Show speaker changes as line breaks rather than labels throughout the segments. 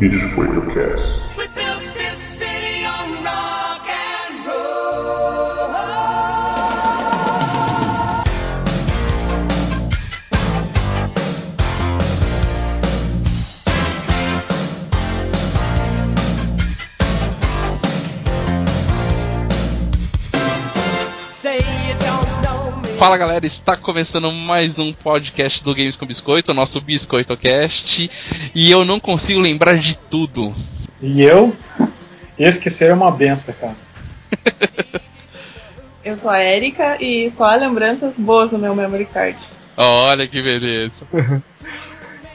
Midwaycast.
We built this city on rock and roll. Say you don't know me.
Fala galera, está começando mais um podcast do Games com Biscoito, o nosso Biscoitocast, e eu não consigo lembrar de tudo.
E eu? Esquecer é uma benção, cara.
Eu sou a Erika e só há lembranças boas no meu memory card.
Olha que beleza.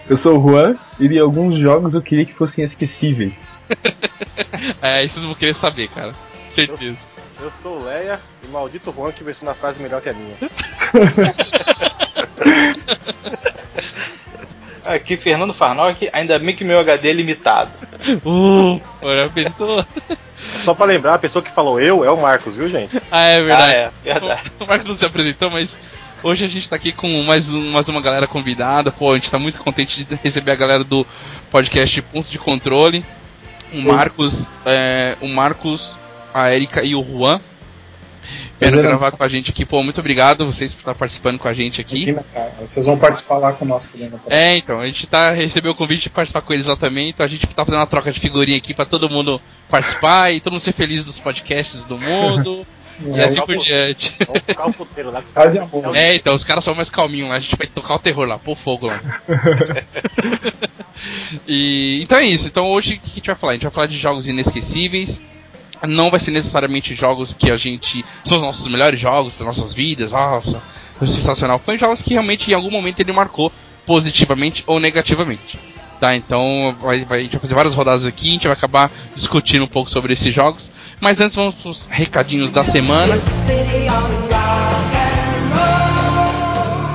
Eu sou o Juan e de alguns jogos eu queria que fossem esquecíveis.
É, isso vocês vão querer saber, cara. Certeza.
Eu sou o Leia e maldito Juan que versou na frase melhor que a minha.
Aqui, Fernando Farnock, ainda bem que meu HD é limitado.
Uh, olha a pessoa.
Só pra lembrar, a pessoa que falou eu é o Marcos, viu, gente?
Ah, é verdade.
Ah, é, verdade.
O Marcos não se apresentou, mas hoje a gente tá aqui com mais, um- mais uma galera convidada. Pô, a gente tá muito contente de receber a galera do podcast Ponto de Controle. O Marcos, é, o Marcos, a Erika e o Juan. Vieram
Beleza.
gravar com a gente aqui. Pô, muito obrigado vocês por estar participando com a gente aqui.
Imagina, cara. Vocês vão participar lá com nós também. né, cara?
É, então, a gente tá recebeu o convite de participar com eles lá também, então a gente tá fazendo uma troca de figurinha aqui pra todo mundo participar e todo mundo ser feliz dos podcasts do mundo e
É,
assim
legal,
por
pô.
diante.
Vamos tocar Então, o puteiro lá que os
Faz
caras-
amor.
É, então, os caras são mais calminhos lá, a gente vai tocar o terror lá, pôr fogo lá. e, então é isso, então hoje o que a gente vai falar? A gente vai falar de jogos inesquecíveis, não vai ser necessariamente jogos que a gente. são os nossos melhores jogos das nossas vidas, nossa, foi sensacional. Foi jogos que realmente em algum momento ele marcou positivamente ou negativamente. Tá, então vai- vai- a gente vai fazer várias rodadas aqui, a gente vai acabar discutindo um pouco sobre esses jogos. Mas antes vamos pros recadinhos da semana.
This city on rock and roll.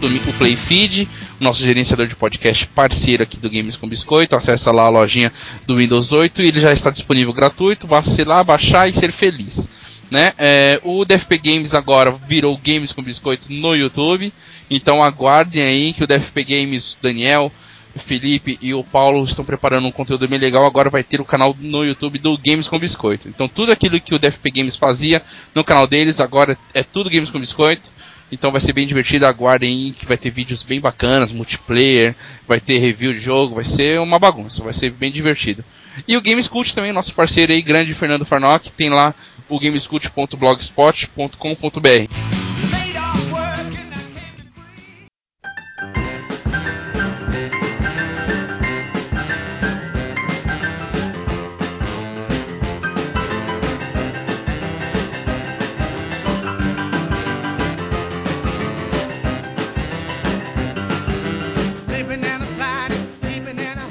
domi- o Playfeed, o nosso gerenciador de podcast parceiro aqui do Games com Biscoito. Acessa lá a lojinha do Windows 8 e ele já está disponível gratuito. Basta ir lá, baixar e ser feliz. Né? É, o DFP Games agora virou Games com Biscoito no YouTube. Então aguardem aí que o DFP Games, Daniel, o Felipe e o Paulo estão preparando um conteúdo bem legal. Agora vai ter o canal no YouTube do Games com Biscoito. Então tudo aquilo que o DFP Games fazia no canal deles, agora é tudo Games com Biscoito. Então vai ser bem divertido, aguardem aí que vai ter vídeos bem bacanas, multiplayer, vai ter review de jogo, vai ser uma bagunça, vai ser bem divertido. E o Gamescult também, nosso parceiro aí, grande Fernando Farnock, tem lá o gamescult.blogspot.com.br.
Made off work and I came to free.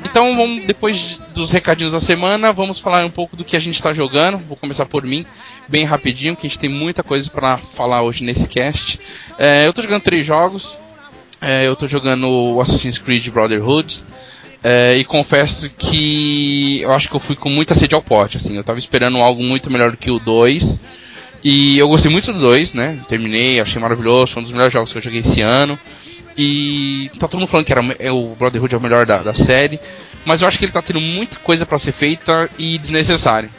Então vamos, depois dos recadinhos da semana, vamos falar um pouco do que a gente está jogando. Vou começar por mim, bem rapidinho, que a gente tem muita coisa para falar hoje nesse cast. É, eu tô jogando três jogos. É, eu tô jogando o Assassin's Creed Brotherhood. É, e confesso que eu acho que eu fui com muita sede ao pote, assim. Eu tava esperando algo muito melhor do que o 2. E eu gostei muito do 2, né? Terminei, achei maravilhoso, foi um dos melhores jogos que eu joguei esse ano. E tá todo mundo falando que era, o me- é o Brotherhood é o melhor da, da série, mas eu acho que ele tá tendo muita coisa pra ser feita e desnecessário,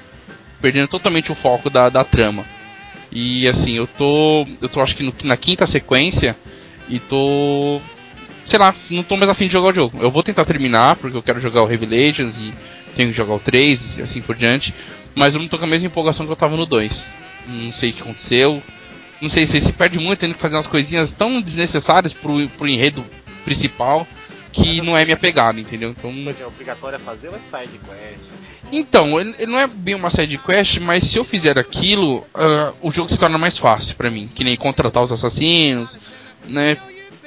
perdendo totalmente o foco da, da trama. E assim, eu tô, eu tô acho que no- na quinta sequência e tô, sei lá, não tô mais afim de jogar o jogo. Eu vou tentar terminar porque eu quero jogar o Heavy Legends e tenho que jogar o 3 e assim por diante, mas eu não tô com a mesma empolgação que eu tava no 2. Não sei o que aconteceu, não sei se ele se perde muito tendo que fazer umas coisinhas tão desnecessárias pro, pro enredo principal que não é minha pegada, entendeu? Então,
Coisa obrigatória fazer ou é side quest?
então ele, ele não é bem uma side quest, mas se eu fizer aquilo, ah, o jogo se torna mais fácil pra mim, que nem contratar os assassinos, né?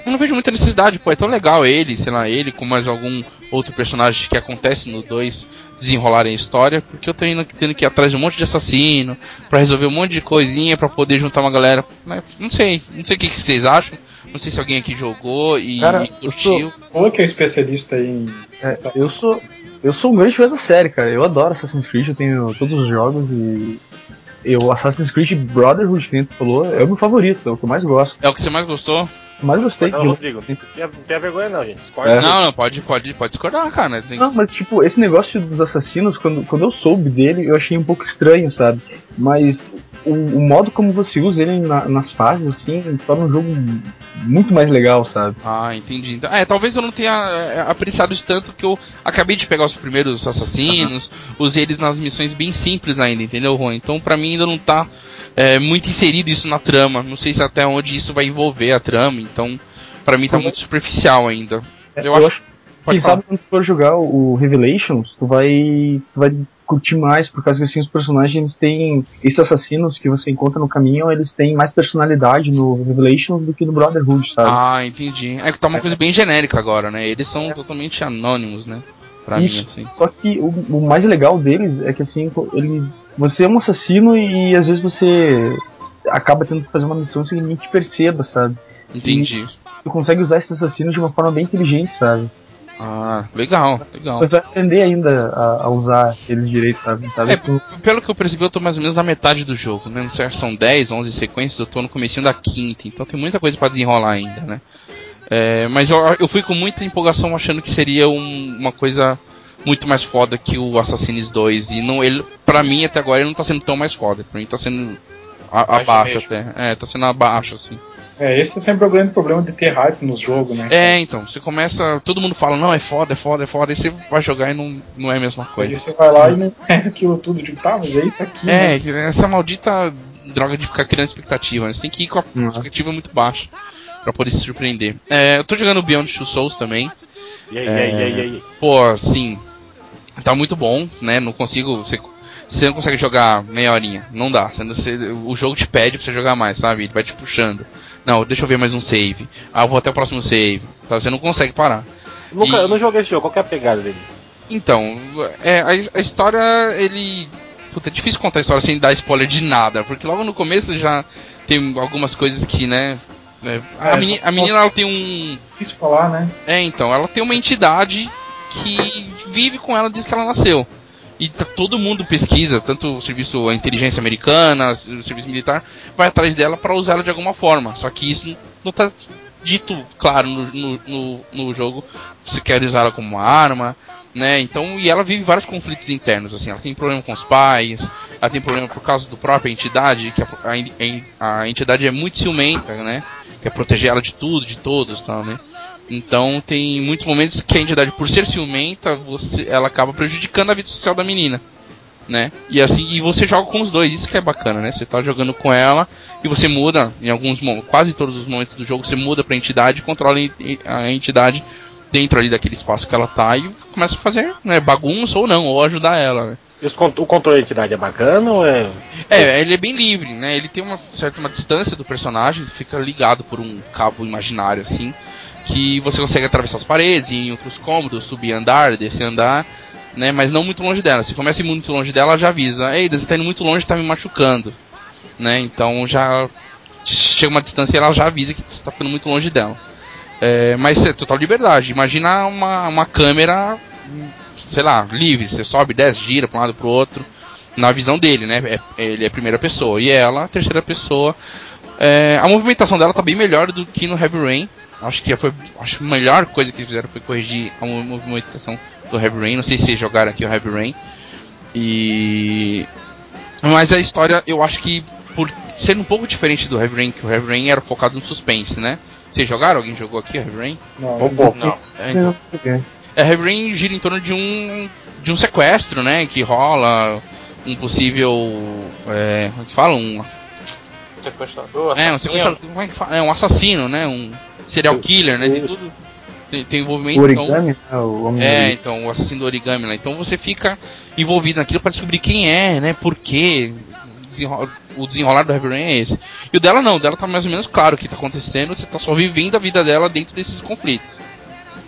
Eu não vejo muita necessidade, pô, é tão legal ele, sei lá, ele com mais algum outro personagem que acontece no 2 desenrolarem a história, porque eu tô indo, tendo que ir atrás de um monte de assassino, pra resolver um monte de coisinha, pra poder juntar uma galera, né? Não sei, não sei o que, que vocês acham, Não sei se alguém aqui jogou e,
Cara,
e
eu sou,
curtiu.
falou que é especialista em.
É, eu sou. Eu sou um grande fã da série, cara. Eu adoro Assassin's Creed, eu tenho todos os jogos e. Eu, Assassin's Creed Brotherhood, que nem tu falou, é o meu favorito, é o que eu mais gosto.
É o que você mais gostou?
O que eu mais gostei
Não,
de-
Rodrigo, não tem- não tem vergonha não, gente. Discorda.
É.
Não, não, pode, pode, pode discordar, cara. né? Tem que-
Não, mas tipo, esse negócio dos assassinos, quando, quando eu soube dele, eu achei um pouco estranho, sabe? Mas o, o modo como você usa ele na- nas fases, assim, torna o jogo muito mais legal, sabe?
Ah, entendi. Então, é, talvez eu não tenha é, apreciado isso tanto que eu acabei de pegar os primeiros assassinos, usei eles nas missões bem simples ainda, entendeu, Juan? Então pra mim ainda não tá é, muito inserido isso na trama. Não sei se até onde isso vai envolver a trama, então pra mim tá muito superficial ainda. É, Eu, acho.
Quem
Pode falar.
sabe quando tu for jogar o Revelations, tu vai, tu vai curtir mais, por causa que assim, os personagens eles têm. Esses assassinos que você encontra no caminho, eles têm mais personalidade no Revelations do que no Brotherhood, sabe?
Ah, entendi. É que tá uma coisa bem genérica agora, né? Eles são totalmente anônimos, né? Pra
Isso.
mim, assim.
Só que o, o mais legal deles é que assim, co- ele, você é um assassino e às vezes você acaba tendo que fazer uma missão sem que ninguém te perceba, sabe?
Entendi.
Tu consegue usar esses assassinos de uma forma bem inteligente, sabe?
Ah, legal, legal.
Mas vai aprender ainda a, a usar eles direito, sabe? sabe? Tipo,
É,
Tu-
Pelo que eu percebi, eu tô mais ou menos na metade do jogo, né? Não sei se são 10, 11 sequências, eu tô no comecinho da quinta, então tem muita coisa pra desenrolar ainda, né? É, mas eu, eu fui com muita empolgação achando que seria um- uma coisa muito mais foda que o Assassin's 2. E não, ele, pra mim, até agora, ele não tá sendo tão mais foda. Pra mim tá sendo a-
Abaixo
abaixo
mesmo.
até. É, tá sendo abaixo, assim.
É, esse é sempre o grande problema de ter hype nos jogos, né?
É, então, você começa. Todo mundo fala, não, é foda, é foda, é foda, e você vai jogar e não, não é a mesma
Aí
coisa.
você vai lá e não é aquilo tudo, tipo, tá, mas é isso aqui. né?
É, essa maldita droga de ficar criando expectativa. né? Você tem que ir com a
Uhum.
expectativa muito baixa pra poder se surpreender. É, eu tô jogando Beyond Two Souls também.
E aí, e aí, e aí, e aí?
Pô, assim, tá muito bom, né? Não consigo. Você, você não consegue jogar meia horinha. Não dá. Você não- você- o jogo te pede pra você jogar mais, sabe? Ele vai te puxando. Não, deixa eu ver mais um save. Ah, eu vou até o próximo save. Tá, Você não consegue parar.
Luca,
E-
eu não joguei esse jogo, qual que é a pegada dele?
Então, é, a, a história, ele. Puta, é difícil contar a história sem dar spoiler de nada, porque logo no começo já tem algumas coisas que, né. é, a,
É,
meni-
só-
a menina ela tem um.
Difícil falar, né?
É, então, ela tem uma entidade que vive com ela desde que ela nasceu. E tá- todo mundo pesquisa, tanto o serviço, a inteligência americana, o serviço militar, vai atrás dela para usar ela de alguma forma. Só que isso não tá dito claro no, no, no, no jogo se quer usar ela como uma arma, né? Então, e ela vive vários conflitos internos, assim. Ela tem problema com os pais, ela tem problema por causa do própria entidade, que a, a en- a entidade é muito ciumenta, né? Quer proteger ela de tudo, de todos, tal, né? Então tem muitos momentos que a entidade, por ser ciumenta, você, ela acaba prejudicando a vida social da menina, né? E assim, e você joga com os dois, isso que é bacana, né? Você tá jogando com ela e você muda em alguns momentos, quase todos os momentos do jogo, você muda pra entidade, controla a en- a entidade dentro ali daquele espaço que ela tá e começa a fazer, né, bagunça ou não, ou ajudar ela, né?
E os con- o controle de entidade é bacana ou é.
É, ele é bem livre, né? Ele tem uma certa uma distância do personagem, fica ligado por um cabo imaginário assim, que você consegue atravessar as paredes, ir em outros cômodos, subir andar, descer andar, né? Mas não muito longe dela. Se começa a ir muito longe dela, ela já avisa: "Ei, você tá indo muito longe, tá me machucando", né? Então já chega uma distância e ela já avisa que você tá ficando muito longe dela. É, mas é total liberdade. Imagina uma, uma câmera, sei lá, livre. Você sobe, desce, gira pra um lado pro outro na visão dele, né? É- ele é a primeira pessoa e ela a terceira pessoa. É, a movimentação dela tá bem melhor do que no Heavy Rain. Acho que foi acho que a melhor coisa que eles fizeram foi corrigir a mo- movimentação do Heavy Rain. Não sei se vocês jogaram aqui o Heavy Rain. E mas a história eu acho que por ser um pouco diferente do Heavy Rain, que o Heavy Rain era focado no suspense, né? Vocês jogaram? Alguém jogou aqui o Heavy Rain?
Não,
Bom,
Não.
É, então. É, Heavy Rain gira em torno de um de um sequestro, né? Que rola um possível, é, como é que fala, um,
Sequestrador.
é, um
assassino.
sequestrador, como é que fala? É, um assassino, né? Um serial killer, né? Tem
Isso.
tudo, tem, tem
O
envolvimento. então-
origami, né? O homem
é,
origami.
então, o assassino do origami lá. Então você fica envolvido naquilo pra descobrir quem é, né? Por quê. Desenro- O desenrolar do Heavy Rain é esse. E o dela não, o dela tá mais ou menos claro o que tá acontecendo, você tá só vivendo a vida dela dentro desses conflitos.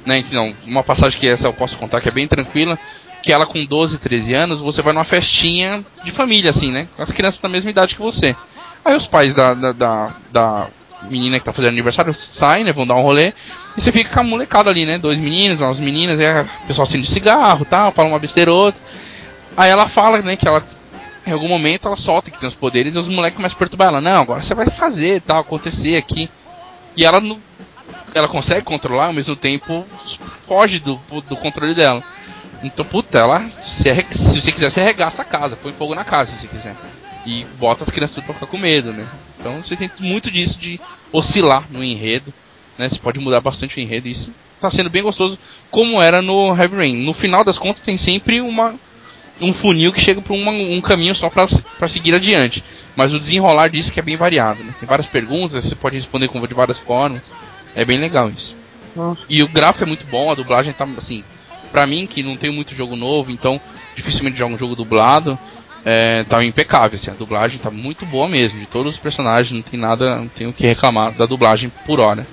Né? Então, uma passagem que essa eu posso contar que é bem tranquila, que ela com 12, 13 anos, você vai numa festinha de família, assim, né? Com as crianças da mesma idade que você. Aí os pais da, da, da, da, menina que tá fazendo aniversário sai, né? Vão dar um rolê. E você fica com a molecada ali, né? Dois meninos, umas meninas, aí o pessoal acende cigarro tal, fala uma besteira ou outra. Aí ela fala, né, que ela. Em algum momento ela solta que tem os poderes e os moleques começam a perturbar ela. Não, agora você vai fazer tal, acontecer aqui. E ela não. Ela consegue controlar, ao mesmo tempo foge do, do controle dela. Então, puta, ela. Se, arre- se você quiser, você arregaça a casa, põe fogo na casa se você quiser. E bota as crianças tudo pra ficar com medo, né? Então você tem muito disso de oscilar no enredo, né? Você pode mudar bastante o enredo e isso tá sendo bem gostoso, como era no Heavy Rain. No final das contas, tem sempre uma, um funil que chega pra uma- um caminho só pra pra seguir adiante. Mas o desenrolar disso que é bem variado, né? Tem várias perguntas, você pode responder com- de várias formas. É bem legal isso.
Nossa.
E o gráfico é muito bom, a dublagem tá assim. Pra mim, que não tem muito jogo novo, então dificilmente jogo um jogo dublado, é, tá impecável. Assim, a dublagem tá muito boa mesmo, de todos os personagens, não tem nada, não tenho o que reclamar da dublagem por hora.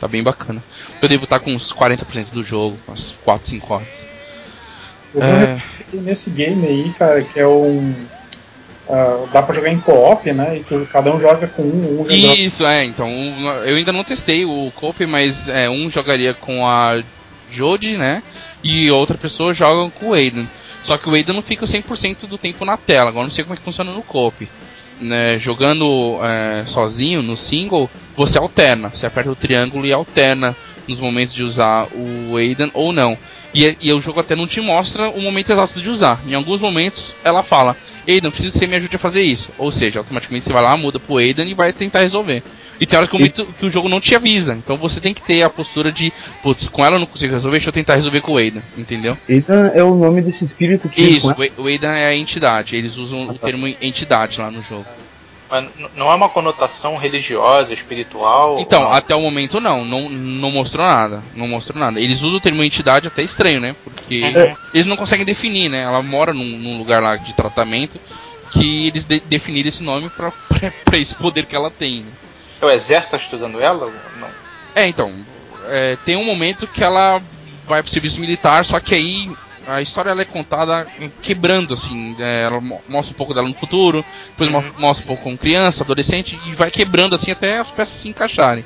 Tá bem bacana. Eu devo estar com uns 40% do jogo, umas 4, 5 horas.
Eu
É.
é... nesse game aí, cara, que é um. ah, dá pra jogar em co-op, né? E tu- cada um joga com um, um joga
Isso, é, então. um- Eu ainda não testei o Cope, mas é, um jogaria com a Jodie, né? E outra pessoa joga com o Aiden. Só que o Aiden não fica 100% do tempo na tela. Agora eu não sei como é que funciona no Cope. Né, jogando é, sozinho no single, você alterna. Você aperta o triângulo e alterna nos momentos de usar o Aiden ou não. E, é- e o jogo até não te mostra o momento exato de usar. Em alguns momentos ela fala: Aiden, preciso que você me ajude a fazer isso. Ou seja, automaticamente você vai lá, muda pro Aiden e vai tentar resolver. E tem horas que o, mito- que o jogo não te avisa. Então você tem que ter a postura de: putz, com ela eu não consigo resolver, deixa eu tentar resolver com o Aiden. Entendeu?
Ethan é o nome desse espírito que
Isso,
com ela-
o A- o Aiden é a entidade. Eles usam o termo entidade lá no jogo.
Mas n- não é uma conotação religiosa, espiritual.
Então,
não.
até o momento não, não, não mostrou nada. Não mostrou nada. Eles usam o termo entidade até estranho, né? Porque
Uhum.
eles não conseguem definir, né? Ela mora num, num lugar lá de tratamento que eles de- definiram esse nome pra, pra, pra esse poder que ela tem. né?
É o exército tá estudando ela? Não.
É, então. é, tem um momento que ela vai pro serviço militar, só que aí a história ela é contada quebrando, assim. é, ela mo- mostra um pouco dela no futuro, depois
Uhum.
mo- mostra um pouco como criança, adolescente, e vai quebrando, assim, até as peças se encaixarem.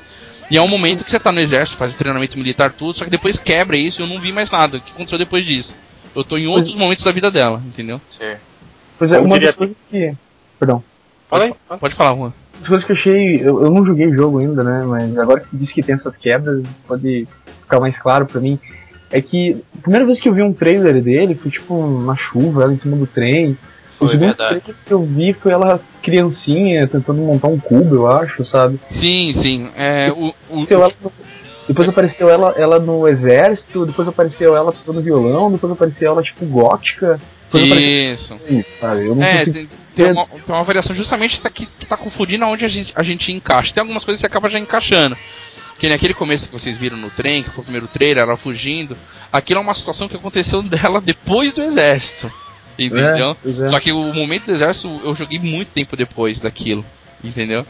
E é um momento que você tá no exército, faz o treinamento militar, tudo, só que depois quebra isso e eu não vi mais nada. O que aconteceu depois disso? Eu tô em outros
é.
momentos da vida dela, entendeu?
Sei.
Pois é,
Como
uma
diria-
das coisas que. Perdão.
Fala aí.
Pode, fa- pode falar, Juan.
As coisas que eu achei. Eu, eu não joguei o jogo ainda, né? Mas agora que diz que tem essas quebras, pode ficar mais claro pra mim. É que a primeira vez que eu vi um trailer dele foi tipo uma chuva, ela em cima do trem. o
Foi
segundo
verdade.
trailer que eu vi foi ela criancinha tentando montar um cubo, eu acho, sabe?
Sim, sim. É, o, o,
Apareceu ela no- Depois apareceu ela, ela no exército, depois apareceu ela tocando violão, depois apareceu ela tipo gótica. Depois apareceu.
isso.
Sabe? Eu não
É,
consigo-
tem, tem uma, tem uma variação justamente tá- que, que tá confundindo aonde a gente, a gente encaixa. Tem algumas coisas que você acaba já encaixando. Que naquele começo que vocês viram no trem, que foi o primeiro trailer, ela fugindo. Aquilo é uma situação que aconteceu dela depois do exército. Entendeu?
É, pois é.
Só que o momento do exército eu joguei muito tempo depois daquilo. Entendeu?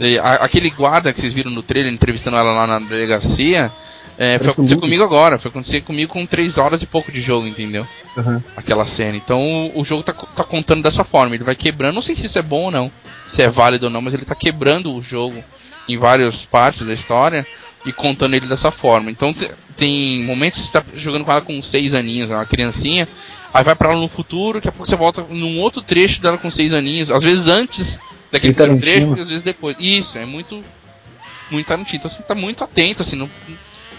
E a- aquele guarda que vocês viram no trailer entrevistando ela lá na delegacia. É, foi
Parece um
acontecer
loop.
comigo agora, foi acontecer comigo com 3 horas e pouco de jogo, entendeu?
Aham.
aquela cena. Então o jogo tá, co- tá contando dessa forma, ele vai quebrando, não sei se isso é bom ou não, se é válido ou não, mas ele tá quebrando o jogo em várias partes da história e contando ele dessa forma. Então te- tem momentos que você tá jogando com ela com seis aninhos, é uma criancinha, aí vai pra ela no futuro, daqui a pouco você volta num outro trecho dela com seis aninhos, às vezes antes daquele
Ele tá
primeiro
lá em
trecho
cima.
e às vezes depois. Isso, é muito muito Tarantino. Então você tem que tá muito atento, assim, não,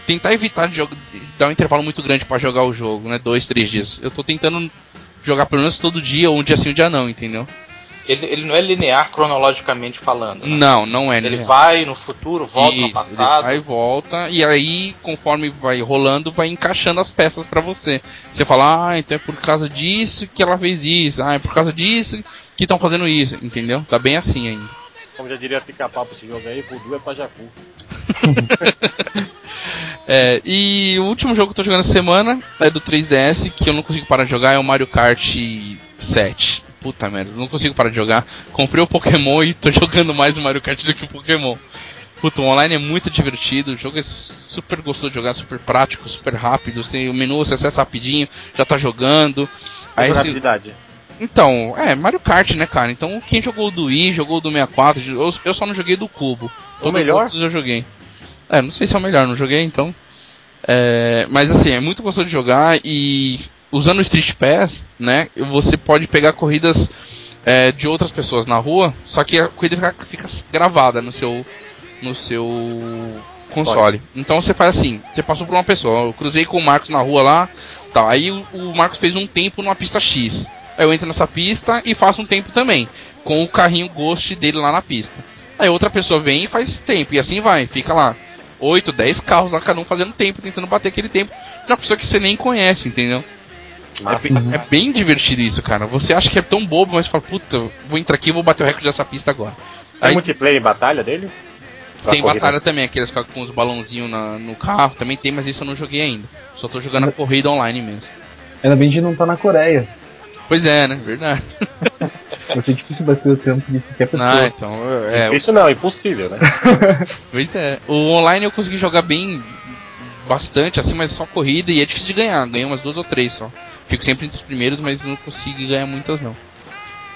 tentar evitar de jogo- de dar um intervalo muito grande pra jogar o jogo, né? Dois, três dias. Eu tô tentando jogar pelo menos todo dia, ou um dia sim, um dia não, entendeu?
Ele, ele não é linear cronologicamente falando. né?
Não, não é.
Ele
né?
vai no futuro, volta
Isso,
no passado.
Ele vai e volta, e aí, conforme vai rolando, vai encaixando as peças pra você. Você fala, ah, então é por causa disso que ela fez isso, ah, é por causa disso que estão fazendo isso, entendeu? Tá bem assim ainda.
Como já diria pica-pau pra esse jogo aí, voodoo é pra Jacu.
É, e o último jogo que eu tô jogando essa semana é do 3DS, que eu não consigo parar de jogar, é o Mario Kart 7. Puta merda, eu não consigo parar de jogar. Comprei o Pokémon e tô jogando mais o Mario Kart do que o Pokémon. Puta, o online é muito divertido, o jogo é su- super gostoso de jogar, super prático, super rápido. Você, o menu você acessa rapidinho, já tá jogando. Aí
Com
você,
Rapididade.
então, é, Mario Kart, né, cara? Então, quem jogou o do Wii, jogou o do 64, eu, eu só não joguei do Cubo. Todos
melhor?
os outros eu joguei. É, não sei se é o melhor, não joguei, então. É, mas assim, é muito gostoso de jogar e usando o Street Pass, né? Você pode pegar corridas é, de outras pessoas na rua, só que a corrida fica, fica gravada no seu no seu console. Então você faz assim, você passou por uma pessoa, eu cruzei com o Marcos na rua lá, tá, aí o, o Marcos fez um tempo numa pista X. Aí eu entro nessa pista e faço um tempo também, com o carrinho Ghost dele lá na pista. Aí outra pessoa vem e faz tempo, e assim vai, fica lá. 8, 10 carros lá, cada um fazendo tempo, tentando bater aquele tempo de uma pessoa que você nem conhece, entendeu? É bem, é bem divertido isso, cara. Você acha que é tão bobo, mas fala, puta, vou entrar aqui e vou bater o recorde dessa pista agora.
Tem
Aí-
é multiplayer em batalha dele? Com a
tem
corrida?
batalha também, aqueles com com os balãozinhos na- no carro, também tem, mas isso eu não joguei ainda. Só tô jogando a corrida online mesmo.
Ainda bem que não tá na Coreia.
Pois é, né? Verdade.
Vai ser difícil bater o tempo de qualquer pessoa.
Ah, então, é, o-
Isso não, impossível, né?
pois é. O online eu consegui jogar bem, bastante, assim, mas só corrida e é difícil de ganhar. Ganhei umas duas ou três só. Fico sempre entre os primeiros, mas não consigo ganhar muitas, não.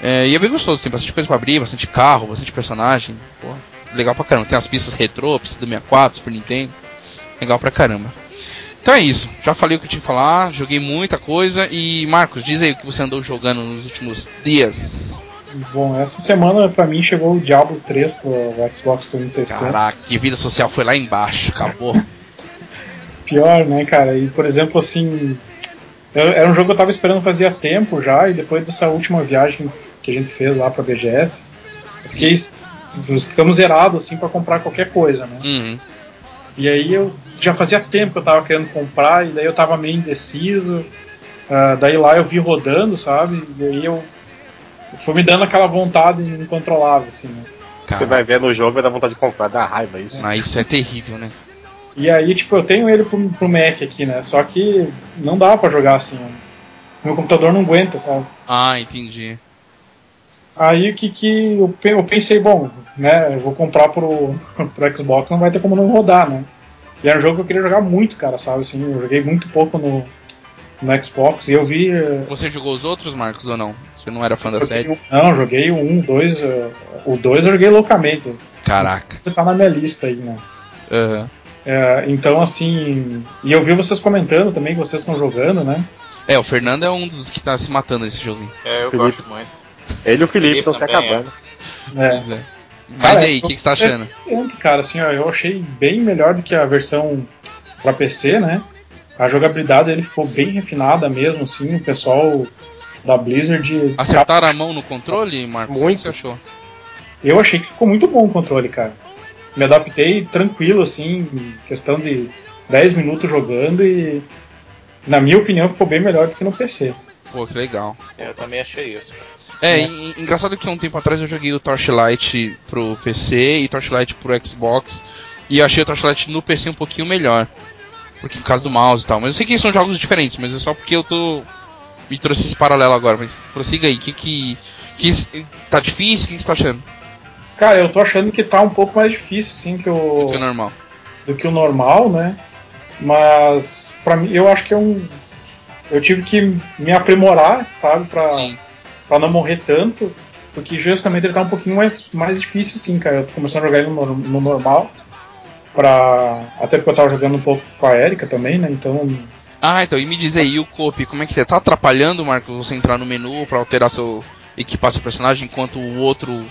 É, e é bem gostoso, tem bastante coisa pra abrir, bastante carro, bastante personagem. Pô, legal pra caramba. Tem as pistas retrô, pista do 64, Super Nintendo. Legal pra caramba. Então é isso, já falei o que eu tinha que falar, joguei muita coisa. E Marcos, diz aí o que você andou jogando nos últimos dias.
Bom, essa semana pra mim chegou o Diablo 3 pro Xbox 360.
Caraca, que vida social foi lá embaixo, acabou.
Pior, né, cara? E, por exemplo, assim. eu- Era um jogo que eu tava esperando fazia tempo já, e depois dessa última viagem que a gente fez lá pra BGS, eu fiquei, nós ficamos zerados, assim, pra comprar qualquer coisa, né?
Uhum.
E aí eu já fazia tempo que eu tava querendo comprar, e daí eu tava meio indeciso. Ah, daí lá eu vi rodando, sabe? E daí eu. Foi me dando aquela vontade incontrolável, assim, né?
Tá.
Você vai ver no jogo, vai dar vontade de comprar, dá raiva isso.
Mas isso é terrível, né?
E aí, tipo, eu tenho ele pro, pro Mac aqui, né? Só que não dá pra jogar assim. né? Meu computador não aguenta, sabe?
Ah, entendi.
Aí o que que eu, pe- eu pensei, bom, né? Eu vou comprar pro, pro Xbox, não vai ter como não rodar, né? E era um jogo que eu queria jogar muito, cara, sabe? Assim, eu joguei muito pouco no, no Xbox e eu vi. eh,
Você jogou os outros, Marcos, ou não? Você não era fã da
joguei
série?
o- não, joguei o 1, 2. O 2 eu joguei loucamente.
Caraca.
Tá na minha lista aí, né?
Aham.
Eh, então, assim. E eu vi vocês comentando também que vocês estão jogando, né?
É, o Fernando é um dos que tá se matando nesse joguinho.
É, eu
Felipe.
gosto muito.
Ele e o Felipe
Felipe
estão se
também,
acabando.
É.
Pois é. Mas
Cara,
e aí, o
tô
que, que você tá achando?
surpreendente, Cara, assim, ó, eu achei bem melhor do que a versão pra PC, né? A jogabilidade ele ficou bem refinada mesmo, assim, o pessoal da Blizzard.
Acertaram a mão no controle, Marcos? O que
Muito.
que você achou?
Eu achei que ficou muito bom o controle, cara. Me adaptei tranquilo, assim, em questão de 10 minutos jogando e, na minha opinião, ficou bem melhor do que no PC.
Pô, que legal.
Eu também achei isso.
É, e- e- engraçado que há um tempo atrás eu joguei o Torchlight pro PC e Torchlight pro Xbox. E eu achei o Torchlight no PC um pouquinho melhor. Porque por causa do mouse e tal. Mas eu sei que são jogos diferentes, mas é só porque eu tô. Me trouxe esse paralelo agora, mas prossiga aí. Que que. que isso- tá difícil? O que que você tá achando?
Cara, eu tô achando que tá um pouco mais difícil, assim, que o.
Do que o normal.
do que o normal, né? Mas para mim eu acho que é um eu tive que me aprimorar, sabe, Pra
Sim.
para não morrer tanto, porque justamente ele tá um pouquinho mais mais difícil sim, cara. Eu tô começando a jogar ele no, no normal para até porque eu tava jogando um pouco com a Erika também, né? Então,
Ah, então, e me diz aí, e o copy, como é que é? Tá atrapalhando, Marcos, você entrar no menu pra alterar seu. equipar seu personagem enquanto o outro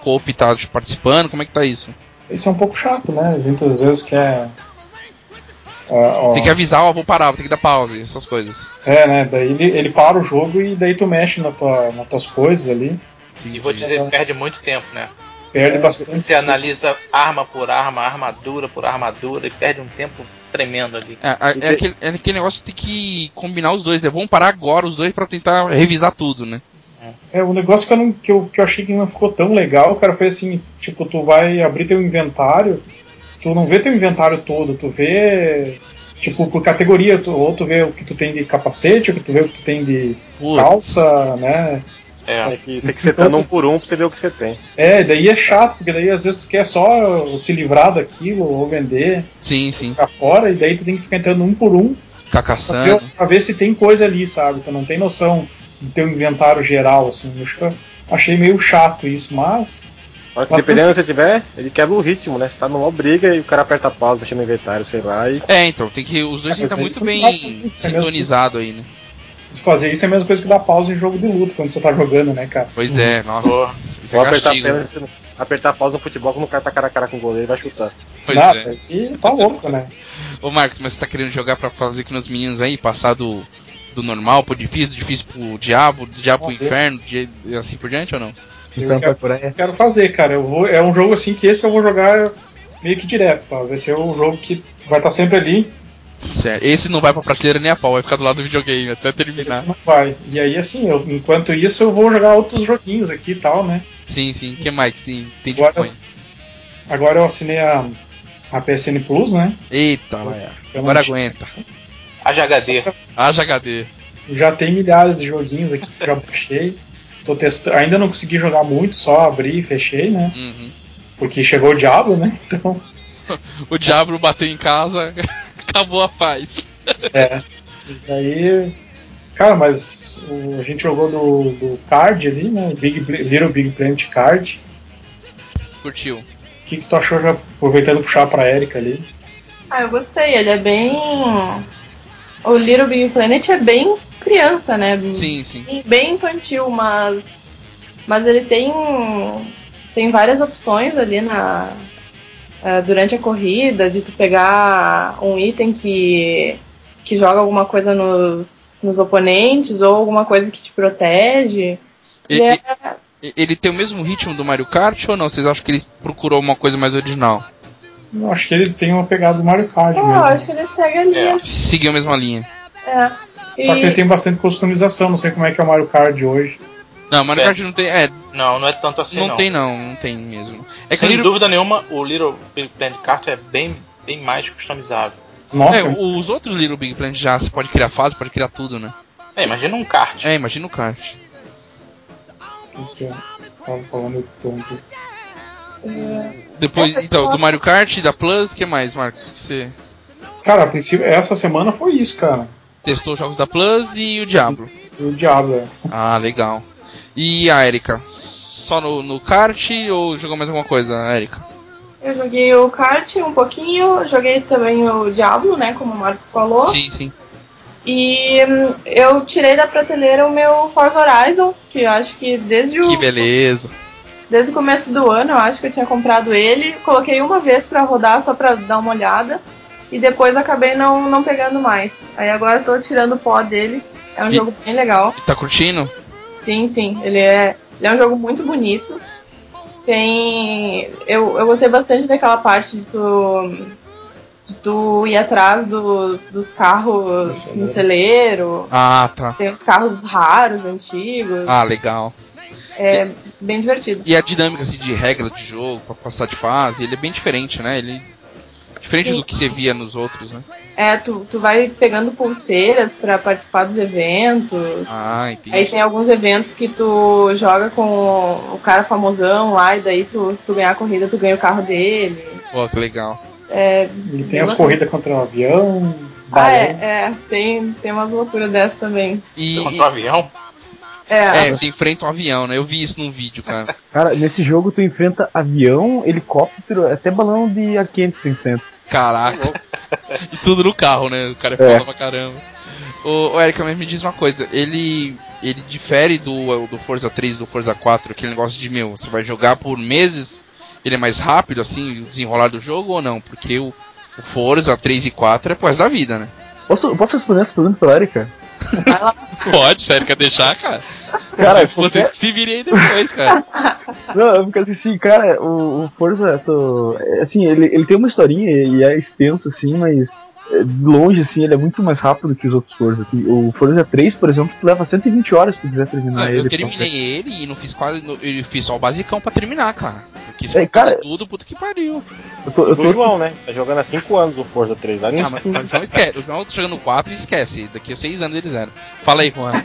copy tá tipo, participando? Como é que tá isso?
isso é um pouco chato, né? A gente às vezes quer ah, ó,
Tem que avisar, ó, vou parar, vou ter que dar pause, essas coisas.
É, né? Daí ele, ele para o jogo e daí tu mexe na tua, nas tuas coisas ali.
E vou dizer, perde muito tempo, né?
Perde bastante.
Você analisa arma por arma, armadura por armadura e perde um tempo tremendo ali.
É, é- é aquele, é aquele negócio que tem que combinar os dois, né? Vamos parar agora os dois pra tentar revisar tudo, né?
É, o negócio que eu, não- que, eu, que eu achei que não ficou tão legal, cara, foi assim, tipo, tu vai abrir teu inventário, tu não vê teu inventário todo, tu vê, tipo, por categoria, tu- ou tu vê o que tu tem de capacete, ou que tu vê o que tu tem de
Putz.
calça, né?
É.
Tem que, tem que ser dando um por um pra você ver o que você tem.
É, daí é chato, porque daí às vezes tu quer só se livrar daquilo, ou vender
Sim, sim.
pra fora, e daí tu tem que ficar entrando um por um
Ficar
pra ver,
caçando.
Tá
pra ver se tem coisa ali, sabe? Tu não tem noção do teu inventário geral, assim. Eu acho que eu achei meio chato isso, mas...
Hora que dependendo de onde você tiver, ele quebra o ritmo, né? Você tá numa briga e o cara aperta a pausa, mexe no inventário, sei lá, e.
É, então, tem que. Os dois têm que estar muito bem sintonizado aí, né?
Fazer isso é a mesma coisa que dar pausa em jogo de luta quando você tá jogando, né, cara?
Pois é, nossa.
Uhum. Boa.
Isso
Ou
é
apertar, a
castigo.
perna,
né?
você não- apertar a pausa no futebol quando o cara tá cara a cara com o goleiro, ele vai chutar.
Pois
Nada,
é.
E tá louco, né?
Ô Marcos, mas você tá querendo jogar pra fazer que nos meninos aí, passar do, do normal pro difícil, do difícil pro diabo, do diabo pro inferno, de- e assim por diante ou não?
Então, pra Coreia.
Quero fazer, cara. Eu vou, é um jogo assim que esse eu vou jogar meio que direto, sabe? Esse é um jogo que vai estar sempre ali,
Certo. Esse não vai pra prateleira nem a pau, vai ficar do lado do videogame até terminar.
esse não vai. E aí, assim, eu- enquanto isso, eu vou jogar outros joguinhos aqui e tal, né?
Sim, sim. O que mais que tem, tem de
Agora-
bom aí?
Agora eu assinei a, a PSN Plus, né? Então,
Eita, Laia.
Eu
Agora
não-
aguenta.
Haja HD.
Haja HD.
Já tem milhares de joguinhos aqui que eu já baixei. Tô testando, ainda não consegui jogar muito, só abri e fechei, né?
Uhum.
Porque chegou o diabo, né? Então,
O diabo bateu em casa, acabou a paz.
é. E aí, cara, mas o- a gente jogou do, do card ali, né? Big, Bl- Little Big Planet Card.
Curtiu.
O que, que tu achou, já aproveitando puxar pra Erika ali?
Ah, eu gostei. Ele é bem. O Little Big Planet é bem criança, né?
Sim, sim.
Bem infantil, mas. Mas ele tem. Tem várias opções ali na. eh, Durante a corrida, de tu pegar um item que. que joga alguma coisa nos, nos oponentes ou alguma coisa que te protege.
E-
Ele é-
e- ele tem o mesmo ritmo do Mario Kart ou não? Vocês acham que ele procurou uma coisa mais original?
Eu acho que ele tem uma pegada do Mario Kart
É,
mesmo.
eu acho que ele segue ali.
É.
Seguiu a mesma linha.
É.
Só que ele
E-
tem bastante customização, não sei como é que é o Mario Kart de hoje.
Não, Mario
É.
Kart não tem. É,
Não, não é tanto assim.
não,
Não,
tem não, não tem mesmo. É que
Sem
o Little-
dúvida nenhuma, o Little Big Planet Carter é bem, bem mais customizável.
Nossa,
é, os outros Little Big Planet já você pode criar fase, pode criar tudo, né?
É, imagina um kart.
É, imagina o kart.
o que eu tava falando tonto.
Depois,
Essa
então,
foto-
do Mario Kart, da Plus, o que mais, Marcos? Que você
Cara, a princípio, essa semana foi isso, cara.
testou os jogos da Plus e o Diablo.
E o Diablo, é.
Ah, legal. E a Erika? Só no, no kart ou jogou mais alguma coisa, Erika?
Eu joguei o kart um pouquinho, joguei também o Diablo, né? Como o Marcos falou.
Sim, sim.
E hum, eu tirei da prateleira o meu Forza Horizon, que eu acho que desde o,
Que beleza.
desde o começo do ano eu acho que eu tinha comprado ele. Coloquei uma vez pra rodar só pra dar uma olhada. E depois acabei não, não pegando mais. Aí agora eu tô tirando o pó dele. É um
E-
jogo bem legal.
E tá curtindo?
Sim, sim. Ele é, ele é um jogo muito bonito. Tem. Eu, eu gostei bastante daquela parte de tu, de tu ir atrás dos, dos carros
No
no celeiro.
Ah, tá.
Tem os carros raros, antigos.
Ah, legal.
É bem divertido.
E a dinâmica assim, de regra de jogo, pra passar de fase, ele é bem diferente, né? Ele. Diferente
Sim.
do que você via nos outros, né?
É, tu, tu vai pegando pulseiras pra participar dos eventos.
Ah,
Aí
entendi.
tem alguns eventos que tu joga com o- o cara famosão lá, e daí tu, se tu ganhar a corrida, tu ganha o carro dele. É,
Pô, que legal.
E tem as corridas contra o avião,
Hum. Ah, é,
balão.
é. Tem, tem umas loucuras dessas também.
E,
Contra o avião.
É,
é, você enfrenta um avião, né? Eu vi isso num vídeo, cara.
Cara, nesse jogo tu enfrenta avião, helicóptero, é até balão de ar quente tu enfrenta.
Caraca. E tudo no carro, né? O cara é
Tá É.
foda pra caramba. Ô, ô Erika, mas me diz uma coisa. Ele ele difere do, do Forza 3, do Forza 4, aquele negócio de, meu, você vai jogar por meses, ele é mais rápido, assim, o desenrolar do jogo ou não? Porque o, o Forza 3 e 4 é por causa da vida, né?
Posso, posso responder essa pergunta pra Erika?
vai lá.
Pode, sério, quer deixar, cara?
Cara,
vocês, vocês que se virem aí depois, cara.
Não, eu fico assim, assim, cara, o, o Forza, tô- é, assim, ele, ele tem uma historinha e é extenso, assim, mas é, de longe, assim, ele é muito mais rápido que os outros Forza. O Forza 3, por exemplo, tu leva 120 horas se tu quiser terminar
Ah,
ele.
eu terminei ele e não fiz quase. não- Eu fiz só o basicão pra terminar, cara. Porque se
É,
for fazer
cara-
tudo, puta que pariu.
Eu tô, eu
O
tô,
João, né? Tá jogando há 5 anos o Forza 3. Lá
Ah, mas, mas não esquece. O João tá chegando no 4 e esquece. Daqui a 6 anos eles eram. Fala aí, Juan.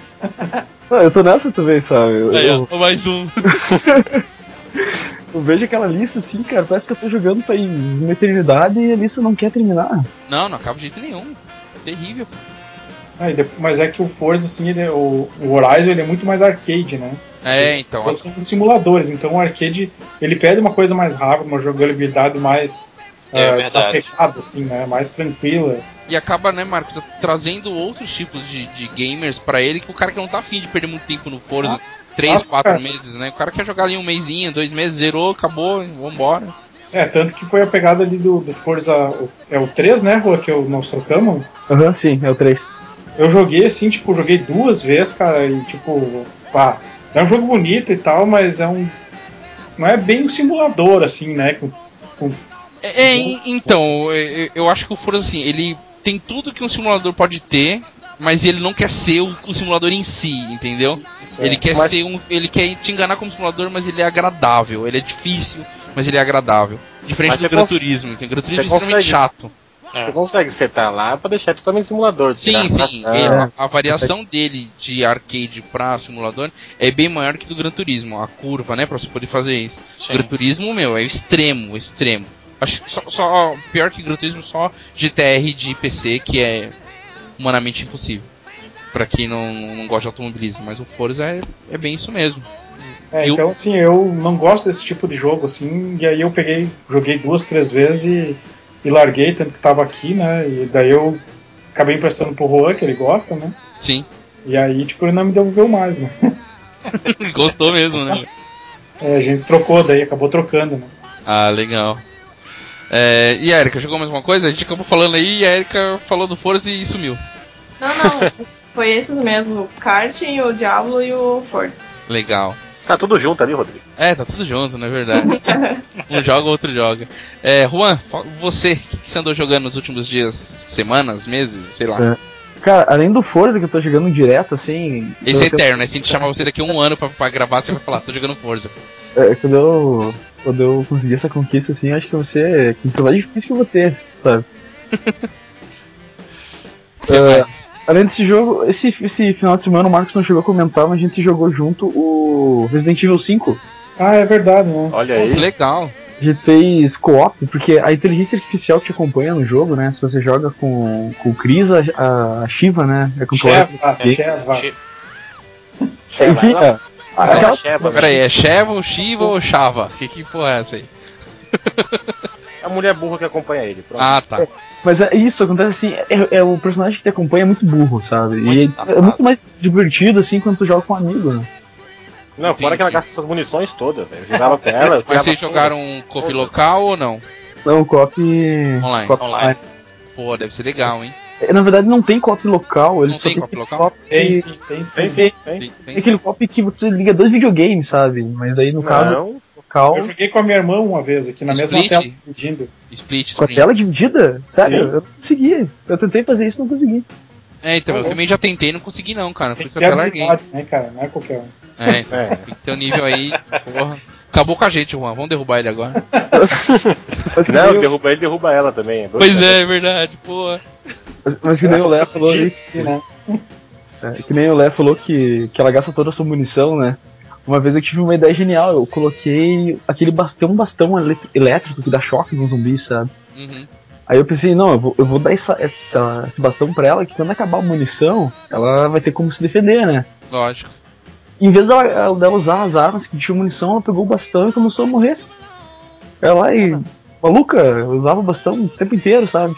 não, eu tô nessa também, sabe? Eu,
Aí,
eu-
ó, mais um.
eu vejo aquela lista, assim, cara, parece que eu tô jogando faz uma eternidade e a lista não quer terminar.
Não, não acaba de jeito nenhum. É Terrível.
Ah, e depois- mas é que o Forza, assim, ele é- o, o Horizon ele é muito mais arcade, né?
É, então.
Eles são simuladores, então o arcade ele pede uma coisa mais rápida, uma jogabilidade mais
É
ah,
verdade.
apegada, assim, né? Mais tranquila.
E acaba, né, Marcos, trazendo outros tipos de, de gamers pra ele, que o cara que não tá afim de perder muito tempo no Forza, três,
nossa,
quatro
cara.
meses, né? O cara quer jogar ali um mêsinho, dois meses, zerou, acabou, vambora.
É, tanto que foi a pegada ali do, do Forza. o- É o 3, né, Rua, que eu, nós trocamos?
Aham, sim, é o 3.
Eu joguei assim, tipo, joguei duas vezes, cara, e tipo, pá, é um jogo bonito e tal, mas é um. Não é bem um simulador, assim, né? Com, com-
É, é, en- então, é, é, eu acho que o Forza, assim, ele tem tudo que um simulador pode ter, mas ele não quer ser o, o simulador em si, entendeu?
isso,
Ele
é.
quer
Mas-
ser um. Ele quer te enganar como simulador, mas ele é agradável. Ele é difícil, mas ele é agradável. Diferente
Mas
do
você
Gran
cons-
Turismo. Tem Gran Turismo é
consegue-
extremamente chato.
É.
Você consegue setar lá pra deixar totalmente simulador.
Sim,
tirar
sim. é.
a-
e
Ah,
a, a variação dele de arcade pra simulador é bem maior que do Gran Turismo. A curva, né? Pra você poder fazer isso.
Sim.
Gran Turismo, meu, é extremo, extremo. Acho que só, só- pior que Gran Turismo, só GTR de PC, que é humanamente impossível. Pra quem não, não gosta de automobilismo. Mas o Forza é, é bem isso mesmo.
É,
eu-
Então, assim, eu não gosto desse tipo de jogo, assim, e aí eu peguei, joguei duas, três vezes e, e larguei, tanto que tava aqui, né? E daí eu acabei emprestando pro Juan, que ele gosta, né?
Sim.
E aí, tipo, ele não me devolveu mais, né?
Gostou mesmo, né?
É, a gente trocou, daí acabou trocando, né?
Ah, legal. É, e a Erika, jogou mais uma coisa? A gente acabou falando aí e a Erika falou do Forza e sumiu.
Não, não. Foi esses mesmo, o Karting, o Diablo e o Forza.
Legal.
Tá tudo junto ali, Rodrigo.
É, tá tudo junto, não é verdade? um joga, outro joga. É, Juan, fa- você, o que, que você andou jogando nos últimos dias, semanas, meses, sei lá?
É. Cara, além do Forza que eu tô jogando direto, assim.
Esse é
eu tenho-
eterno, né? Se a gente chamar você daqui a um ano pra, pra gravar, você vai falar, tô jogando Forza.
é, quando, eu, quando eu conseguir essa conquista, assim, eu acho que você. Que celular é difícil que eu vou ter, sabe?
Que mais?
Ah, Além desse jogo, esse, esse final de semana o Marcos não chegou a comentar, mas a gente jogou junto o Resident Evil 5.
Ah, é verdade, né?
Olha
Pô, que
aí.
legal.
A gente fez co-op, porque a inteligência artificial que te acompanha no jogo, né? Se você joga com, com o Chris, a, a Shiva, né? É controlada.
Cheva,
Sim.
Cheva.
Che-
Enfim,
Ela-
é,
ela
aquela-
cheba, né?
Pera aí, é Chevo, Shiva ou Chava? Que, que porra é essa aí?
É a mulher burra que acompanha ele. Pronto.
Ah, tá.
Mas é isso, acontece assim, é, é o personagem que te acompanha é muito burro, sabe? e
Muito
é- é
safado.
muito mais divertido assim quando tu joga com um amigo, né?
não, fora
entendi.
que ela gasta suas munições todas, velho. Eu jogava com ela. eu
Mas
tirava
vocês
tudo.
jogaram copy local ou não?
Não, o co-op.
Online.
co-op
Online.
Pô, deve ser legal, hein?
É, Na verdade não tem co-op local, ele
Não
só
tem
tem
co-op local?
co-op-
Tem sim, tem sim.
Tem, sim, tem.
Tem- tem-
tem aquele co-op que você liga dois videogames, sabe? Mas aí no caso,
Não,
local.
Eu joguei com a minha irmã uma vez aqui na mesma
Split?
tela pedindo.
Split
Com a
screen.
tela dividida? Sério,
Sim.
eu não consegui. Eu tentei fazer isso e não consegui.
É, então, eu
Tá bom.
também já tentei e não consegui não, cara. Por
Tem
isso
que
que eu
ter
até larguei.
habilidade, né, cara? Não é qualquer um.
É, então,
É.
tem que ter um nível aí. Porra. Acabou com a gente, Juan. Vamos derrubar ele agora.
Mas que
não
nem o-
derruba ele, derruba ela também. dois,
pois é, é verdade, porra.
mas- mas que nem o Léo falou ali.
Né?
É, que nem o Lé falou que, que ela gasta toda a sua munição, né? Uma vez eu tive uma ideia genial, eu coloquei aquele bastão, um bastão elé- elétrico que dá choque no zumbi, sabe?
Uhum.
Aí eu pensei, não, eu vou, eu vou dar essa, essa- esse bastão pra ela, que quando acabar a munição, ela vai ter como se defender, né?
Lógico.
Em vez dela, ela- dela usar as armas que tinha munição, ela pegou o bastão e começou a morrer. Ela e. Maluca, eu usava o bastão o tempo inteiro, sabe?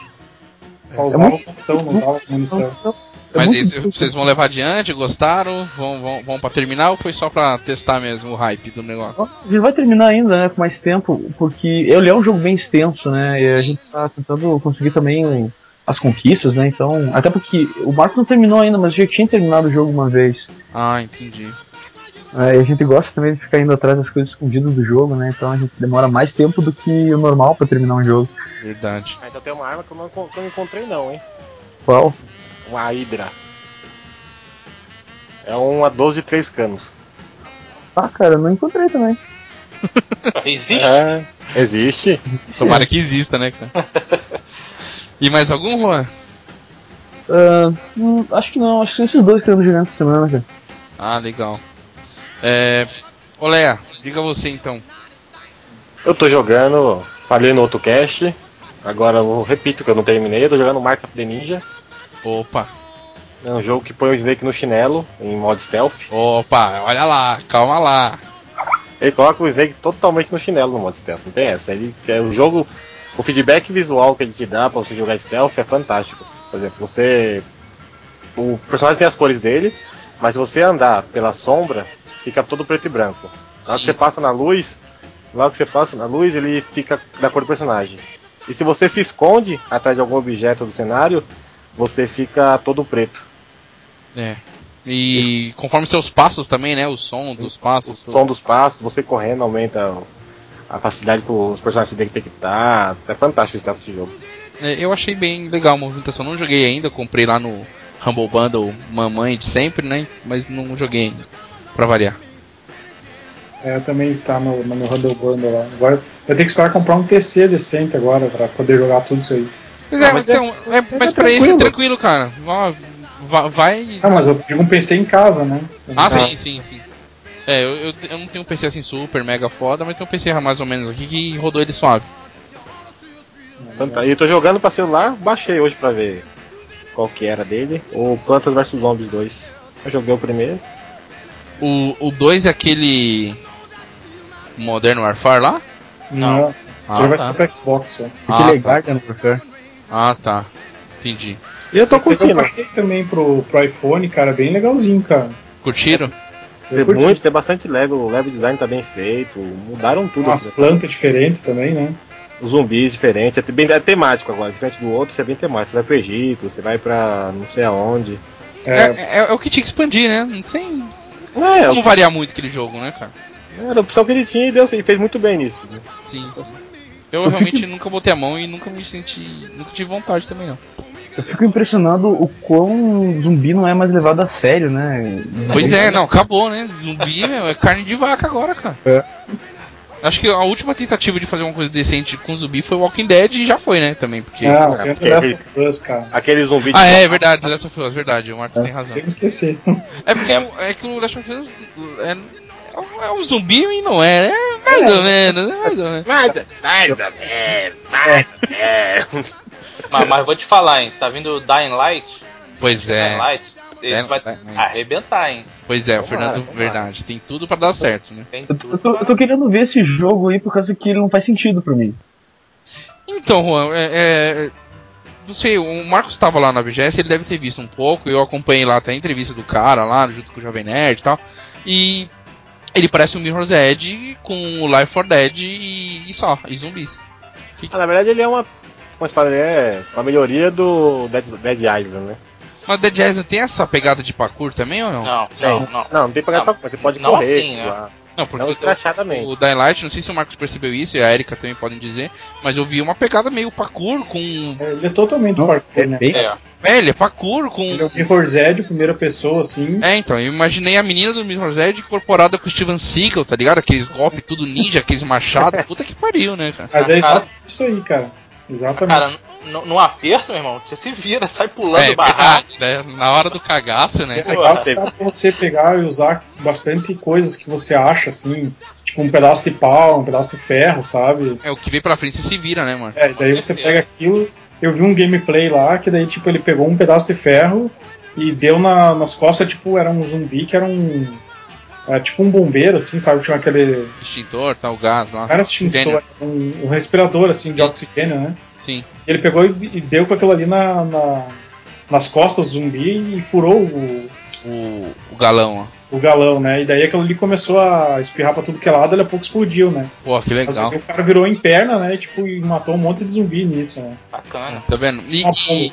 É,
Só usava
muito-
o bastão, não usava a munição.
É
Mas
muito
aí, cê-
difícil.
vocês vão levar adiante? Gostaram? Vão, vão, vão pra terminar ou foi só pra testar mesmo o hype do negócio?
A gente vai terminar ainda, né, com mais tempo, porque ele é um jogo bem extenso, né, e a
Sim.
gente tá tentando conseguir também o- as conquistas, né, então, até porque o Marco não terminou ainda, mas eu já tinha terminado o jogo uma vez,
Ah, entendi.
né, e a gente gosta também de ficar indo atrás das coisas escondidas do jogo, né, então a gente demora mais tempo do que o normal pra terminar um jogo.
Verdade.
Ah, então tem uma arma que eu não, encon- que eu não encontrei não, hein?
Qual?
Uma Hydra. É uma 12 de 3 canos.
Ah, cara, não encontrei também.
Existe?
É, existe.
Tomara que exista, né, cara? E mais algum, Juan?
Ah, hum, acho que não, acho que são esses dois que estamos jogando essa semana, cara.
Ah, legal. É... Olé, diga você então.
Eu tô jogando, falei no outro cast. Agora eu repito que eu não terminei, eu tô jogando Mark of the Ninja.
Opa.
É um jogo que põe o Snake no chinelo, em modo stealth.
Opa, olha lá, calma lá.
Ele coloca o Snake totalmente no chinelo no modo stealth. Não tem essa. Ele, é o jogo. O feedback visual que ele te dá pra você jogar stealth é fantástico. Por exemplo, você. O personagem tem as cores dele, mas se você andar pela sombra, fica todo preto e branco. Na hora
Sim,
que você
sim.
passa na luz, na hora que você passa na luz, ele fica da cor do personagem. E se você se esconde atrás de algum objeto do cenário, você fica todo preto.
É. E conforme seus passos também, né? O som dos
o
passos.
som dos passos, você correndo aumenta o- a facilidade para os personagens detectar. É fantástico esse desse jogo.
É, eu achei bem legal a movimentação. Não joguei ainda, comprei lá no Humble Bundle Mamãe de sempre, né? Mas não joguei ainda. Pra variar.
É, também tá no, no meu Humble Bundle lá. Agora eu tenho que esperar comprar um PC decente agora pra poder jogar tudo isso aí.
Pois é,
Ah,
mas,
mas
então, é, mas pra
tranquilo.
esse é tranquilo, cara. Vá- vá- Vai.
Ah, mas eu digo um PC em casa, né?
Ah, sim, sim, sim. É, eu, eu, eu não tenho um PC assim super, mega foda, mas tem um PC mais ou menos aqui que rodou ele suave.
Fanta- E eu tô jogando para celular, baixei hoje para ver qual que era dele. O Plantas vs Zombies 2. Eu joguei o primeiro.
O 2 é aquele. Modern Warfare lá?
Não.
Ah,
Ele vai
tá.
ser pra Xbox, ó.
Ah,
Aquele é
tá.
Guardian Warfare.
Ah, tá. Entendi.
E eu tô
Eu
curtindo.
baixei também pro, pro iPhone, cara, bem legalzinho, cara.
Curtiram?
Eu
Tem
curti.
muito, tem bastante level, o level design tá bem feito, mudaram tudo. assim.
Umas plantas diferentes também, né?
Os zumbis diferentes, é bem é temático agora, diferente do outro, você é bem temático. Você vai pro Egito, você vai pra não sei aonde.
É, é, é o que tinha que expandir, né? Não tem
É,
como variar muito aquele jogo, né, cara?
era a opção que ele tinha e Deus fez muito bem nisso. né?
Sim, sim. Eu realmente nunca botei a mão e nunca me senti. Nunca tive vontade também, não.
Eu fico impressionado o quão zumbi não é mais levado a sério, né?
Pois é, não, acabou, né? Zumbi meu, é carne de vaca agora, cara.
É.
Acho que a última tentativa de fazer uma coisa decente com zumbi foi Walking Dead e já foi, né? Também, porque. Ah,
Ah, tem o
porque-
The Last of Us, cara.
Aquele zumbi de
é, é verdade, The Last of Us, verdade, o Marcos tem razão.
Tem que esquecer.
É porque é, é que o Last of Us é, é um- é um zumbi e não é, né? Mais ou menos, né? Mais ou menos.
Mais, mais ou
é,
menos, mais ou menos.
É.
Mas, mas vou te falar, hein? Tá vindo o Dying Light?
Pois
Dying
é.
Light? Esse
Dying
vai
Light.
arrebentar, hein?
Pois é, o
Tomara,
Fernando,
tomara.
verdade. Tem tudo pra dar certo, né?
Tem
Eu,
tudo.
eu tô, eu tô querendo ver esse jogo aí por causa que ele não faz sentido pra mim.
Então, Juan, é, é, não sei, o Marcos estava lá na BGS, ele deve ter visto um pouco, eu acompanhei lá até a entrevista do cara lá, junto com o Jovem Nerd e tal, e ele parece um Mirror's Edge com o Life for Dead e, e só, e zumbis.
Ah, na verdade ele é uma. Como se fala, ele é uma melhoria do Dead, Dead Island, né?
Mas Dead Island tem essa pegada de parkour também ou não?
Não,
Tem.
não, não.
Não, não tem pra
Não,
não, você pode
não
correr,
assim, né?
pular.
Não,
não
porque
escrachadamente.
o, o Daylight, não sei se o Marcos percebeu isso, e a Erika também podem dizer, mas eu vi uma pegada meio parkour com...
É, Ele é totalmente
Não,
parkour, né?
bem-
É,
É, ele é parkour com...
Ele é o Mirror Zed, primeira pessoa, assim.
É, então, eu imaginei a menina do Mirror's Edge incorporada com o Steven Seagal, tá ligado? Aqueles golpes tudo ninja, aqueles machados. Puta que pariu, né, cara?
Mas é
Cara.
exato isso aí, cara. Exatamente.
cara, no- num aperto, meu irmão, você se vira, sai pulando
É,
o barraco.
verdade, né? Na hora do cagaço, né?
É legal que dá pra você pegar e usar bastante coisas que você acha, assim, tipo um pedaço de pau, um pedaço de ferro, sabe?
É, o que vem pra frente você se vira, né, mano?
É, daí você pega aquilo. Eu vi um gameplay lá que daí, tipo, ele pegou um pedaço de ferro e deu na- nas costas, tipo, era um zumbi que era um. Era tipo um bombeiro, assim, sabe? Tinha aquele.
Extintor, tal, gás lá.
Não era um extintor,
Gênio.
era um, um respirador, assim, de oxigênio, né?
Sim.
E ele pegou e, e deu com aquilo ali na, na- nas costas do zumbi e furou o,
O, o galão, ó.
o galão, né? E daí aquilo ali começou a espirrar pra tudo que é lado, ele a pouco explodiu, né?
Pô, que
Mas
legal.
o cara virou em perna, né? Tipo, e matou um monte de zumbi nisso, né?
Bacana.
Tá vendo? E,
Ah,
e-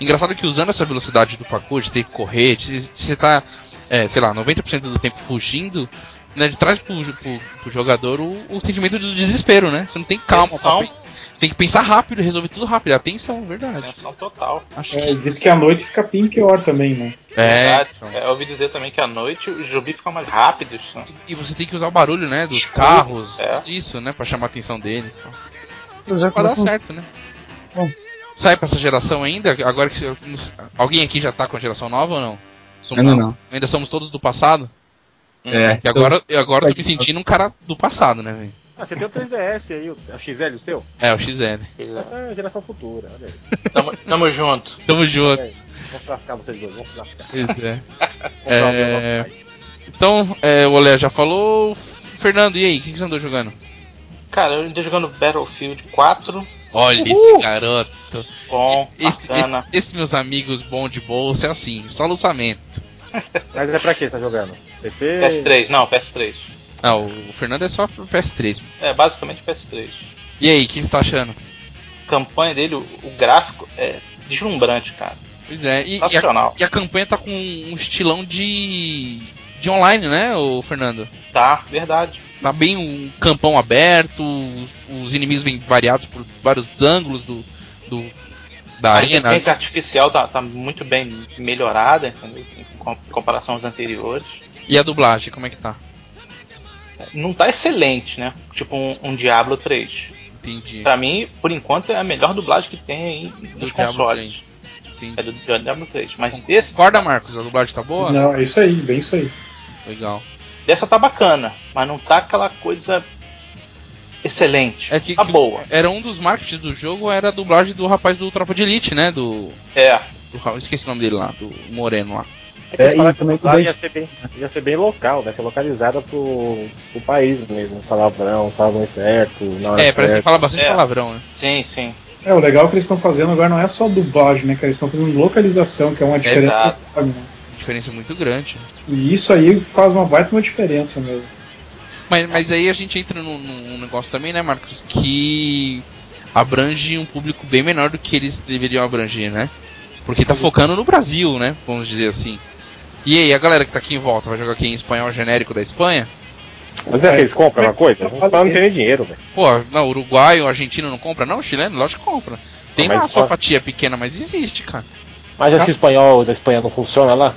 engraçado que usando essa velocidade do parkour, de ter que correr, de- de- você tá, é, sei lá, 90% do tempo fugindo, né, de trás pro, jo- pro- pro jogador o, o sentimento do desespero, né? Você não tem calma. Pra,
Tensão.
pen- você tem que pensar rápido, resolver tudo rápido. Atenção, verdade.
Tensão total.
Acho
É,
que.
diz que à noite fica bem pior também, né?
É.
Verdade. É, eu ouvi dizer também que à noite os zumbis ficam mais rápidos. né?
E você tem que usar o barulho, né? Dos carros,
É.
tudo isso, né? Pra chamar a atenção deles. e tal.
Eu já um
Pra dar
começo-
certo, né?
Bom.
Sai pra essa geração ainda? Agora que. se- Alguém aqui já tá com a geração nova ou não? Somos
Ainda não.
Ainda somos todos do passado?
É,
E agora, e agora eu tô me
Aqui.
sentindo um cara do passado, né, velho?
Ah, você tem o 3DS aí, o o XL, o seu?
É, o XL.
Essa é a geração futura, olha aí.
Tamo, tamo junto.
Tamo junto.
Vão se lascar vocês dois, vão se lascar.
Pois é.
Vão pra alguém logo
É.
mais.
Então, é, o Olé já falou. Fernando, e aí? O que que você andou jogando?
Cara, eu estou jogando Battlefield 4.
Olha esse garoto.
Bom,
esse, esse,
bacana.
esse- esse, meus amigos bom de bolsa é assim, só lançamento.
Mas é pra que você tá jogando?
É
PC?
PS3, não, PS3.
Ah, o Fernando é só pro PS3.
É, basicamente PS3.
E aí, o que você tá achando?
campanha dele, o, o gráfico é deslumbrante, cara.
Pois é,
Tá
e, e a,
Sensacional.
e a campanha tá com um estilão de. de online, né, o Fernando?
Tá, verdade.
Tá bem um campão aberto, os, os inimigos vêm variados por vários ângulos do. do da
A
arena.
inteligência artificial tá, tá muito bem melhorada, entendeu? Em com- comparação aos anteriores.
E a dublagem, como é que tá?
Não tá excelente, né? Tipo um, um Diablo 3.
Entendi.
Pra mim, por enquanto, é a melhor dublagem que tem aí nos
Diablo
consoles.
entendi.
É do Diablo 3. Mas desse,
Concorda, Marcos? A dublagem tá boa?
Não, é isso aí, bem isso aí.
Legal.
dessa tá bacana, mas não tá aquela coisa excelente.
É que,
tá
que
boa.
era um dos marketings do jogo, era a dublagem do rapaz do Tropa de Elite, né? Do.
É.
do ra- esqueci o nome dele lá, do Moreno lá.
É,
É,
eles falaram
e também
que lá
que
ia ser, bem, ia ser bem local, né? Ser localizada pro, pro país mesmo. Palavrão, palavrão certo, na hora
É, parece que
certa.
fala bastante
É.
palavrão, né?
Sim, sim.
É, o legal que eles estão fazendo agora não é só dublagem, né, cara? Eles estão fazendo localização, que é uma diferença
Exato.
enorme, né?
Diferença muito grande.
E isso aí faz uma baita uma diferença mesmo.
Mas, mas aí a gente entra num, num negócio também, né, Marcos? Que abrange um público bem menor do que eles deveriam abranger, né? Porque tá focando no Brasil, né? Vamos dizer assim. E aí, a galera que tá aqui em volta vai jogar aqui em espanhol genérico da Espanha?
Mas é que eles compram uma coisa? Os caras não tem nem dinheiro, velho.
Pô, não, uruguaio, argentino não compra? Não, chileno, lógico que compra.
Ah,
Tem
Mas
lá a sua
só-
fatia pequena, mas existe, cara.
Mas já se o espanhol da Espanha não funciona lá?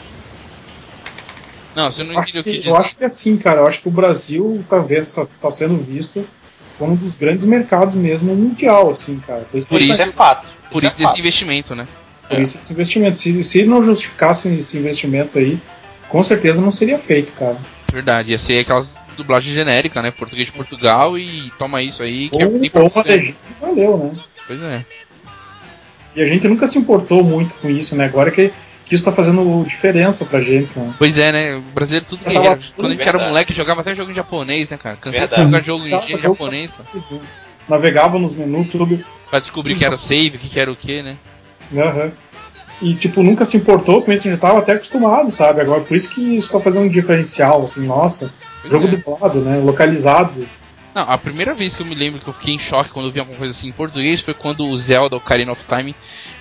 Não, você não
Acho
entendeu o
que-
que diz.
eu acho que é assim, cara. Eu acho que o Brasil tá, vendo, tá sendo visto como um dos grandes mercados mesmo mundial, assim, cara.
Por
Isso,
isso-
é fato.
Por
é
isso desse investimento, né?
Por isso esse investimento. Se, se não justificassem esse investimento aí, com certeza não seria feito, cara.
Verdade, ia ser aquelas dublagens genéricas, né? Português de Portugal e toma isso aí, que é
ou
nem pra
ou uma
você.
legenda, valeu, né?
Pois é.
E a gente nunca se importou muito com isso, né? Agora que, que isso tá fazendo diferença pra gente, né?
Pois é, né? O brasileiro é tudo
Tava
guerreiro.
tudo
Quando a gente era
verdade.
moleque, jogava até jogo em japonês, né, cara? Cansei de
Verdade.
jogar jogo em
Jogava
em
jogo-
japonês, cara.
Navegava nos menus, tudo.
Pra descobrir que era o save, o que que era o que, né?
Aham. E, tipo, nunca se importou com isso, a gente tava até acostumado, sabe? Agora, por isso que isso tá fazendo um diferencial, assim, nossa.
Pois
Jogo
é.
dublado, né? Localizado.
Não, a primeira vez que eu me lembro que eu fiquei em choque quando eu vi alguma coisa assim em português foi quando o Zelda Ocarina of Time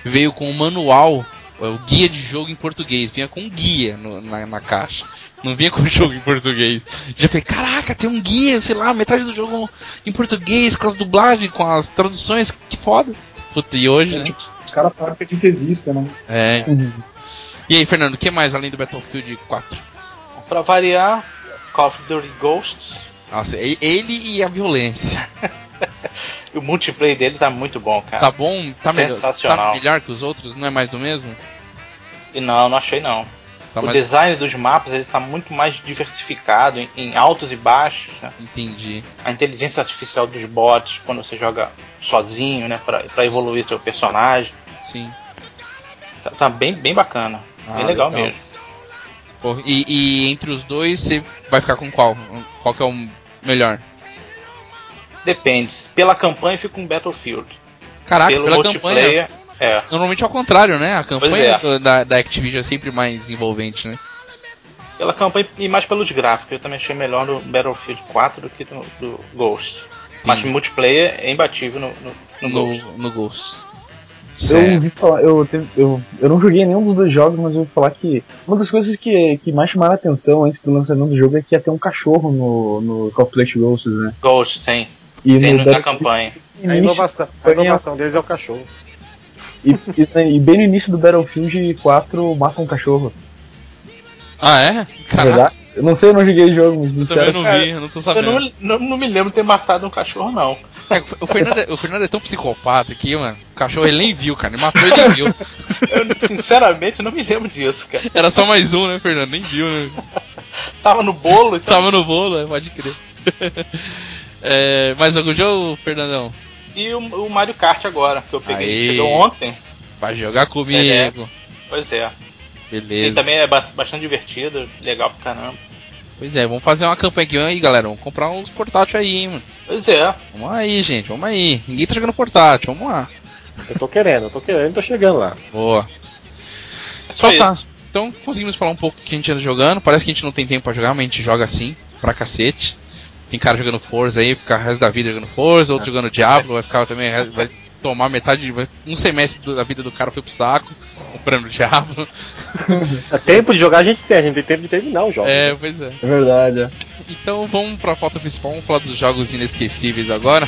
veio com o manual, é, o guia de jogo em português. Vinha com um guia no- na, na caixa. Não vinha com o jogo em português. Já falei, caraca, tem um guia, sei lá, metade do jogo em português, com as dublagens, com as traduções, que foda. Puta, e hoje, né?
Os caras sabem que a gente existe, né?
É.
Uhum.
E aí, Fernando, o que mais além do Battlefield 4?
Pra variar, Call of Duty Ghosts.
Nossa, e- ele e a violência.
O multiplayer dele tá muito bom, cara.
Tá bom? Tá melhor, tá
Sensacional.
melhor que os outros? Não é mais do mesmo?
E não, não achei não.
Tá
o
mais
design dos mapas ele tá muito mais diversificado em, em altos e baixos. né?
Entendi.
A inteligência artificial dos bots quando você joga sozinho, né, pra, pra
Sim.
evoluir seu personagem,
Sim.
tá, tá bem, bem bacana.
Ah,
bem legal,
legal.
mesmo.
Pô, e, e entre os dois, você vai ficar com qual? Qual que é o melhor?
Depende. Pela campanha fica um Battlefield.
Caraca,
Pelo
Ah, pela campanha.
multiplayer, é.
Normalmente é ao contrário, né? A campanha
é.
do- da, da Activision é sempre mais envolvente, né?
Pela campanha e mais pelos gráficos. Eu também achei melhor no Battlefield 4 do que no do Ghost. Mas
Sim.
o multiplayer é imbatível no, no, no Ghost.
Hum. No, no Ghost.
Eu
Certo.
ouvi falar, eu, teve- eu, eu não joguei nenhum dos dois jogos, mas eu ouvi falar que uma das coisas que, que mais chamaram a atenção antes do lançamento do jogo é que ia ter um cachorro no, no Call of Duty Ghosts, né?
Ghost, tem.
E
Tem
no
no,
Dark-
na campanha.
e,
A inovação, a
Espanha-
inovação deles é o cachorro.
e- e bem no início do Battlefield 4 mata um cachorro.
Ah, é?
na
Caraca,
verdade. Eu não sei, eu não joguei o jogo, mas
eu também
disseram.
não
Cara,
vi, eu não tô
Eu
sabendo.
não, não, não me lembro de ter matado um cachorro, não.
É, o, Fernando, é- o Fernando é tão psicopata aqui, mano. O cachorro ele nem viu, cara. Ele matou ele nem viu.
Eu, sinceramente, não me lembro disso, cara.
Era só mais um, né, Fernando? Nem viu, né?
Tava no bolo e tal.
Tava no bolo, é, pode crer. É, mais algum jogo, Fernandão?
E o, o Mario Kart agora, que eu
Aí.
peguei. Chegou ontem.
Vai jogar comigo.
É, Pois é. E
Beleza.
também é ba- bastante divertido, legal pra caramba.
Pois é, vamos fazer uma campanha aqui. Aí, galera, vamos comprar uns portátil aí, hein, mano.
Pois é.
Vamos aí, gente, vamos aí. Ninguém tá jogando portátil, vamos lá.
Eu tô querendo, eu tô querendo, tô chegando lá.
Boa.
É só
Então tá.
isso.
Então conseguimos falar um pouco do que a gente anda jogando. Parece que a gente não tem tempo pra jogar, mas a gente joga assim, pra cacete. Tem cara jogando Forza aí, ficar o resto da vida jogando Forza, outro jogando Diablo, vai ficar também, vai tomar metade, vai- um semestre do- da vida do cara foi pro saco, comprando Diablo.
É Tempo de jogar a gente tem, a gente tem tempo de terminar o jogo.
É, pois é.
É verdade, é.
Então vamos pra pauta principal, vamos falar dos jogos inesquecíveis agora.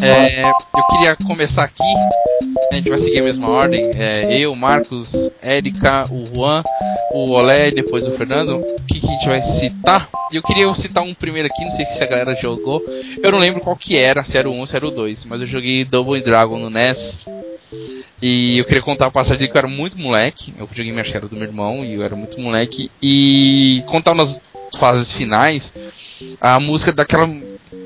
É, eu queria começar aqui. A gente vai seguir a mesma ordem. É, eu, Marcos, Érica, o Juan, o Olé e depois o Fernando. O que, que a gente vai citar? E Eu queria citar um primeiro aqui, não sei se a galera jogou. Eu não lembro qual que era, se era o 1 ou se era o 2, mas eu joguei Double Dragon no NES. E eu queria contar a passagem de que eu era muito moleque. Eu joguei minha era do meu irmão e eu era muito moleque. E contar nas fases finais a música daquela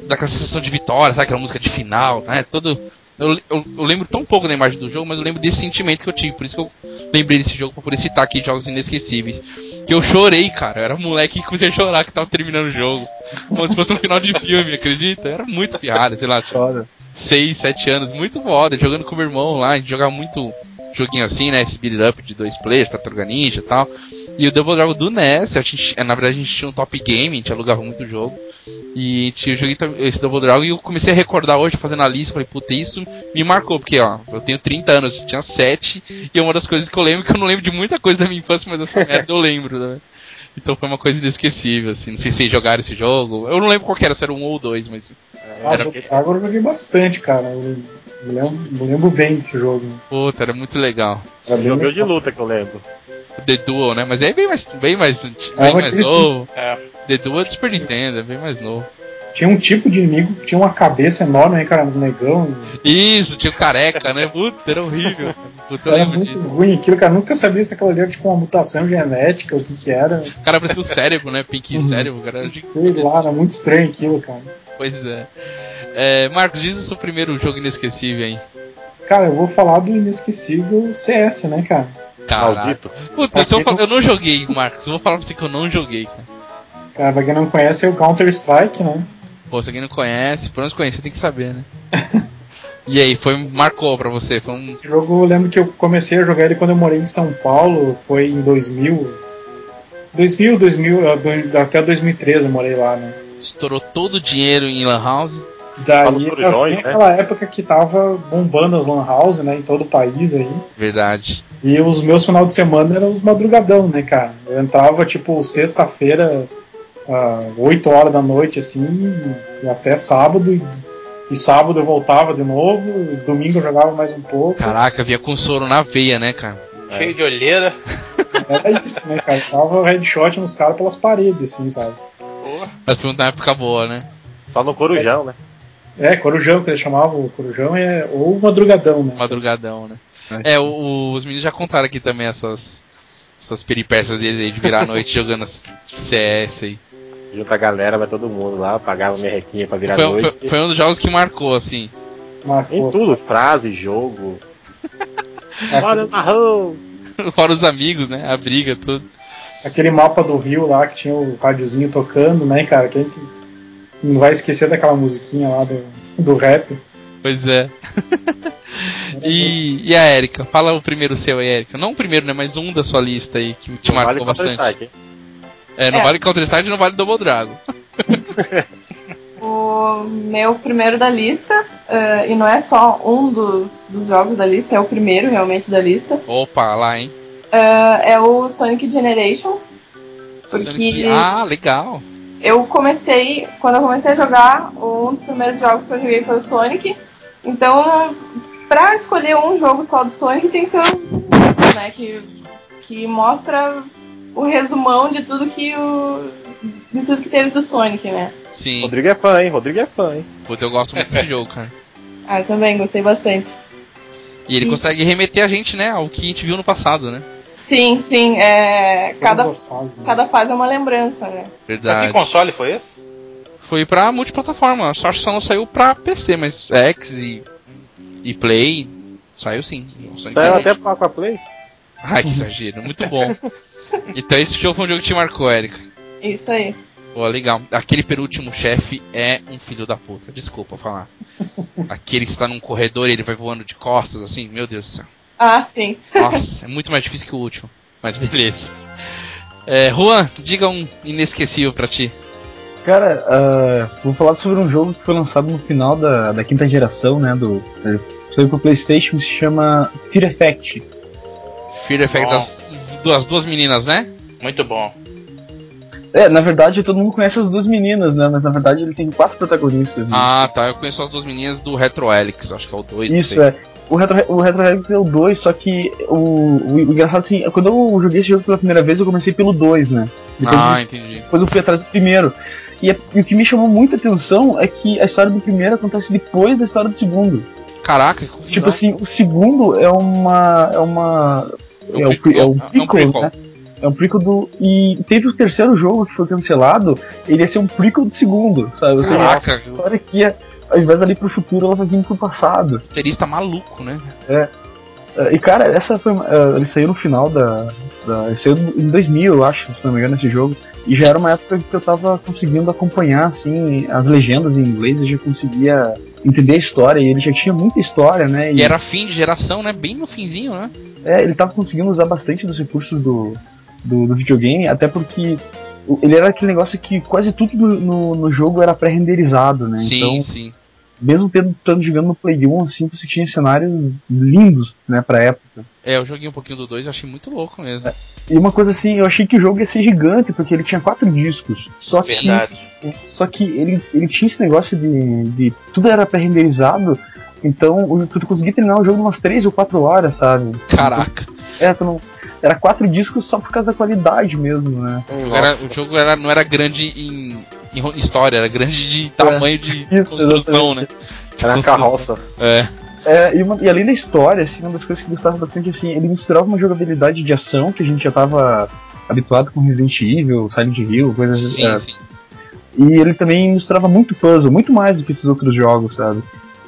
daquela sensação de vitória, sabe? Aquela música de final, né? Todo. Eu, eu- eu lembro tão pouco da imagem do jogo, mas eu lembro desse sentimento que eu tive. Por isso que eu lembrei desse jogo pra poder citar aqui jogos inesquecíveis. Que eu chorei, cara. Eu era um moleque que comecei a chorar que tava terminando o jogo. Como se fosse um final de filme, acredita? Eu era muito piada, sei lá,
Chora.
6, 7 anos, muito foda, jogando com meu irmão lá, a gente jogava muito joguinho assim, né, esse beat it up de dois players, Tartaruga Ninja e tal, e o Double Dragon do NES, a gente, na verdade a gente tinha um top game, a gente alugava muito o jogo, e a gente, eu joguei tam- esse Double Dragon e eu comecei a recordar hoje, fazendo a lista, falei, puta, isso me marcou, porque ó, eu tenho 30 anos, eu tinha 7, e é uma das coisas que eu lembro, que eu não lembro de muita coisa da minha infância, mas essa merda eu lembro, né? Então foi uma coisa inesquecível, assim, não sei se vocês jogaram esse jogo, eu não lembro qual que era, se era um ou dois, mas
Ah,
É, Era
jogo Agora eu joguei bastante, cara. Eu me lembro, me lembro bem desse jogo. né?
puta, era muito legal.
Era bem
Joguei o é de
legal.
luta que eu lembro.
The Duel, né? Mas é bem mais, bem mais, anti-
É,
bem
mas
mais
ele-
novo.
É.
The Duel é do Super Nintendo, é bem mais novo.
Tinha um tipo de inimigo que tinha uma cabeça enorme, né, cara? Um negão.
Isso, tinha o careca, né? Puta, era horrível. Puta, eu
Era
lembro
É muito
disso.
ruim aquilo, cara. Eu Nunca sabia se aquilo ali era tipo uma mutação genética, o que que era.
O cara parecia o cérebro, né? Pink cérebro, o cara era de
Uhum. Sei lá, né? era muito estranho aquilo, cara.
Pois é. É, Marcos, diz o seu primeiro jogo inesquecível aí.
Cara, eu vou falar do inesquecível CS, né, cara?
Caralho.
Maldito.
Puta,
Tá
se eu, fal- eu não joguei, Marcos. Eu vou falar pra você que eu não joguei, cara.
Cara, pra quem não conhece é o Counter-Strike, né?
Pô, se alguém não conhece, pelo menos conhecer, tem que saber, né? E aí, foi, marcou pra você? Foi um.
Esse jogo eu lembro que eu comecei a jogar ele quando eu morei em São Paulo, foi em 2000. 2000, 2000 eh, do- até 2013 eu morei lá, né?
Estourou todo o dinheiro em Lan House.
Fala os
Daí
corujões,
era
né?
aquela época que tava bombando as lan house, né, em todo o país aí.
Verdade.
E os meus final de semana eram os madrugadão, né, cara? Eu entrava, tipo, sexta-feira, ah, 8 horas da noite, assim, e até sábado. E, e sábado eu voltava de novo, e domingo eu jogava mais um pouco.
Caraca, via com soro na veia, né, cara?
Cheio de olheira.
Era isso, né, cara? Eu Tava headshot nos caras pelas paredes, assim, sabe?
Porra.
Mas foi uma época boa, né?
Só no Corujão, né?
É, corujão, que eles chamavam, corujão é. Ou madrugadão, né?
Madrugadão, né? É, o- o- os meninos já contaram aqui também essas, essas peripécias deles aí de virar a noite jogando as- CS aí.
Junta a galera, vai todo mundo lá, pagava minha requinha pra virar
Foi,
noite.
foi- foi um dos jogos que marcou, assim.
Em
Marcou.
tudo, frase, jogo.
É.
Aquele-
Olha o marrão!
Fora os amigos, né? A briga, tudo.
aquele mapa do Rio lá que tinha o rádiozinho tocando, né, cara? Quem que não vai esquecer daquela musiquinha lá do, do rap?
Pois é. E, e a Erika? Fala o primeiro seu aí, Erika. Não o primeiro, né? Mas um da sua lista aí que te marcou bastante.
Counter-Strike, hein?
É, não
É.
vale Counter-Strike não vale Double Dragon.
O meu primeiro da lista, eh, e não é só um dos, dos jogos da lista, é o primeiro realmente da lista,
Opa, lá, hein?
eh, é o Sonic Generations. Porque-
Sonic- Ah, legal.
Eu comecei, quando eu comecei a jogar, um dos primeiros jogos que eu joguei foi o Sonic. Então, pra escolher um jogo só do Sonic, tem que ser um né, que, que mostra o resumão de tudo que o de tudo que teve do Sonic, né?
Sim.
Rodrigo é fã, hein? Rodrigo é fã, hein?
Puta, eu gosto muito desse jogo, cara.
Ah, eu também gostei bastante.
E ele
Sim.
consegue remeter a gente, né, ao que a gente viu no passado, né?
Sim, sim, é, cada,
Todas as fases, né?
cada fase é uma lembrança, né?
Pra que
Verdade.
console foi esse?
Foi pra multiplataforma. Só acho que só não saiu pra PC, mas X e, e Play. Saiu sim. Sonic
Saiu
Generations.
até pra, pra Play.
Ai, que exagero. Muito bom. Então esse jogo foi um jogo que te marcou, Erika.
Isso aí.
Pô, legal. Aquele penúltimo chefe é um filho da puta. Desculpa falar. Aquele que está num corredor e ele vai voando de costas, assim. Meu Deus do céu.
Ah, sim.
Nossa, é muito mais difícil que o último. Mas beleza. É, Juan, diga um inesquecível pra ti.
Cara, ah, vou falar sobre um jogo que foi lançado no final da, da quinta geração, né? Do, saiu pro Playstation, se chama Fear Effect.
Fear Effect das, das duas meninas, né?
Muito bom.
É, na verdade todo mundo conhece as duas meninas, né? Mas na verdade ele tem quatro protagonistas. né?
Ah, tá. Eu conheço as duas meninas do Retro Helix. Acho que é o 2.
Isso, é. O Retro, o Retro Helix é o 2, só que o, o- o engraçado assim, quando eu joguei esse jogo pela primeira vez, eu comecei pelo 2, né? Depois,
Ah, entendi.
depois eu fui atrás do primeiro. E, é- e o que me chamou muita atenção é que a história do primeiro acontece depois da história do segundo.
Caraca, que confusão.
Tipo assim, o segundo é uma. é uma.
É
é
um
um pre- é um
prequel, é um
prequel, né? É um prequel do. E teve o terceiro jogo que foi cancelado, ele ia ser um prequel do segundo, sabe? Ou seja,
Caraca,
a história é que ia, ao invés de ela ir pro futuro, ela vai vir pro passado.
roteirista maluco, né?
Eh, E cara, essa foi. uma- eh, ele saiu no final da. da ele saiu em 2000, eu acho, se não me engano, esse jogo. E já era uma época que eu tava conseguindo acompanhar, assim, as legendas em inglês, eu já conseguia entender a história, e ele já tinha muita história, né?
E é era fim de geração, né? Bem no finzinho, né?
É, ele tava conseguindo usar bastante dos recursos do, do, do videogame, até porque o- ele era aquele negócio que quase tudo do- no, no jogo era pré-renderizado, né?
sim,
Então,
sim.
mesmo tendo, tendo jogando no Play 1, assim, você tinha cenários lindos, né, pra época.
É, eu joguei um pouquinho do 2 e achei muito louco mesmo.
E uma coisa assim, eu achei que o jogo ia ser gigante, porque ele tinha quatro discos. Só que,
Verdade.
só que ele, ele tinha esse negócio de, de tudo era pré-renderizado, então o- tu conseguia terminar o jogo umas três ou quatro horas, sabe?
Caraca.
É, tu não- era quatro discos só por causa da qualidade mesmo, né?
O jogo, era, o jogo era- não era grande em, em ro- história, era grande de tamanho de
É. Isso,
construção, né?
Era na
Construção.
carroça.
É.
É, e, uma- e além da história, assim, uma das coisas que eu gostava bastante, assim, ele misturava uma jogabilidade de ação que a gente já tava habituado com Resident Evil, Silent Hill, coisas
Sim,
é,
sim.
E ele também misturava muito puzzle, muito mais do que esses outros jogos, sabe?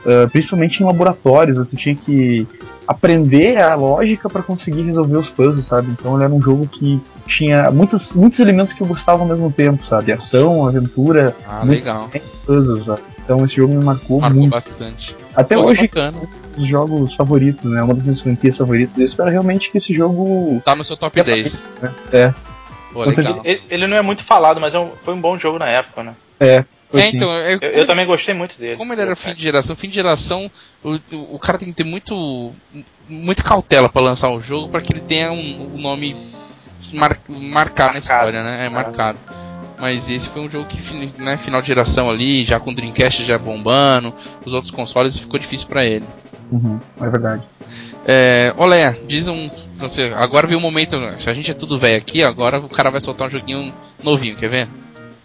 Ah, principalmente em laboratórios, você tinha que aprender a lógica para conseguir resolver os puzzles, sabe? Então ele era um jogo que tinha muitos, muitos elementos que eu gostava ao mesmo tempo, sabe? Ação, aventura,
Ah,
Muito
legal.
puzzles, sabe? Então esse jogo me marcou,
Marcou
muito.
bastante.
Até
Pô, tá
hoje,
Bacana.
um dos jogos favoritos, né? Uma das minhas franquias favoritas. Eu espero realmente que esse jogo.
Tá no seu top 10.
É.
Pô,
Você
legal.
Ele, ele não é muito falado, mas é um- foi um bom jogo na época, né?
É,
assim,
então, é,
Eu, eu também gostei muito dele.
como ele era fim de geração, fim de geração, o, o- o cara tem que ter muito muita cautela pra lançar o jogo pra que ele tenha um, um nome mar, marcado na história, né? É marcado. Mas esse foi um jogo que fin- né, final de geração ali, já com o Dreamcast já bombando, os outros consoles ficou difícil pra ele.
uhum, é verdade.
É, Olé, diz um, não sei, agora veio o momento, a gente é tudo velho aqui, agora o cara vai soltar um joguinho novinho, quer ver?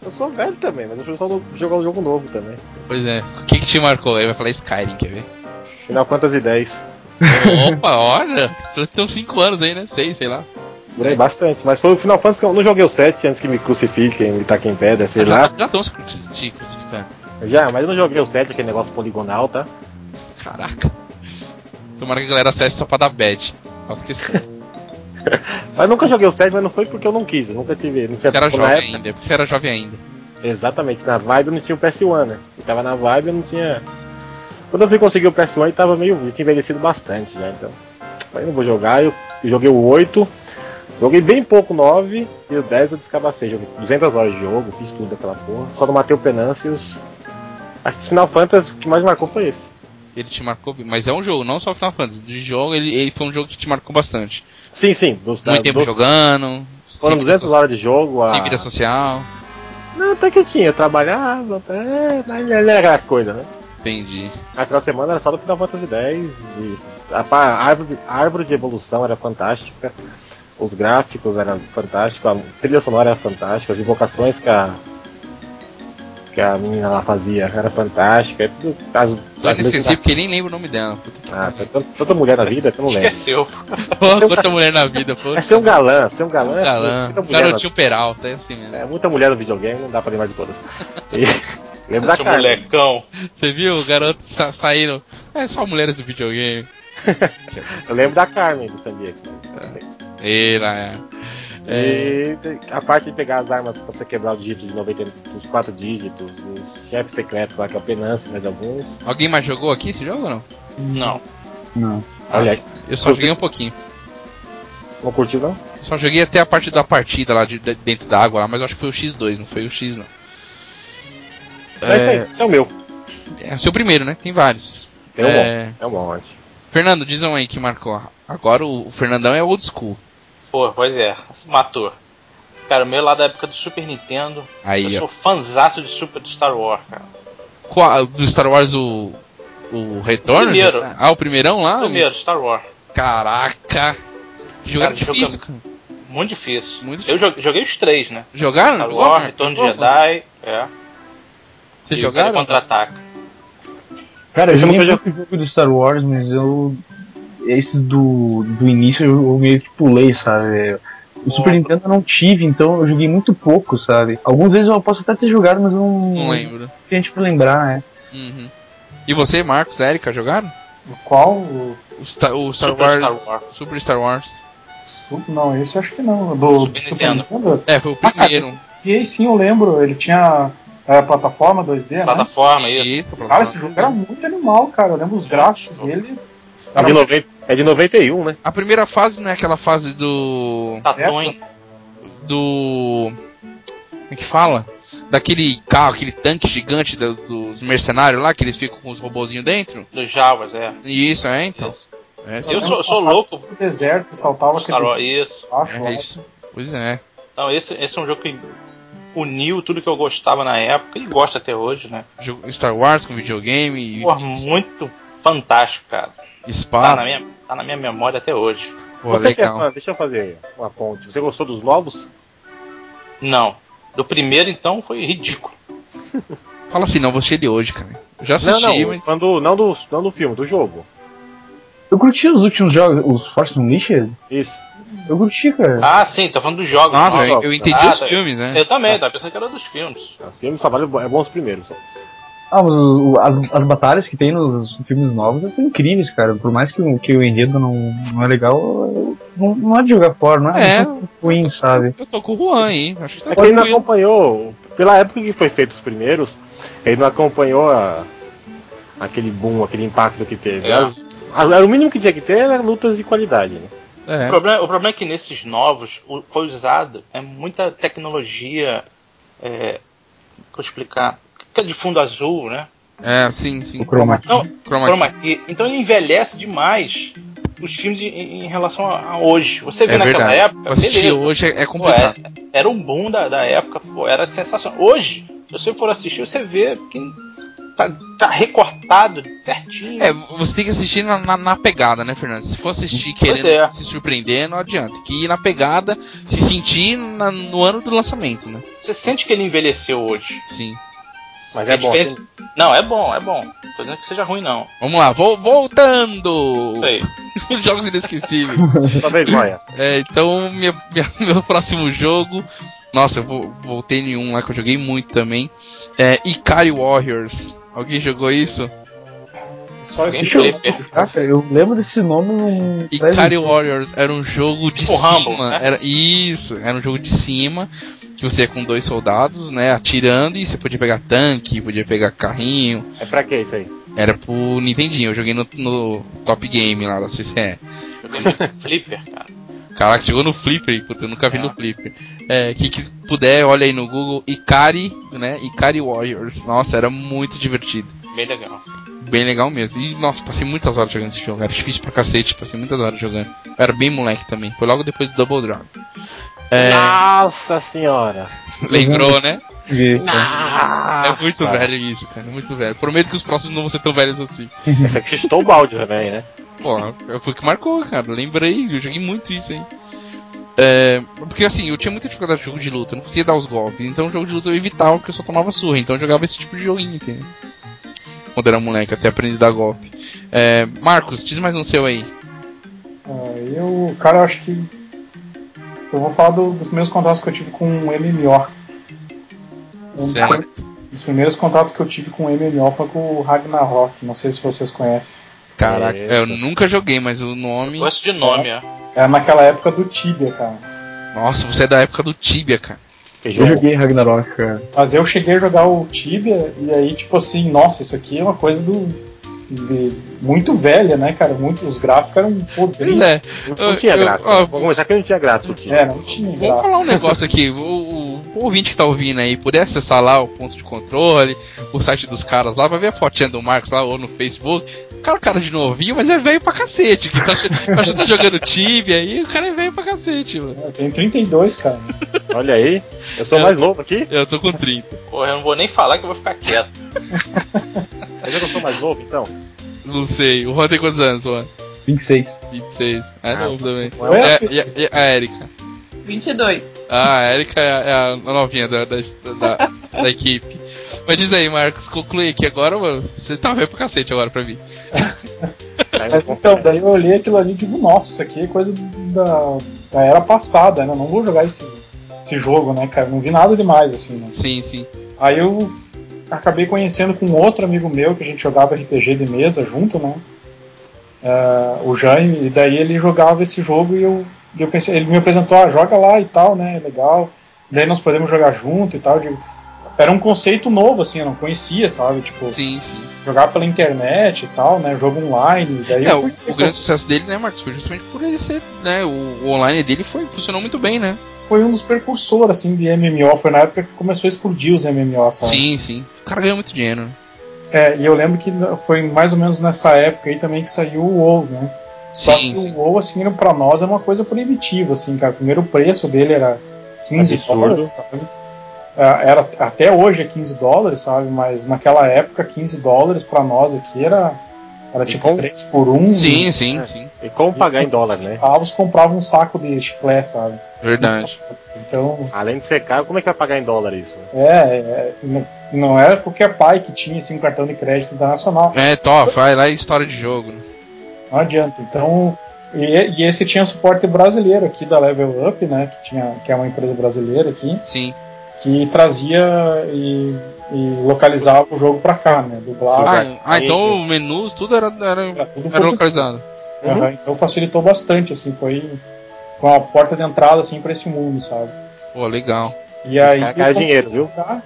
Eu sou velho também, mas eu sou do- jogar um jogo novo também.
Pois é, o que que te marcou? Ele vai falar Skyrim, quer ver?
Final Fantasy X.
Opa, olha, tem 5 anos aí, né? 6, sei lá.
Durei bastante, mas foi o Final Fantasy que eu não joguei o 7 antes que me crucifiquem, me taquem pedra, sei lá.
Já estão se cruci- te crucificando.
Já, mas eu não joguei o 7, aquele negócio poligonal, tá?
Caraca. Tomara que a galera acesse só pra dar bad. Faço questão.
Mas nunca joguei o 7, mas não foi porque eu não quis, eu nunca tive. Não tinha
Você era
tempo na
jovem ainda, porque você era jovem ainda.
Exatamente, na vibe eu não tinha o PS1, né? Eu tava na vibe eu não tinha. Quando eu fui conseguir o PS1, ele tava meio. Eu tinha envelhecido bastante já, então. Aí eu não vou jogar, eu eu joguei o 8, joguei bem pouco o 9 e o 10 eu descabacei. Joguei 200 horas de jogo, fiz tudo aquela porra. Só não matei o Penancius Acho que o Final Fantasy o que mais marcou foi esse.
Ele te marcou, mas é um jogo, não só Final Fantasy. De jogo, ele, ele foi um jogo que te marcou bastante.
Sim, sim. Dos,
Muito
da-
tempo
dos-
jogando, sem
Tá, Foram
vida,
200
so
horas de jogo. A...
sem vida social.
Não, até que eu tinha. Eu trabalhava, até... mas era aquelas coisas, né?
Entendi.
Aquela semana era só do Final Fantasy X. E a, pa- a árvore, a árvore de evolução era fantástica. Os gráficos eram fantásticos. A trilha sonora era fantástica. As invocações que a, que a menina lá fazia era fantástica. É tudo, as,
Tô
as
inesquecível porque nem lembro o nome dela. Puta que
Ah, tem tanto- tanta mulher na vida que eu não lembro.
Esqueceu.
porra, quanta mulher na vida, pô.
É ser um galã, ser um galã, é
Galã,
muita mulher.
garotinho peralta, é assim
na-
mesmo.
É muita mulher no videogame, não dá pra lembrar de todas. E, lembra da
Seu
cara.
molecão.
Você viu o garoto sa saindo? É só mulheres do videogame.
Eu lembro da Carmen do San Diego.
Ei, lá, é. É,
E a parte de pegar as armas pra você quebrar o dígito de 90, os quatro dígitos, os chefes secretos lá, que é o Penance, mais alguns.
Alguém mais jogou aqui esse jogo ou não?
Não.
Não.
Olha, aí,
Eu só joguei um pouquinho.
não curtiu não?
Eu só joguei até a parte da partida lá de, de- dentro da água lá, mas eu acho que foi o X2, não foi o X não.
É, isso aí, esse é o meu.
É o seu primeiro, né? Tem vários.
Tem um
É.
monte. É um monte.
Fernando, diz um aí que marcou. Agora o o Fernandão é old school.
Pô, pois é. Matou. Cara, o meu lá da época do Super Nintendo.
Aí,
eu
ó.
sou fanzaço de Super de Star Wars, cara.
Qual- do Star Wars o. O Retorno?
Primeiro.
Ah, o primeirão lá?
Primeiro, Star Wars.
Caraca! Que jogo era
Cara, jogo
difícil,
é-
cara.
Muito difícil.
Muito
eu joguei, joguei os três, né?
Jogaram?
Star
Jogou,
Wars,
Marcos?
Retorno de
Jogou?
Jedi. É.
Vocês
E
jogaram?
Contra-ataque.
Cara, eu
Esse
já
é um
não
que eu
jogo jogo do Star Wars, mas eu. Esses do, do início eu eu meio que pulei, sabe? O Super Nintendo eu não tive, então eu joguei muito pouco, sabe? Algumas vezes eu posso até ter jogado, mas eu não.
Não lembro.
Suficiente pra lembrar, né?
Uhum. E você, Marcos, Érica, jogaram?
Qual? O
O Star, o Star
Super
Wars,
Star Wars.
Super Star Wars.
Super- Não, esse eu acho que não. Do
Super
Super
Nintendo.
Nintendo?
É, foi o
Ah,
primeiro.
E aí sim eu lembro, ele tinha a plataforma 2D, né?
Plataforma, isso.
Isso, pra
Cara,
falar.
esse jogo era muito animal, cara. Eu lembro os gráficos dele.
É de, 90, é de 91, né?
A primeira fase não é aquela fase do.
Tatooine.
do. Como é que fala? Daquele carro, aquele tanque gigante do- dos mercenários lá, que eles ficam com os robozinhos dentro.
Dos Jawas, é.
E Isso, é então. É,
Eu
sim.
sou, sou louco
O deserto saltava
pro Star Wars,
aquele
isso.
baixo.
é isso. Pois é.
Então, esse, esse é um jogo que uniu tudo que eu gostava na época e gosto até hoje, né?
Jogo- Star Wars com videogame e
Porra, muito fantástico, cara. Tá na
espaço.
minha, tá na minha memória até hoje.
Pô,
Você que é
legal.
fã, deixa eu fazer uma ponte. Você gostou dos novos?
Não. Do primeiro, então, foi ridículo.
Fala assim, não, vou assistir ele hoje, cara. Eu já assisti,
não, não,
mas.
quando, não, do, não do filme, do jogo.
Eu curti os últimos jogos, os Force Unleashed.
Isso.
Eu curti, cara.
Ah, sim, tá falando dos jogos.
Nossa,
não.
eu, eu entendi
Ah,
os
tá.
filmes, né?
Eu também, tá pensando que era dos filmes.
O filme só vale é bom os primeiros. só.
Ah, mas o- o- as, as batalhas que tem nos filmes novos elas são incríveis, cara. Por mais que, o- que o enredo não, não é legal, eu- não, não é de jogar fora, não é,
É.
não é ruim, sabe?
Eu tô com o Juan aí. Acho que tá
É que ele não
tranquilo.
acompanhou, pela época que foi feito os primeiros, ele não acompanhou a- aquele boom, aquele impacto que teve.
É.
As- as- era o mínimo que tinha que ter era lutas de qualidade. Né?
O,
É.
problema, o problema é que nesses novos o- foi usado é muita tecnologia. É, vou explicar. que é De fundo azul, né?
é, sim, sim.
O Chroma.
Então,
Chroma
chroma key. Então ele envelhece demais os filmes de- em, em relação a, a hoje. Você vê
É
naquela
verdade.
época,
Assistir
beleza.
hoje é- é
Pô, é-
complicado.
era um boom da, da época, pô, era sensacional. Hoje, se você for assistir, você vê que tá, tá recortado certinho.
É, você tem que assistir na, na- na pegada, né, Fernando? Se for assistir
Pois
querendo
é.
se surpreender, não adianta. Tem Que ir na pegada, se sentir na- no ano do lançamento, né?
Você sente que ele envelheceu hoje.
Sim.
Mas é, bom.
diferente.
assim,
Não, é bom, é bom. Tô dizendo que seja ruim, não.
Vamos lá, vou, voltando!
Isso aí.
Jogos inesquecíveis.
Talvez, olha.
É, então, minha- minha- meu próximo jogo. Nossa, eu vou, voltei em um lá que eu joguei muito também. É Ikari Warriors. Alguém jogou isso?
Só
Alguém
isso.
flipper.
Caraca, ah, eu lembro desse nome num.
Ikari Warriors era um jogo de
Tipo Rumble,
cima.
né?
Era, isso, era um jogo de cima. Que você ia com dois soldados, né? Atirando e você podia pegar tanque, podia pegar carrinho.
É pra que isso aí?
Era pro Nintendinho, eu joguei no, no Top Game lá da CCE.
Joguei muito Flipper, cara.
Caraca, chegou no Flipper, puta, eu nunca vi no Flipper. É, quem quis- puder, olha aí no Google, Ikari, né? Ikari Warriors. Nossa, era muito divertido.
Bem legal.
Bem legal mesmo. E, nossa, passei muitas horas jogando esse jogo. Era difícil pra cacete, passei muitas horas jogando. Eu era bem moleque também. Foi logo depois do Double Dragon. É,
Ah, Nossa senhora.
lembrou, né?
Porque
Nossa.
é muito velho isso, cara. é Muito velho. Prometo que os próximos não vão ser tão velhos assim.
Essa aqui chutou o balde também, né?
Pô, foi o que marcou, cara. Lembrei, eu joguei muito isso aí. É, porque assim, eu tinha muita dificuldade de jogo de luta, eu não conseguia dar os golpes. Então, jogo de luta eu evitava porque eu só tomava surra. Então, eu jogava esse tipo de joguinho, entendeu? Quando era moleque, até aprendi a dar golpe. É, Marcos, diz mais um seu aí.
Ah, eu, cara, eu acho que. Eu vou falar do- dos meus contatos que eu tive com o MMO. Um
Certo.
dos primeiros contatos que eu tive com o MMO foi com o Ragnarok, não sei se vocês conhecem.
Caraca,
Essa.
eu nunca joguei, mas o nome.
Gosto de nome, ó.
Era naquela época do Tibia, cara.
Nossa, você é da época do Tibia, cara.
Que
eu
jogo.
joguei Ragnarok, cara.
Mas eu cheguei a jogar o Tibia e aí, tipo assim, nossa, isso aqui é uma coisa do. de- muito velha, né, cara? Muito, os gráficos eram
Pois
podres.
é.
Não tinha
Eu- eu-
grato.
ó,
Vou começar que não tinha grato.
É, não tinha
Vamos
gráfico.
falar um negócio aqui. O, o- o ouvinte que tá ouvindo aí, puder acessar lá o ponto de controle, o site dos caras lá, vai ver a fotinha do Marcos lá ou no Facebook. Cara, o cara de novinho, mas é velho pra cacete. Que tá, ach- tá achando que tá jogando Tibia aí, o cara é velho pra cacete, mano.
Eu tenho 32, cara.
Olha aí. Eu sou
É.
mais novo aqui.
Eu tô com 30.
Porra, eu não vou nem falar que eu vou ficar quieto.
Mas eu não sou mais novo, então.
Não sei. O Juan tem quantos anos, Juan?
26.
26. É novo também.
Ué,
É,
filho.
e a, e a Erika?
22.
Ah, a Erika é a, é a novinha da, da, da- da equipe. Mas diz aí, Marcos, conclui aqui agora, mano. Você tá velho pra cacete agora pra mim.
Aí eu
Mas
vou-
então, daí eu olhei aquilo ali e digo, nossa, isso aqui é coisa da, da era passada, né? Não vou jogar esse, esse jogo, né, cara? Não vi nada demais, assim, né?
Sim, sim.
Aí eu acabei conhecendo com outro amigo meu que a gente jogava RPG de mesa junto, né? Ah, o Jaime, e daí ele jogava esse jogo e eu, e eu pensei, ele me apresentou, ah, joga lá e tal, né? é Legal. Daí nós podemos jogar junto e tal. eu digo, era um conceito novo, assim, eu não conhecia, sabe? Tipo,
Sim, sim.
jogar pela internet e tal, né? Jogo online. Daí
É,
eu
o,
fui-
o grande sucesso dele, né, Marcos, foi justamente por ele ser, né, o, o online dele foi, funcionou muito bem, né?
foi um dos precursores assim de MMO, foi na época que começou a explodir os MMO, sabe?
Sim, sim. O cara ganhou muito dinheiro. né?
É, e eu lembro que foi mais ou menos nessa época aí também que saiu o WoW, né? Só
Sim,
que
sim.
o WoW assim, era- pra nós era uma coisa proibitiva, assim, cara. Primeiro o preço dele era 15
Absurdo.
dólares, sabe? Ah, Era, até hoje é 15 dólares, sabe? Mas naquela época 15 dólares pra nós aqui era, era
E
tipo
com-
3 por 1.
Sim, sim,
É.
sim.
E como pagar em dólar, né?
Centavos comprava um saco de chiclete, sabe?
Verdade.
Então,
Além de ser caro, como é que vai pagar em dólar isso? né?
É, é, não- não era qualquer pai que tinha assim, um cartão de crédito internacional.
É, top, vai lá e história de jogo. né?
Não adianta. Então, e, e esse tinha suporte brasileiro aqui da Level Up, né? Que, tinha, que é uma empresa brasileira aqui,
Sim.
que trazia e, e localizava o jogo pra cá, né? Dublava.
Ah, ah, então o menu, tudo era, era,
era
Ah,
tudo
era
português.
localizado.
Aham, Então facilitou bastante, assim, foi com a porta de entrada assim para esse mundo, sabe?
Pô, legal.
E aí
cara ganha dinheiro, viu?
tá?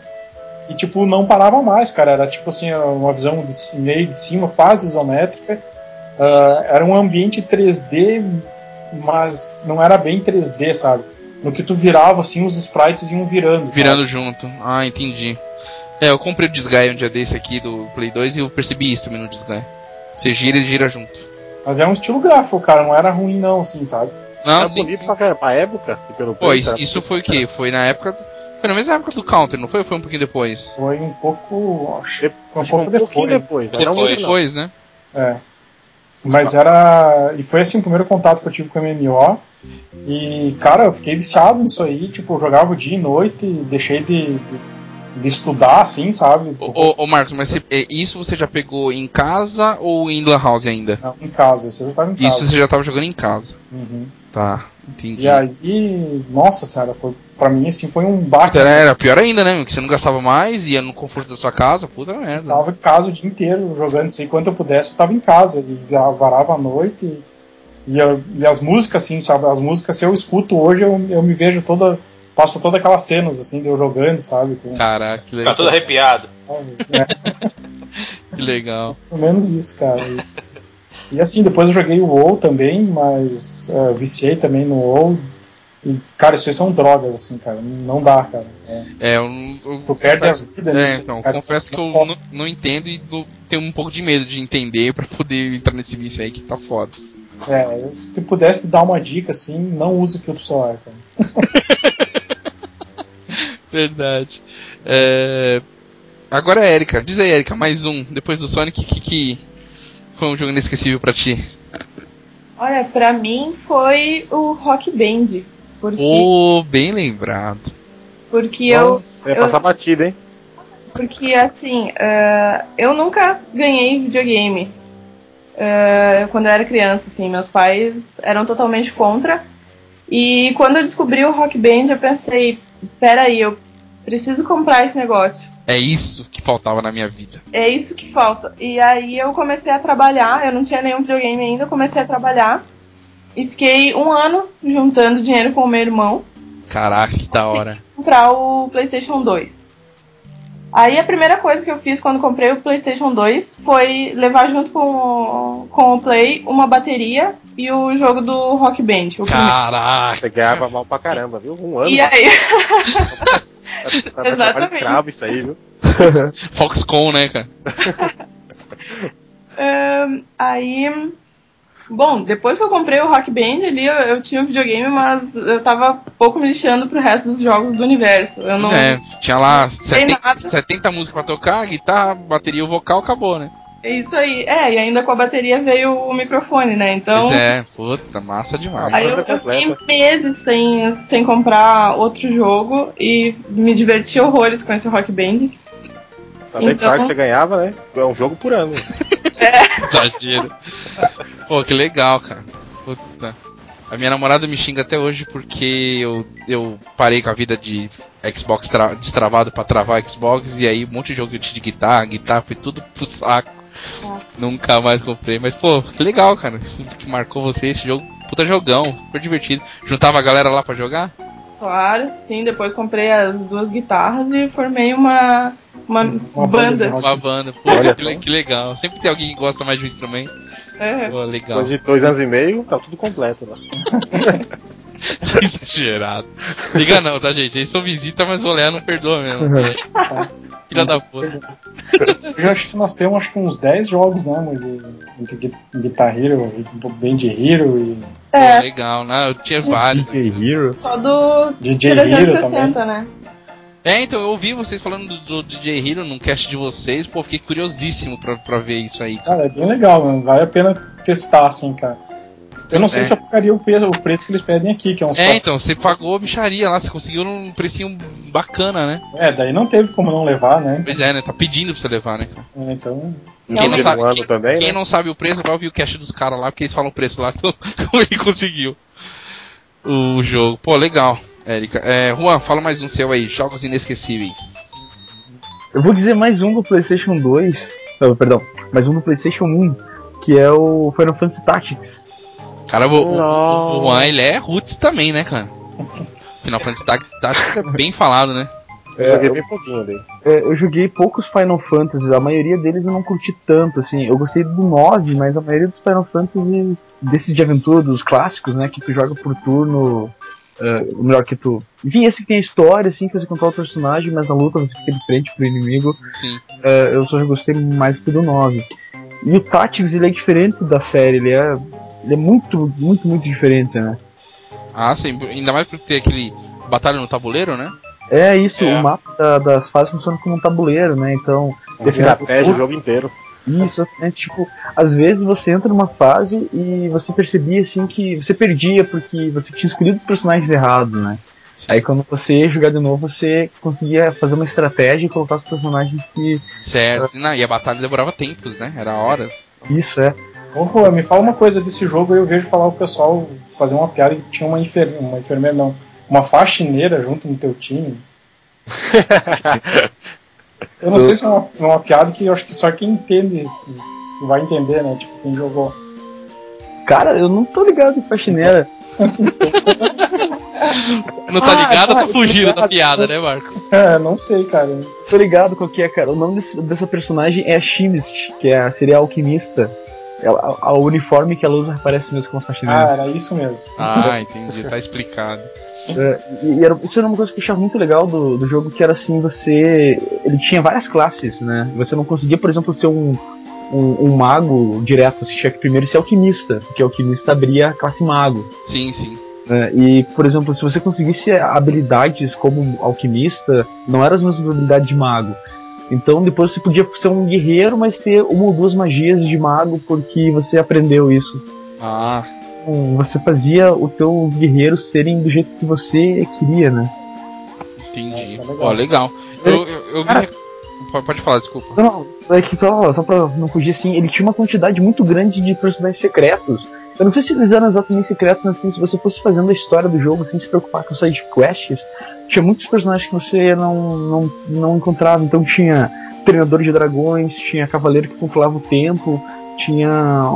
E tipo, não parava mais, cara. Era tipo assim, uma visão de ci- meio de cima, quase isométrica. Ah, era um ambiente 3D, mas não era bem 3D, sabe? No que tu virava, assim, os sprites iam virando. sabe?
Virando junto. Ah, entendi. É, eu comprei o Disgaea um dia desse aqui do Play 2 e eu percebi isso também no Disgaea. Você gira e gira junto.
Mas era um estilo gráfico, cara. Não era ruim, não, assim, sabe?
Não,
Era
Ah, sim,
bonito
sim.
pra caramba. Pra época, e pelo
Pô,
preço,
isso,
era-
isso foi o quê? Foi na época. do- Foi na mesma época do Counter, não foi? Ou foi um pouquinho depois?
Foi um pouco. Acho,
Dep-
foi um
Tipo,
pouco depois.
depois.
um
um mas não
Depois,
muito, não.
depois, né?
É. Mas era. E foi assim o primeiro contato que eu tive com o MMO. E, cara, eu fiquei viciado nisso aí. Tipo, eu jogava dia e noite, deixei de, de, de estudar, assim, sabe?
Ô, ô, ô, Marcos, mas você- é, isso você já pegou em casa ou em Lan House ainda?
Não, em casa, isso eu já tava em casa.
Isso você já tava jogando em casa.
Uhum.
Tá, entendi.
E aí, nossa senhora, foi, pra mim assim foi um
Puta,
baque.
Então, Era, era pior ainda, né? meu? Que você não gastava mais, ia no conforto da sua casa, puta
Eu
merda.
tava em casa o dia inteiro jogando isso aí. Quando eu pudesse, eu tava em casa. E já varava a noite. E, e eu- e as músicas, assim, sabe? As músicas, se eu escuto hoje, eu, eu me vejo toda. Passa todas aquelas cenas, assim, de eu jogando, sabe? Com-
Caraca, que
Ficar
legal.
todo arrepiado.
Tá.
É,
Que legal.
pelo menos isso, cara. E, e assim, depois eu joguei o WoW também, mas eh, viciei também no WoW. E, cara, isso aí são drogas, assim, cara. Não dá, cara. É.
É, eu, eu
Tu perde
confesso-
a vida
é,
nisso,
então,
cara.
confesso que eu
Não-
não, não entendo e não- tenho um pouco de medo de entender pra poder entrar nesse vício aí que tá foda.
É, se tu pudesse dar uma dica, assim, não use filtro solar, cara.
Verdade. É, Agora é Erika. Diz aí, Erika, mais um. Depois do Sonic, que, que foi um jogo inesquecível pra ti?
Olha, pra mim foi o Rock Band. Porque,
Ô, bem lembrado.
porque eu
Nossa, ia passar batida, hein?
Porque, assim, eh, eu nunca ganhei videogame eh, quando eu era criança, assim. Meus pais eram totalmente contra. E quando eu descobri o Rock Band, eu pensei, peraí, eu preciso comprar esse negócio.
É isso que faltava na minha vida.
É isso que falta. E aí eu comecei a trabalhar, eu não tinha nenhum videogame ainda, eu comecei a trabalhar. E fiquei um ano juntando dinheiro com o meu irmão.
Caraca, que da hora.
comprar o PlayStation 2. Aí a primeira coisa que eu fiz quando comprei o PlayStation 2 foi levar junto com, o- com o Play uma bateria e o jogo do Rock Band. o primeiro.
Caraca.
Você ganhava mal pra caramba, viu? Um ano.
E aí,
Tá- tá- tá- tá
Exatamente.
escravo isso aí, viu?
Foxconn, né, cara?
ahn, aí. Bom, depois que eu comprei o Rock Band ali, eu, eu tinha o videogame, mas eu tava pouco me lixando pro resto dos jogos do universo. Eu não,
Pois é, tinha lá
sei
70,
nada.
70 músicas pra tocar, guitarra, bateria, o vocal, acabou, né?
É isso aí. É, e ainda com a bateria veio o microfone, né? Então.
Pois é, puta, massa demais.
Aí eu,
coisa
eu fiquei
completa.
meses sem, sem comprar outro jogo e me diverti horrores com esse Rock Band.
Tá bem
Então-
claro que você ganhava, né? É um jogo por ano.
Exagero. Pô, que legal, cara. Puta. A minha namorada me xinga até hoje porque eu, eu parei com a vida de Xbox tra- destravado pra travar Xbox e aí um monte de jogo que eu tinha de guitarra, guitarra, foi tudo pro saco. Nunca mais comprei, mas pô, que legal, cara. Isso que marcou você, esse jogo, puta jogão, super divertido. Juntava a galera lá pra jogar?
Claro, sim, depois comprei as duas guitarras e formei uma, uma,
Uma banda de
banda.
rock.
Uma banda, pô,
Olha
que, le-
só.
que legal. Sempre tem alguém que gosta mais de um instrumento.
É.
Pô, legal.
Depois de dois anos e meio, tá tudo completo lá.
Exagerado. Liga não, tá, gente? Eles são visita, mas o Léo não perdoa mesmo. Filha da puta.
Hoje eu acho que nós temos acho que uns 10 jogos, né, mano, de- entre Gui- Guitar Hero, Band Hero e
Pô,
É,
legal, né? Eu tinha vários.
DJ Hero.
só do
DJ Hero também.
360, né?
É, então eu ouvi vocês falando do, do DJ Hero num cast de vocês, pô, fiquei curiosíssimo pra, pra ver isso aí, cara.
Cara, é bem legal, mano. Vale a pena testar, assim, cara. Eu não sei
É.
se eu pagaria o preço, o preço que eles pedem aqui, que é uns
É,
400.
então, você pagou a bicharia lá, você conseguiu um precinho bacana, né?
É, daí não teve como não levar, né?
Pois é, né? Tá pedindo pra você levar, né, cara?
É, Então,
Quem não
Jogo de
sabe-
um ano
quem-
também,
Quem
né?
não sabe o preço, vai ouvir o cast dos caras lá, porque eles falam o preço lá, então, como ele conseguiu o jogo. Pô, legal, Érica. É, Juan, fala mais um seu aí, jogos inesquecíveis.
Eu vou dizer mais um do PlayStation 2. Não, perdão, mais um do PlayStation 1, que é o Final Fantasy Tactics.
Cara, o, o-
Não.
o Juan, ele é roots também, né, cara? Final Fantasy Tactics é bem falado, né?
Eu
É,
joguei bem pouquinho daí.
É, eu joguei poucos Final Fantasies, a maioria deles eu não curti tanto, assim. Eu gostei do 9, mas a maioria dos Final Fantasies, desses de aventura, dos clássicos, né, que tu joga por turno, é, ou melhor que tu. Enfim, esse que tem história, assim, que você controla o personagem, mas na luta você fica de frente pro inimigo.
Sim.
É, eu só gostei mais que do 9. E o Tactics, ele é diferente da série, ele é, ele é muito, muito, muito diferente, né.
Ah, sim. Ainda mais por ter aquele batalha no tabuleiro, né?
É isso,
É.
o mapa da- das fases funciona como um tabuleiro, né, então.
Uma Estratégia o jogo inteiro.
Isso, né? Tipo, às vezes você entra numa fase e você percebia assim que você perdia porque você tinha escolhido os personagens errados, né?
Sim.
Aí quando você ia jogar de novo, você conseguia fazer uma estratégia e colocar os personagens que.
Certo. Não, e a batalha demorava tempos, né? Era horas.
Isso é.
Ô, Juan, me fala uma coisa desse jogo, aí eu vejo falar o pessoal fazer uma piada que tinha uma enfermeira, uma enfermeira não, uma faxineira junto no teu time. eu não sei se é uma, uma piada que eu acho que só quem entende que vai entender, né? Tipo, quem jogou.
Cara, eu não tô ligado em faxineira.
Não tá
Ah,
ligado,
tá,
tá fugindo da
obrigado.
piada, né, Marcos?
É, não sei, cara.
Tô ligado qual que é, cara. O nome desse- dessa personagem é a Chimist, que é a seria alquimista. Ela- a, a uniforme que ela usa parece mesmo com uma faxineira.
Ah, era isso mesmo.
Ah, entendi, tá explicado.
É, e, e era, isso era uma coisa que eu achava muito legal do, do jogo, que era assim, você. Ele tinha várias classes, né? Você não conseguia, por exemplo, ser um, um, um mago direto, você tinha que primeiro ser alquimista, porque alquimista abria a classe mago.
Sim, sim.
né? E, por exemplo, se você conseguisse habilidades como alquimista, não eram as mesmas habilidades de mago. Então depois você podia ser um guerreiro, mas ter uma ou duas magias de mago porque você aprendeu isso.
Ah,
Então, Você fazia os teus guerreiros serem do jeito que você queria, né?
entendi.
Nossa, legal.
Ó, legal. Eu, eu, eu vi-
Cara-
Pode- Pode falar, desculpa.
Não, não, é que só, só pra não fugir assim, ele tinha uma quantidade muito grande de personagens secretos. Eu não sei se eles eram exatamente secretos, mas assim, se você fosse fazendo a história do jogo sem se preocupar com side quests, tinha muitos personagens que você não, não, não encontrava. Então tinha treinador de dragões, tinha cavaleiro que controlava o tempo, tinha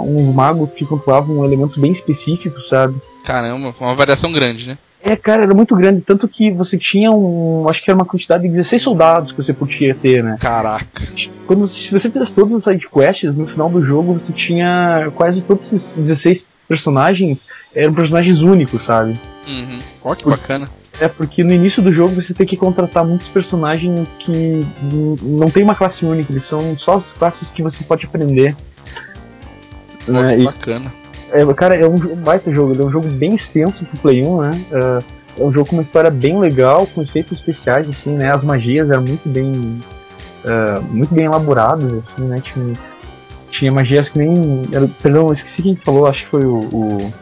uns magos que controlavam elementos bem específicos, sabe?
Caramba, foi uma variação grande, né?
É, cara, era muito grande, tanto que você tinha um. Acho que era uma quantidade de 16 soldados que você podia ter, né?
Caraca.
Quando se você fizesse todas as sidequests, no final do jogo você tinha quase todos esses 16 personagens eram personagens únicos, sabe?
Uhum. Ó, que bacana.
É porque no início do jogo você tem que contratar muitos personagens que n- não tem uma classe única, eles são só as classes que você pode aprender.
Ó,
né?
que
E
bacana.
é, cara, é um jo- um baita jogo, ele é um jogo bem extenso pro Play 1, né? Ah, É um jogo com uma história bem legal, com efeitos especiais, assim, né? As magias eram muito bem. ah, muito bem elaboradas, assim, né? Tinha, tinha magias que nem. era- perdão, eu esqueci quem falou, acho que foi o, o,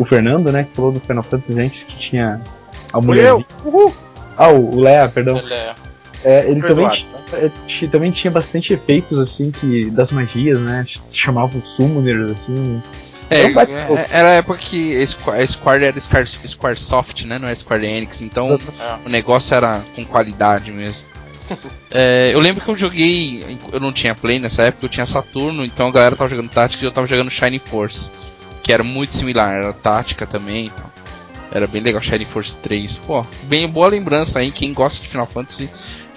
o Fernando, né? Que falou do Final Fantasy antes que tinha a mulher.
Uhul!
Ah, o o Lea, perdão.
Ele é-
É, ele também
Perdoado, tá?
é, ti- também tinha bastante efeitos assim que das magias, né? Ch- Chamavam summoners assim.
É,
Não bate-
é, era a época que Squ- a Square era Scar- Squaresoft, né? Não era Square Enix, então
Uhum.
é.
o negócio era com qualidade mesmo. É, eu lembro que eu joguei, eu não tinha Play nessa época, eu tinha Saturno, então a galera tava jogando Tática e eu tava jogando Shining Force, que era muito similar, era Tática também e tal. Era bem legal Shining Force 3. Pô, bem boa lembrança aí, quem gosta de Final Fantasy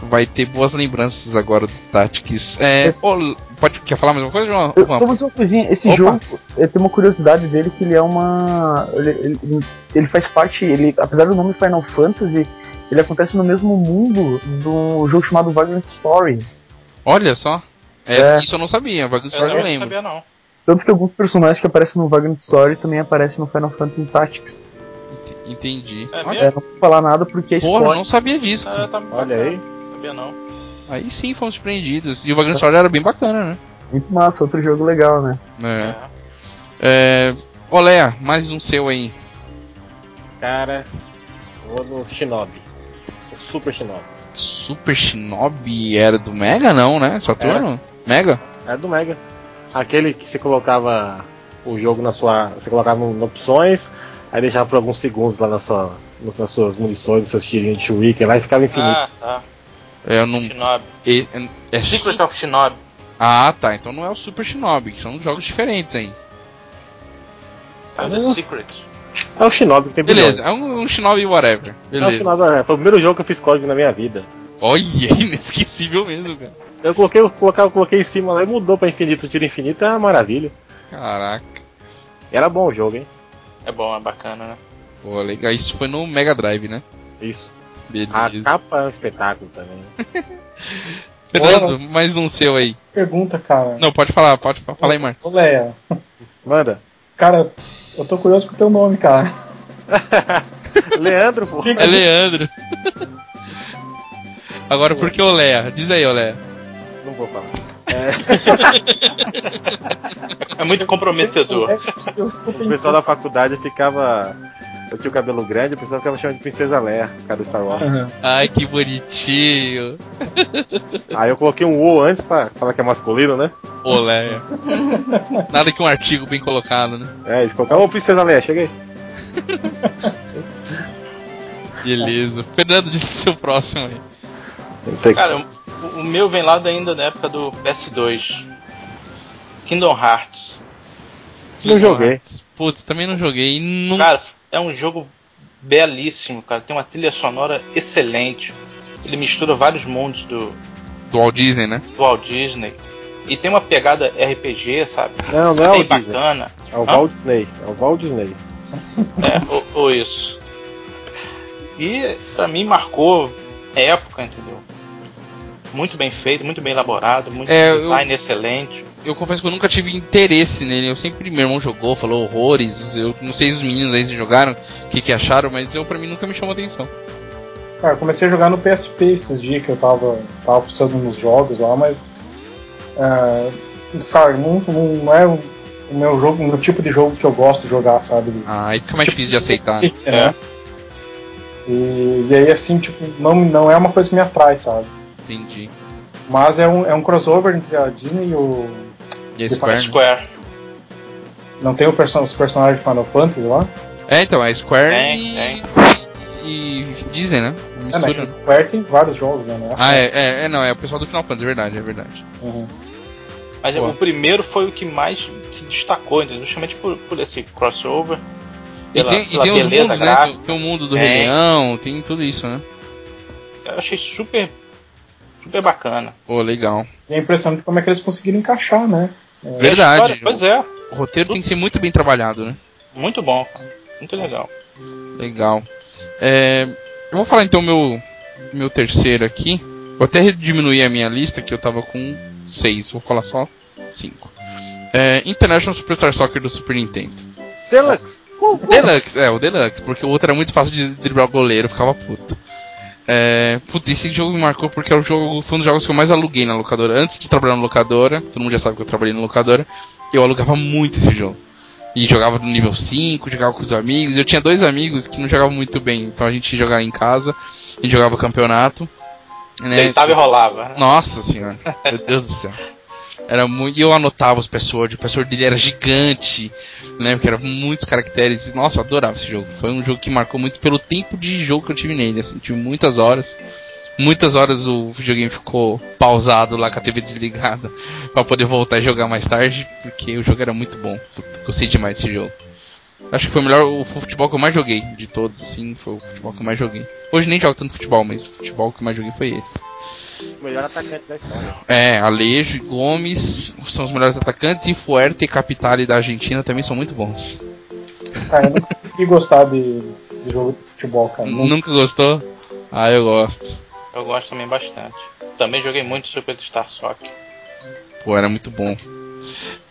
vai ter boas lembranças agora do Tactics. É, ô, pode, quer falar mais uma coisa, João?
Eu,
Juan?
só mais uma coisinha, esse
Opa.
jogo, eu tenho uma curiosidade dele que ele é uma. Ele, ele- ele faz parte, ele, apesar do nome Final Fantasy, ele acontece no mesmo mundo do jogo chamado Vagrant Story.
Olha só.
É.
É, Isso eu não sabia, Vagrant
É, Eu,
Story eu
não
lembro.
sabia não.
Tanto que alguns personagens que aparecem no Vagrant Story também aparecem no Final Fantasy Tactics.
Ent- Entendi.
É
Olha,
É, não vou falar nada porque é a
Porra, eu
história.
não sabia disso.
Ah, tá bom.
É, Olha aí.
Sabia não.
Aí sim fomos surpreendidos. E o Vagrant Story era bem bacana,
Muito massa, outro jogo legal, né?
né?
É.
É. É... Olé, mais um seu aí.
Cara, vou no Shinobi. O Super Shinobi.
Super Shinobi era do Mega, não, né? Saturno? Mega?
É do Mega. Aquele que você colocava o jogo na sua. Você colocava em opções, aí deixava por alguns segundos lá na sua, no- nas suas munições, nos seus tirinhos de shuriken lá e ficava infinito.
Ah, tá.
É, Eu não.
Shinobi.
e- É, é
Secret
su-
of Shinobi.
Ah, tá. Então não é o Super Shinobi, que são jogos diferentes aí.
É The Secret.
É o Shinobi que tem bilhões.
Ah. Beleza, é um, um Shinobi whatever.
É o
Beleza.
Shinobi, é, foi o primeiro jogo que eu fiz código na minha vida.
Olha, inesquecível mesmo, cara.
Eu coloquei, eu colocava, coloquei em cima lá e mudou pra infinito, tiro infinito, é uma maravilha.
Caraca.
Era bom o jogo, hein?
É bom, é bacana, né?
Pô, legal. Isso foi no Mega Drive, né?
Isso. A
Beleza.
capa é um espetáculo também.
Fernando, mais um seu aí.
Pergunta, cara.
Não, pode falar, pode falar. Fala aí, Marcos.
Ô, Leia,
Manda.
cara, eu tô curioso com o teu nome, cara.
Leandro, pô.
É Leandro. Agora, por que Olea? Diz aí, Olea.
Não vou falar.
É muito comprometedor.
Eu fico
O pessoal
pensando.
da faculdade ficava. Eu tinha o cabelo grande, o pessoal ficava chamando de Princesa Leia, por causa do Star Wars.
Aham.
Ai, que bonitinho.
Aí eu coloquei um O antes pra falar que é masculino, né?
Olea. Nada que um artigo bem colocado, né?
É, eles colocavam, ô Princesa Leia, cheguei.
Beleza. Fernando, diz o seu próximo aí.
Cara, o, o meu vem lá da- ainda da época do PS2. Kingdom Hearts.
Não joguei.
Putz, também não joguei. E Não...
Cara, é um jogo belíssimo, cara. Tem uma trilha sonora excelente. Ele mistura vários mundos do,
Do Walt Disney, né?
do Walt Disney. E tem uma pegada RPG, sabe?
Não, não é o
Bem
Disney.
bacana.
É o
Hã?
Walt Disney. É o Walt Disney.
É, ou, ou isso. E pra mim marcou época, entendeu? Muito bem feito, muito bem elaborado, muito
É, eu-
design excelente.
Eu confesso que eu nunca tive interesse nele. Eu sempre, meu irmão jogou, falou horrores. Eu não sei se os meninos aí se jogaram, o que, que acharam, mas eu pra mim nunca me chamou atenção.
Cara, eu comecei a jogar no PSP esses dias que eu tava, tava fuçando nos jogos lá, mas. ah, sabe, não, não é o o meu jogo, o meu tipo de jogo que eu gosto de jogar, sabe?
Ah, aí fica mais difícil de aceitar. Né?
É, né? E, e aí, assim, tipo, não, não é uma coisa que me atrai, sabe?
Entendi.
Mas é um, é um crossover entre a Disney e o.
E a Square? né?
Square.
Não tem o perso os personagens de Final Fantasy lá? né?
É, então, é Square
Tem,
e...
tem.
e Disney, né?
É,
Mistura.
né? Square tem vários jogos, né? Não é só-
Ah, é, é, é, não, é o pessoal do Final Fantasy, é verdade, é verdade.
Uhum.
Mas
Boa.
o primeiro foi o que mais se destacou, entendeu? Justamente por, por esse crossover.
E
Pela,
tem, e
pela
tem os
beleza
mundos, né?
gráfica. É.
Tem, tem o mundo do
Tem.
Rei Leão, tem tudo isso, né?
Eu achei super, super bacana.
Pô, legal.
E é impressionante como é que eles conseguiram encaixar, né?
E a
Verdade.
história, pois é,
O roteiro tem que ser muito bem trabalhado, né?
muito bom, cara. Muito legal.
Legal. É, eu vou falar então meu meu terceiro aqui. Vou até diminuir a minha lista, que eu tava com seis. Vou falar só cinco. É, International Superstar Soccer do Super Nintendo.
Deluxe.
Deluxe, é, o Deluxe, porque o outro era muito fácil de driblar o goleiro, eu ficava puto. É, puta, esse jogo me marcou porque é o jogo, foi um dos jogos que eu mais aluguei na locadora. Antes de trabalhar na locadora, todo mundo já sabe que eu trabalhei na locadora, eu alugava muito esse jogo. E jogava no nível 5, jogava com os amigos. Eu tinha dois amigos que não jogavam muito bem, então a gente jogava em casa, a gente jogava campeonato. né?
Deitava e rolava. né?
Nossa senhora, meu Deus do céu. Era muito. E eu anotava os passwords, o password dele era gigante, né? Porque era muitos caracteres. E, Nossa, eu adorava esse jogo. Foi um jogo que marcou muito pelo tempo de jogo que eu tive nele. Assim, tive muitas horas. Muitas horas o videogame ficou pausado lá com a TV desligada pra poder voltar e jogar mais tarde, porque o jogo era muito bom. Puta, Gostei demais desse jogo. Acho que foi o melhor o futebol que eu mais joguei de todos, sim, foi o futebol que eu mais joguei. Hoje nem jogo tanto futebol, mas o futebol que eu mais joguei foi esse.
O melhor atacante da história.
É, Alejo e Gomes são os melhores atacantes e Fuerte e Capitale da Argentina também são muito bons.
Cara, eu nunca consegui gostar de, de jogo de futebol, cara. Nunca.
Nunca gostou? Ah, eu gosto.
Eu gosto também bastante. Também joguei muito Super Star Soccer.
Pô, era muito bom.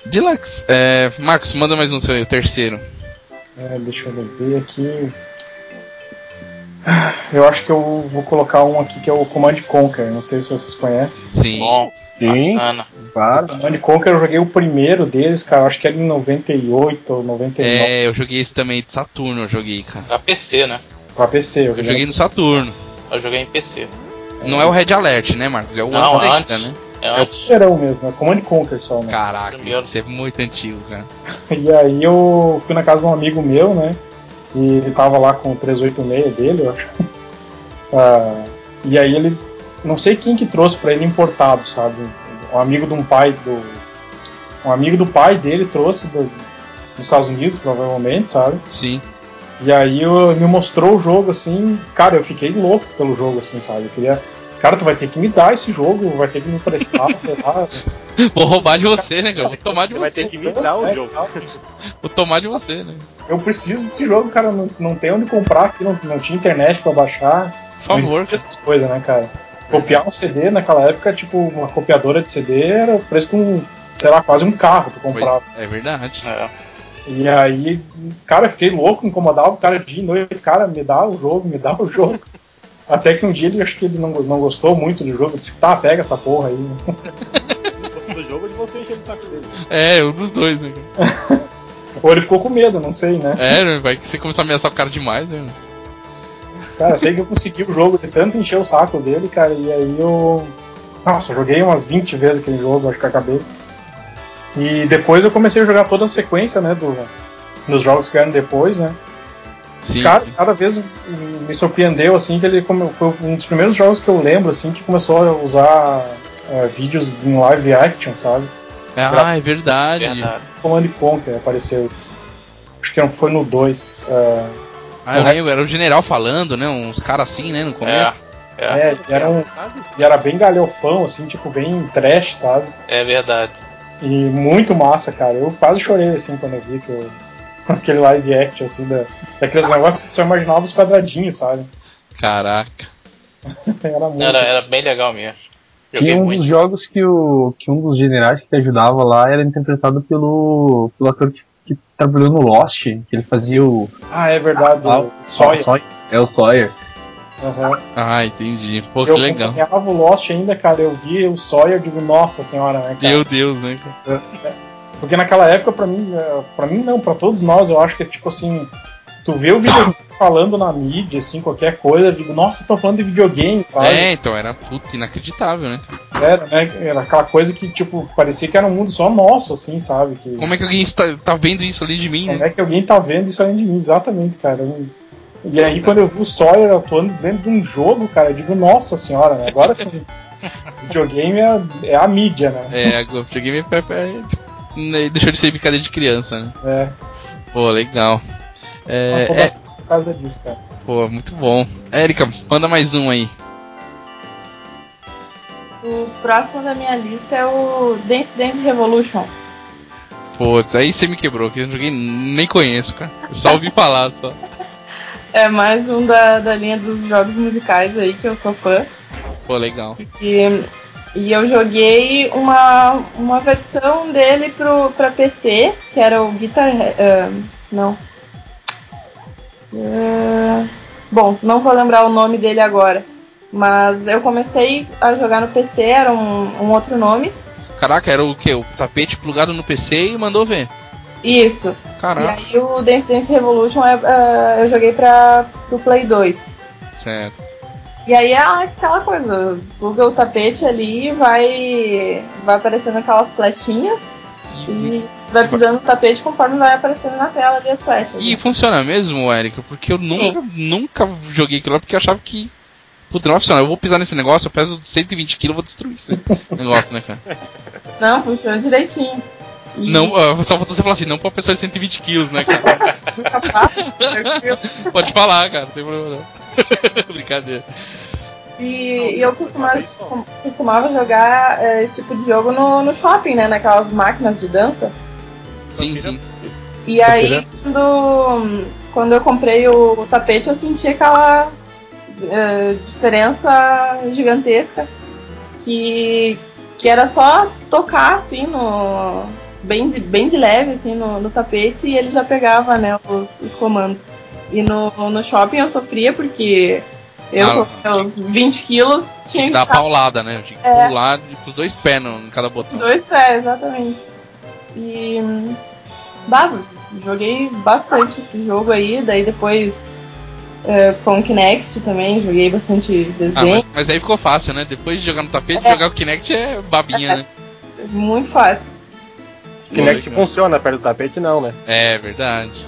Deluxe, é, Marcos, manda mais um seu aí, o terceiro.
É, deixa eu ver aqui. Eu acho que eu vou colocar um aqui que é o Command Conquer. Não sei se vocês conhecem.
Sim.
Bom,
Sim,
bacana.
claro.
Command Conquer eu joguei o primeiro deles, cara. eu Acho que era em 98 ou 99
É, eu joguei esse também de Saturno, eu joguei, cara.
Pra PC, né?
pra PC.
Eu joguei no Saturno.
Eu joguei em PC.
Não é o Red Alert, né, Marcos? É o
Não,
antes
antes.
ainda, né?
É antes.
Verão mesmo, é Command Conquer só, né?
Caraca,
Primeiro.
isso é muito antigo, cara.
E aí eu fui na casa de um amigo meu, né? E ele tava lá com o 386 dele, eu acho. Ah, e aí ele. Não sei quem que trouxe pra ele importado, sabe? Um amigo de um pai do. Um amigo do pai dele trouxe do- dos Estados Unidos, provavelmente, sabe?
Sim.
E aí eu, me mostrou o jogo assim, cara, eu fiquei louco pelo jogo, assim, sabe? Eu queria. Cara, tu vai ter que me dar esse jogo, vai ter que me emprestar, sei lá.
Vou roubar de você, né, cara? Vou tomar de
Você vai
você.
ter que me dar o
É,
jogo.
tal.
Vou tomar de você, né?
Eu preciso desse jogo, cara. Não, não tem onde comprar aqui, não, não tinha internet pra baixar.
Por
Não
favor. É
existia essas coisas, né, cara? Copiar um CD naquela época, tipo, uma copiadora de CD era o preço de um, sei lá, quase um carro tu comprava.
Pois- É verdade.
É.
E aí, cara, eu fiquei louco, incomodava o cara dia e noite, cara, me dá o jogo, me dá o jogo. Até que um dia ele acho que ele não, não gostou muito do jogo, disse, tá, pega essa porra aí.
Não gostou do jogo ou de você enchendo o saco dele?
É, um dos dois, né? cara?
Ou ele ficou com medo, não sei, né?
É, né, vai que você começar a ameaçar o cara demais, né?
Cara, eu sei que eu consegui o jogo de tanto encher o saco dele, cara, e aí eu. Nossa, eu joguei umas 20 vezes aquele jogo, acho que eu acabei. E depois eu comecei a jogar toda a sequência, né, do, dos jogos que vieram depois, né?
Sim,
cara,
sim.
cada vez me surpreendeu, assim, que ele come- foi um dos primeiros jogos que eu lembro, assim, que começou a usar eh, vídeos em live action, sabe?
Ah, é verdade.
Verdade.
Command Conquer apareceu isso. Acho que foi no 2. eh,
Ah, eu lembro, era o general falando, né? Uns caras assim, né, no começo.
É,
É, ele era, um,
Sabe?
ele era bem galhofão, assim, tipo, bem trash, sabe?
é verdade.
E muito massa, cara. Eu quase chorei, assim, quando eu vi que eu- aquele live act, assim, da, daqueles negócios que só imaginava os quadradinhos, sabe?
Caraca.
Era muito.
Era, era bem legal mesmo. Joguei
Tinha um
muito.
dos jogos que, o, que um dos generais que te ajudava lá era interpretado pelo, pelo ator que, que trabalhou no Lost, que ele fazia o.
Ah, é verdade.
Ah,
o Sawyer.
É o Sawyer.
Aham.
Ah, entendi. Pô, que
Eu
legal.
acompanhava o Lost ainda, cara. Eu vi o Sawyer, eu digo, nossa senhora, né, cara?
Meu Deus, né? cara?
Porque naquela época, pra mim, eh, pra mim não, pra todos nós, eu acho que é tipo assim, tu vê o videogame falando na mídia, assim, qualquer coisa, eu digo, nossa, estão falando de videogame, sabe?
É, então era puta inacreditável, né? cara?
Era, né? Era aquela coisa que, tipo, parecia que era um mundo só nosso, assim, sabe? Que,
Como é que alguém está, tá vendo isso ali de mim,
como
né?
é que alguém tá vendo isso além de mim? Exatamente, cara. Eu- E aí quando eu vi o Sawyer atuando dentro de um jogo, cara, eu digo, nossa senhora, né? Agora sim. videogame é, é a mídia, né?
É, agora cheguei meio pé, pé, né, deixou de ser brincadeira de criança, né?
É.
Pô, legal. É,
Uma
é,
comparação por causa disso, cara.
pô, muito bom. Érica, manda mais um aí.
O próximo da minha lista é o Dance Dance Revolution.
Putz, aí você me quebrou, que eu não joguei, nem conheço, cara. Eu só ouvi falar, só.
É mais um da, da linha dos jogos musicais aí que eu sou fã.
Pô, legal.
E, e eu joguei uma, uma versão dele pro, pra PC, que era o Guitar. eh, não. Eh, bom, não vou lembrar o nome dele agora. Mas eu comecei a jogar no PC, era um, um outro nome.
Caraca, era o quê? O tapete plugado no PC e mandou ver.
Isso.
Caraca,
E aí o Dance Dance Revolution é, eh, eu joguei pra, pro Play 2.
certo.
E aí é aquela coisa, pluga o tapete ali e vai, vai aparecendo aquelas flechinhas e vai pisando no tapete conforme vai aparecendo na tela ali as flechas.
E
né?
funciona mesmo, Érica? Porque eu nunca, nunca joguei aquilo lá porque eu achava que. Puta, não vai funcionar. Eu vou pisar nesse negócio, eu peso 120 kg, eu vou destruir esse negócio, né, cara?
Não, funciona direitinho. E
Não, ah, só faltou você falar assim, não pra uma pessoa de 120 quilos, né, cara? Pode falar, cara, não tem problema não. Brincadeira.
E, e eu costumava, costumava jogar eh, esse tipo de jogo no, no shopping, né? Naquelas máquinas de dança.
Sim, sim.
E aí, quando, quando eu comprei o, o tapete, eu senti aquela eh, diferença gigantesca. Que, que era só tocar, assim, no, bem, de, bem de leve, assim, no, no tapete e ele já pegava, né, os, os comandos. E no, no shopping eu sofria porque eu,
Ah,
com meus 20 quilos, tinha que
Dá
ficar
paulada, né? Eu tinha que
É.
pular com os dois pés no, em cada botão.
Dois pés, exatamente. E. hum, Bah, joguei bastante esse jogo aí, daí depois eh, com o Kinect também, joguei bastante
Ah,
desenho,
mas, mas aí ficou fácil, né? Depois de jogar no tapete, jogar o Kinect é babinha, né?
muito fácil.
O Kinect é funciona perto do tapete, não, né?
É verdade.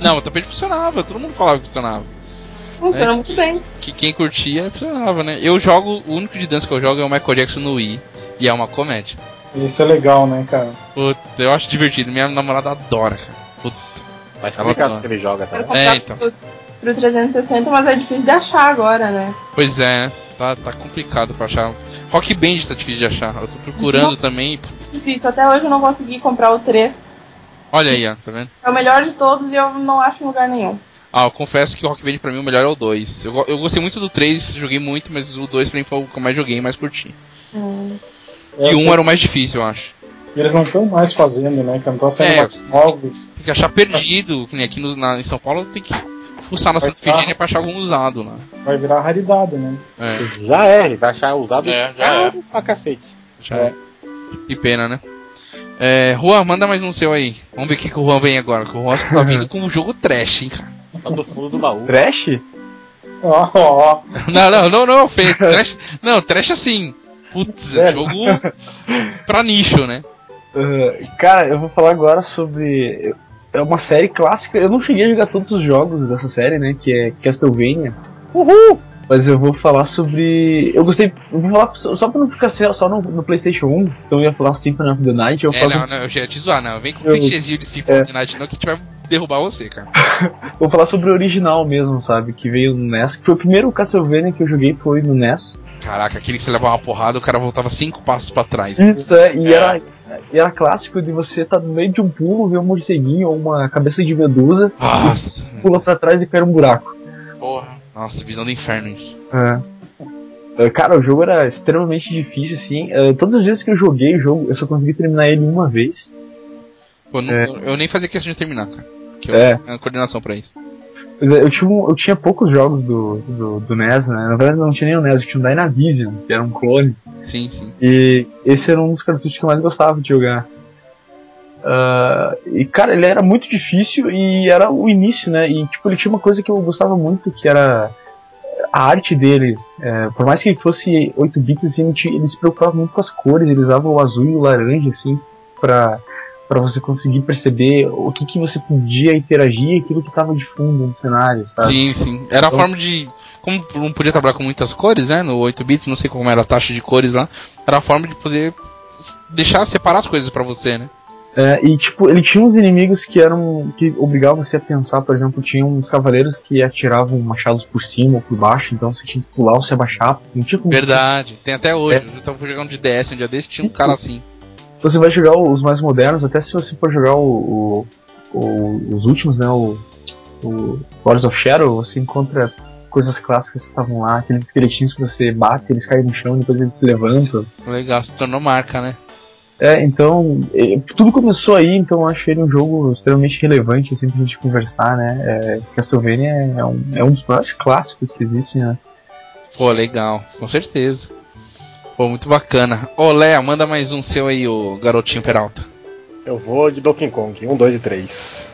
Não, o tapete funcionava, todo mundo falava que funcionava. É,
Funcionou muito bem.
Que quem curtia funcionava, né? Eu jogo, o único de dança que eu jogo é o Michael Jackson no Wii. E é uma comédia.
Isso é legal, né, cara?
Puta, eu acho divertido. Minha namorada adora, cara. Puta.
Mas
Ela
complicado
não.
É que ele joga,
Quero
tá?
comprar
É, então.
pro, pro 360, mas é difícil de achar agora, né?
Pois é, né? tá, tá complicado pra achar. Rock Band tá difícil de achar. Eu tô procurando
Não.
também. Putz,
É Difícil, até hoje eu não consegui comprar o 3.
Olha aí, ó, tá vendo?
É o melhor de todos e eu não acho em lugar nenhum.
Ah, eu confesso que o Rock Band pra mim o melhor é o 2. Eu, go- eu gostei muito do 3, joguei muito, mas o 2 pra mim foi o que eu mais joguei e mais curti.
Hum.
E um
Eu
o
sei
1 era o mais difícil, eu acho.
que Eles não estão mais fazendo, né? Que não estão saindo
É,
mais novos.
Tem que achar perdido, que nem aqui no- na- em São Paulo tem que fuçar na
Vai
Santa Efigênia
tá.
pra achar algum usado, né?
Vai virar raridade, né?
É,
Já é, ele vai achar usado
É, já é.
caro pra cacete.
já é. Que pena, né? É, Juan, manda mais um seu aí. Vamos ver o que, que o Juan vem agora, que o Juan tá vindo com um jogo trash, hein, cara.
Lá Tá do fundo do baú.
Trash?
Ó, ó, ó.
Não, não, não, não é ofensa. Trash, não, trash assim. Putz, é
Sério?
jogo pra nicho, né?
Ah, cara, eu vou falar agora sobre. É uma série clássica. Eu não cheguei a jogar todos os jogos dessa série, né? Que é Castlevania. Uhul! Mas eu vou falar sobre. Eu gostei. Eu vou falar só só pra não ficar só só no, no PlayStation 1, senão eu ia falar Symphony of the Night. Eu vou
É,
falar
não, não, eu já ia te zoar, não. Vem com um o
Eu- é.
clichêzinho de Symphony of the Night, não, que a gente vai derrubar você, cara.
Vou falar sobre o original mesmo, sabe? Que veio no NES. Que foi o primeiro Castlevania que eu joguei, foi no NES.
Caraca, aquele que você levava uma porrada, o cara voltava cinco passos pra trás.
Isso, é, e era, e era clássico de você tá no meio de um pulo, ver um morceguinho ou uma cabeça de medusa,
Nossa,
pula pra trás e cai um buraco.
Porra.
nossa, visão do inferno isso.
É. É, Cara, o jogo era extremamente difícil, assim. É, Todas as vezes que eu joguei o jogo, eu só consegui terminar ele uma vez.
Pô, eu, não-
É.
eu nem fazia questão de terminar, cara. Que eu
É.
não tinha coordenação pra isso.
Pois é, Eu tinha, um- eu tinha poucos jogos do, do, do NES, né? Na verdade, eu não tinha nem o NES, eu tinha um Dynavision, que era um clone.
Sim, sim.
E esse era um dos cartuchos que eu mais gostava de jogar. Ah, e, cara, ele era muito difícil e era o início, né? E, tipo, ele tinha uma coisa que eu gostava muito, que era a arte dele. É, por mais que ele fosse 8 bits, assim, ele tinha- ele se preocupava muito com as cores, ele usava o azul e o laranja, assim, pra, pra você conseguir perceber o que, que você podia interagir e aquilo que tava de fundo no cenário, sabe?
Sim, sim. Era uma
Ah. Então-
forma de. Como não podia trabalhar com muitas cores, né? No 8 bits, não sei como era a taxa de cores lá. Era a forma de poder deixar separar as coisas pra você, né?
É, e tipo, ele tinha uns inimigos que eram. que obrigavam você a pensar, por exemplo, tinha uns cavaleiros que atiravam machados por cima ou por baixo, então você tinha que pular ou se abaixar. um tipo Não tinha como.
Verdade. Tem até hoje.
É.
Eu tava jogando de DS um dia desse tinha um cara assim.
tipo, Você vai jogar os mais modernos, até se você for jogar o, o- o- os últimos, né? O, o Lords of Shadow, você encontra coisas clássicas que estavam lá, aqueles esqueletinhos que você bate, eles caem no chão, depois eles se levantam.
Legal, se tornou marca, né?
É, então, eh, tudo começou aí, então eu acho ele um jogo extremamente relevante, assim, pra gente conversar, né? É, Castlevania é um, é um dos maiores clássicos que existe, né?
Pô, legal, com certeza. Pô, muito bacana. Ô, Léa, manda mais um seu aí, o garotinho Peralta.
Eu vou de Donkey Kong, 1, 2 e 3.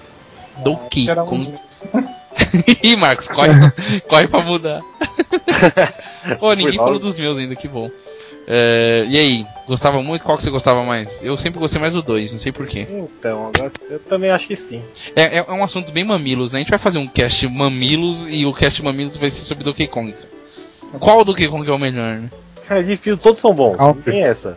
Donkey
Era um
Kong.
dos-
Ih, Marcos, corre, corre pra mudar. Pô, ninguém
Cuidado.
falou dos meus ainda, que bom. É, e aí, gostava muito? Qual que você gostava mais? Eu sempre gostei mais do 2, não sei porquê.
Então, agora eu também acho que sim.
É, é, é um assunto bem mamilos, né? A gente vai fazer um cast mamilos e o cast mamilos vai ser sobre Donkey Kong. Qual Donkey Kong é o melhor, né?
É difícil, todos são bons. Não tem essa.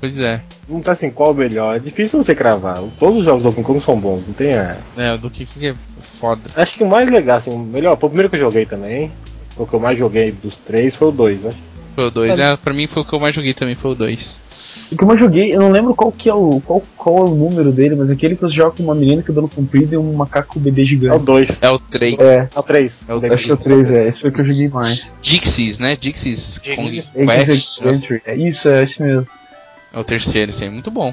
Pois é.
Não tá assim, qual o melhor? É difícil você cravar. Todos os jogos do Donkey Kong são bons, não tem a.
É, o Donkey Kong é foda.
Acho que o mais legal, assim, o melhor, foi o primeiro que eu joguei também. O que eu mais joguei dos três foi o 2, né?
Foi o 2, né? Pra mim foi o que eu mais joguei também, foi o 2.
O que eu mais joguei, eu não lembro qual que é o qual, qual é o número dele, mas aquele que você joga com uma menina, cabelo comprido e um macaco BD
É o
gigante.
2.
É o 3.
É,
É o 3.
É o
acho que é o 3, é, esse foi o que eu joguei mais.
Dixies, né? Dixies
Dixies.
Kong
Ages
Quest.
Adventure, é isso, é esse mesmo.
É o terceiro, isso aí. Muito bom.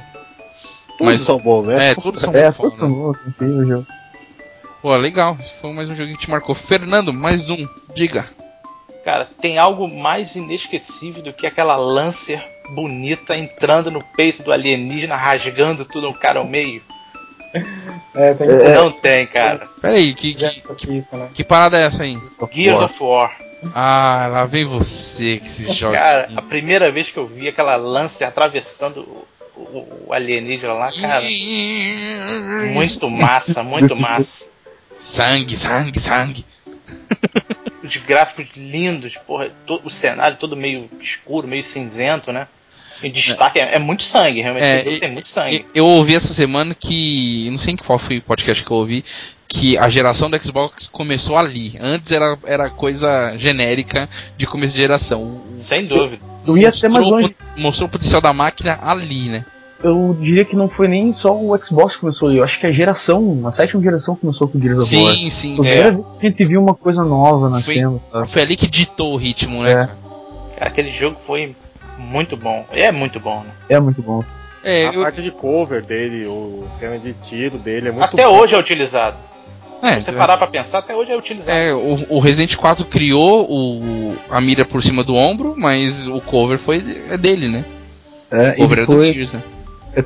Mas
Mas,
são bons, né?
é, todos são
É,
muito
foi
foda. né?
famoso, incrível o jogo.
Pô, legal. Esse foi mais um jogo que te marcou. Fernando, mais um. Diga.
Cara, tem algo mais inesquecível do que aquela Lancer bonita entrando no peito do alienígena, rasgando tudo um cara ao meio.
É, tem que
É,
Não tem, cara.
Pera aí, que, é que,
fazer isso, né?
que parada é essa aí?
Gears of War.
Ah, lá vem você que se joga.
Cara, a primeira vez que eu vi aquela Lancer atravessando o, o- o alienígena lá, cara. Muito massa, muito massa.
Sangue, sangue, sangue.
Os gráficos lindos, porra, todo, o cenário todo meio escuro, meio cinzento, né? E destaque é, é muito sangue, realmente.
É,
esse jogo
e-
tem muito sangue.
E- Eu ouvi essa semana que. eu Não sei em qual foi o podcast que eu ouvi. Que a geração do Xbox começou ali. Antes era, era coisa genérica de começo de geração. O-
sem dúvida.
Eu ia até mais
mostrou o
longe.
pot- Mostrou o potencial da máquina ali, né?
Eu diria que não foi nem só o Xbox que começou, eu acho que a geração, a sétima geração começou com o Gears of War.
Sim, sim.
Foi a primeira vez que a gente viu uma coisa nova tá? nascendo.
é.
sabe?
Foi ali que ditou o ritmo, né?
É.
cara?
Cara, aquele jogo foi muito bom. É muito bom, né?
É muito bom.
É,
a
eu-
parte de cover dele, o esquema de tiro dele é muito
Até
bom.
hoje é utilizado.
é,
Ah,
Se você parar pra pensar, até hoje é utilizado.
é, o, o Resident 4 criou o, a mira por cima do ombro, mas o cover foi é dele, né?
É,
O cover
e
é do
foi,
Gears, né?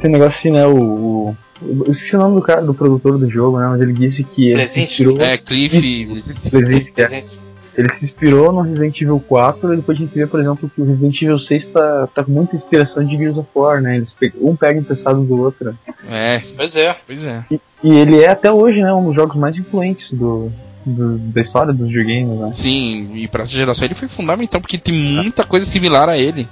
tem um negócio assim, né? O, o, eu esqueci o nome do cara, do produtor do jogo, né? Mas ele disse que ele se
Plezinski.
inspirou.
É, Cliff.
Plezinski, é.
Gente,
Ele se inspirou no Resident Evil 4 e depois a gente vê, por exemplo, que o Resident Evil 6 tá, tá com muita inspiração de Gears of War, né? Eles pe- um pega emprestado do outro.
É,
Pois é.
pois é.
E ele é até hoje, né? Um dos jogos mais influentes do, do- da história dos videogames, né?
Sim, e pra essa geração ele foi fundamental, porque tem muita coisa similar a ele.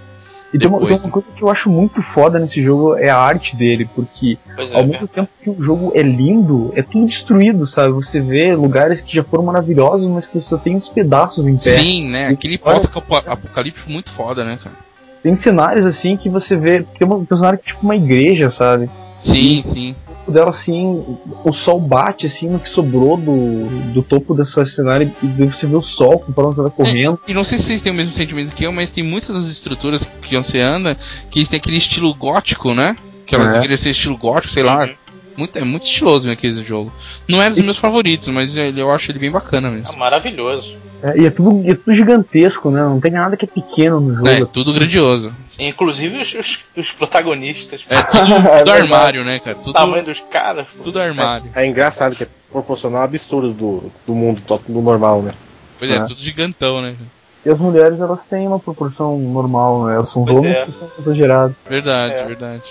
E tem uma, tem
Depois,
uma coisa que eu acho muito foda nesse jogo é a arte dele, porque
Pois é,
ao mesmo tempo que o jogo é lindo, é tudo destruído, sabe? Você vê lugares que já foram maravilhosos, mas que só tem uns pedaços em pé.
Sim, né? Aquele pós-apocalipse muito foda, né, cara?
Tem cenários assim que você vê. Tem, uma, tem um cenário que é tipo uma igreja, sabe?
Sim, sim.
topo dela assim, o sol bate assim no que sobrou do, do topo dessa cenário e daí você vê o sol comparando ela correndo.
E não sei se vocês têm o mesmo sentimento que eu, mas tem muitas das estruturas que você anda que tem aquele estilo gótico, né? Aquelas
É.
igrejas têm estilo gótico, sei lá. Muito, é muito estiloso mesmo aquele jogo. Não é dos meus favoritos, mas ele- eu acho ele bem bacana
é
mesmo.
maravilhoso.
É, e é tudo, e é tudo gigantesco, né? Não tem nada que é pequeno no jogo.
É, tudo grandioso.
Inclusive os, os- os protagonistas,
É tudo,
É
tudo
verdade.
armário, né, cara?
o
Tudo,
tamanho dos caras. pô.
tudo armário.
É engraçado que é proporcional absurdo do, do mundo do, do normal, né?
Pois é,
É.
tudo gigantão, né?
E as mulheres elas têm uma proporção normal, né? Elas são
Pois
homens
é.
que são exagerados.
Verdade,
É.
verdade.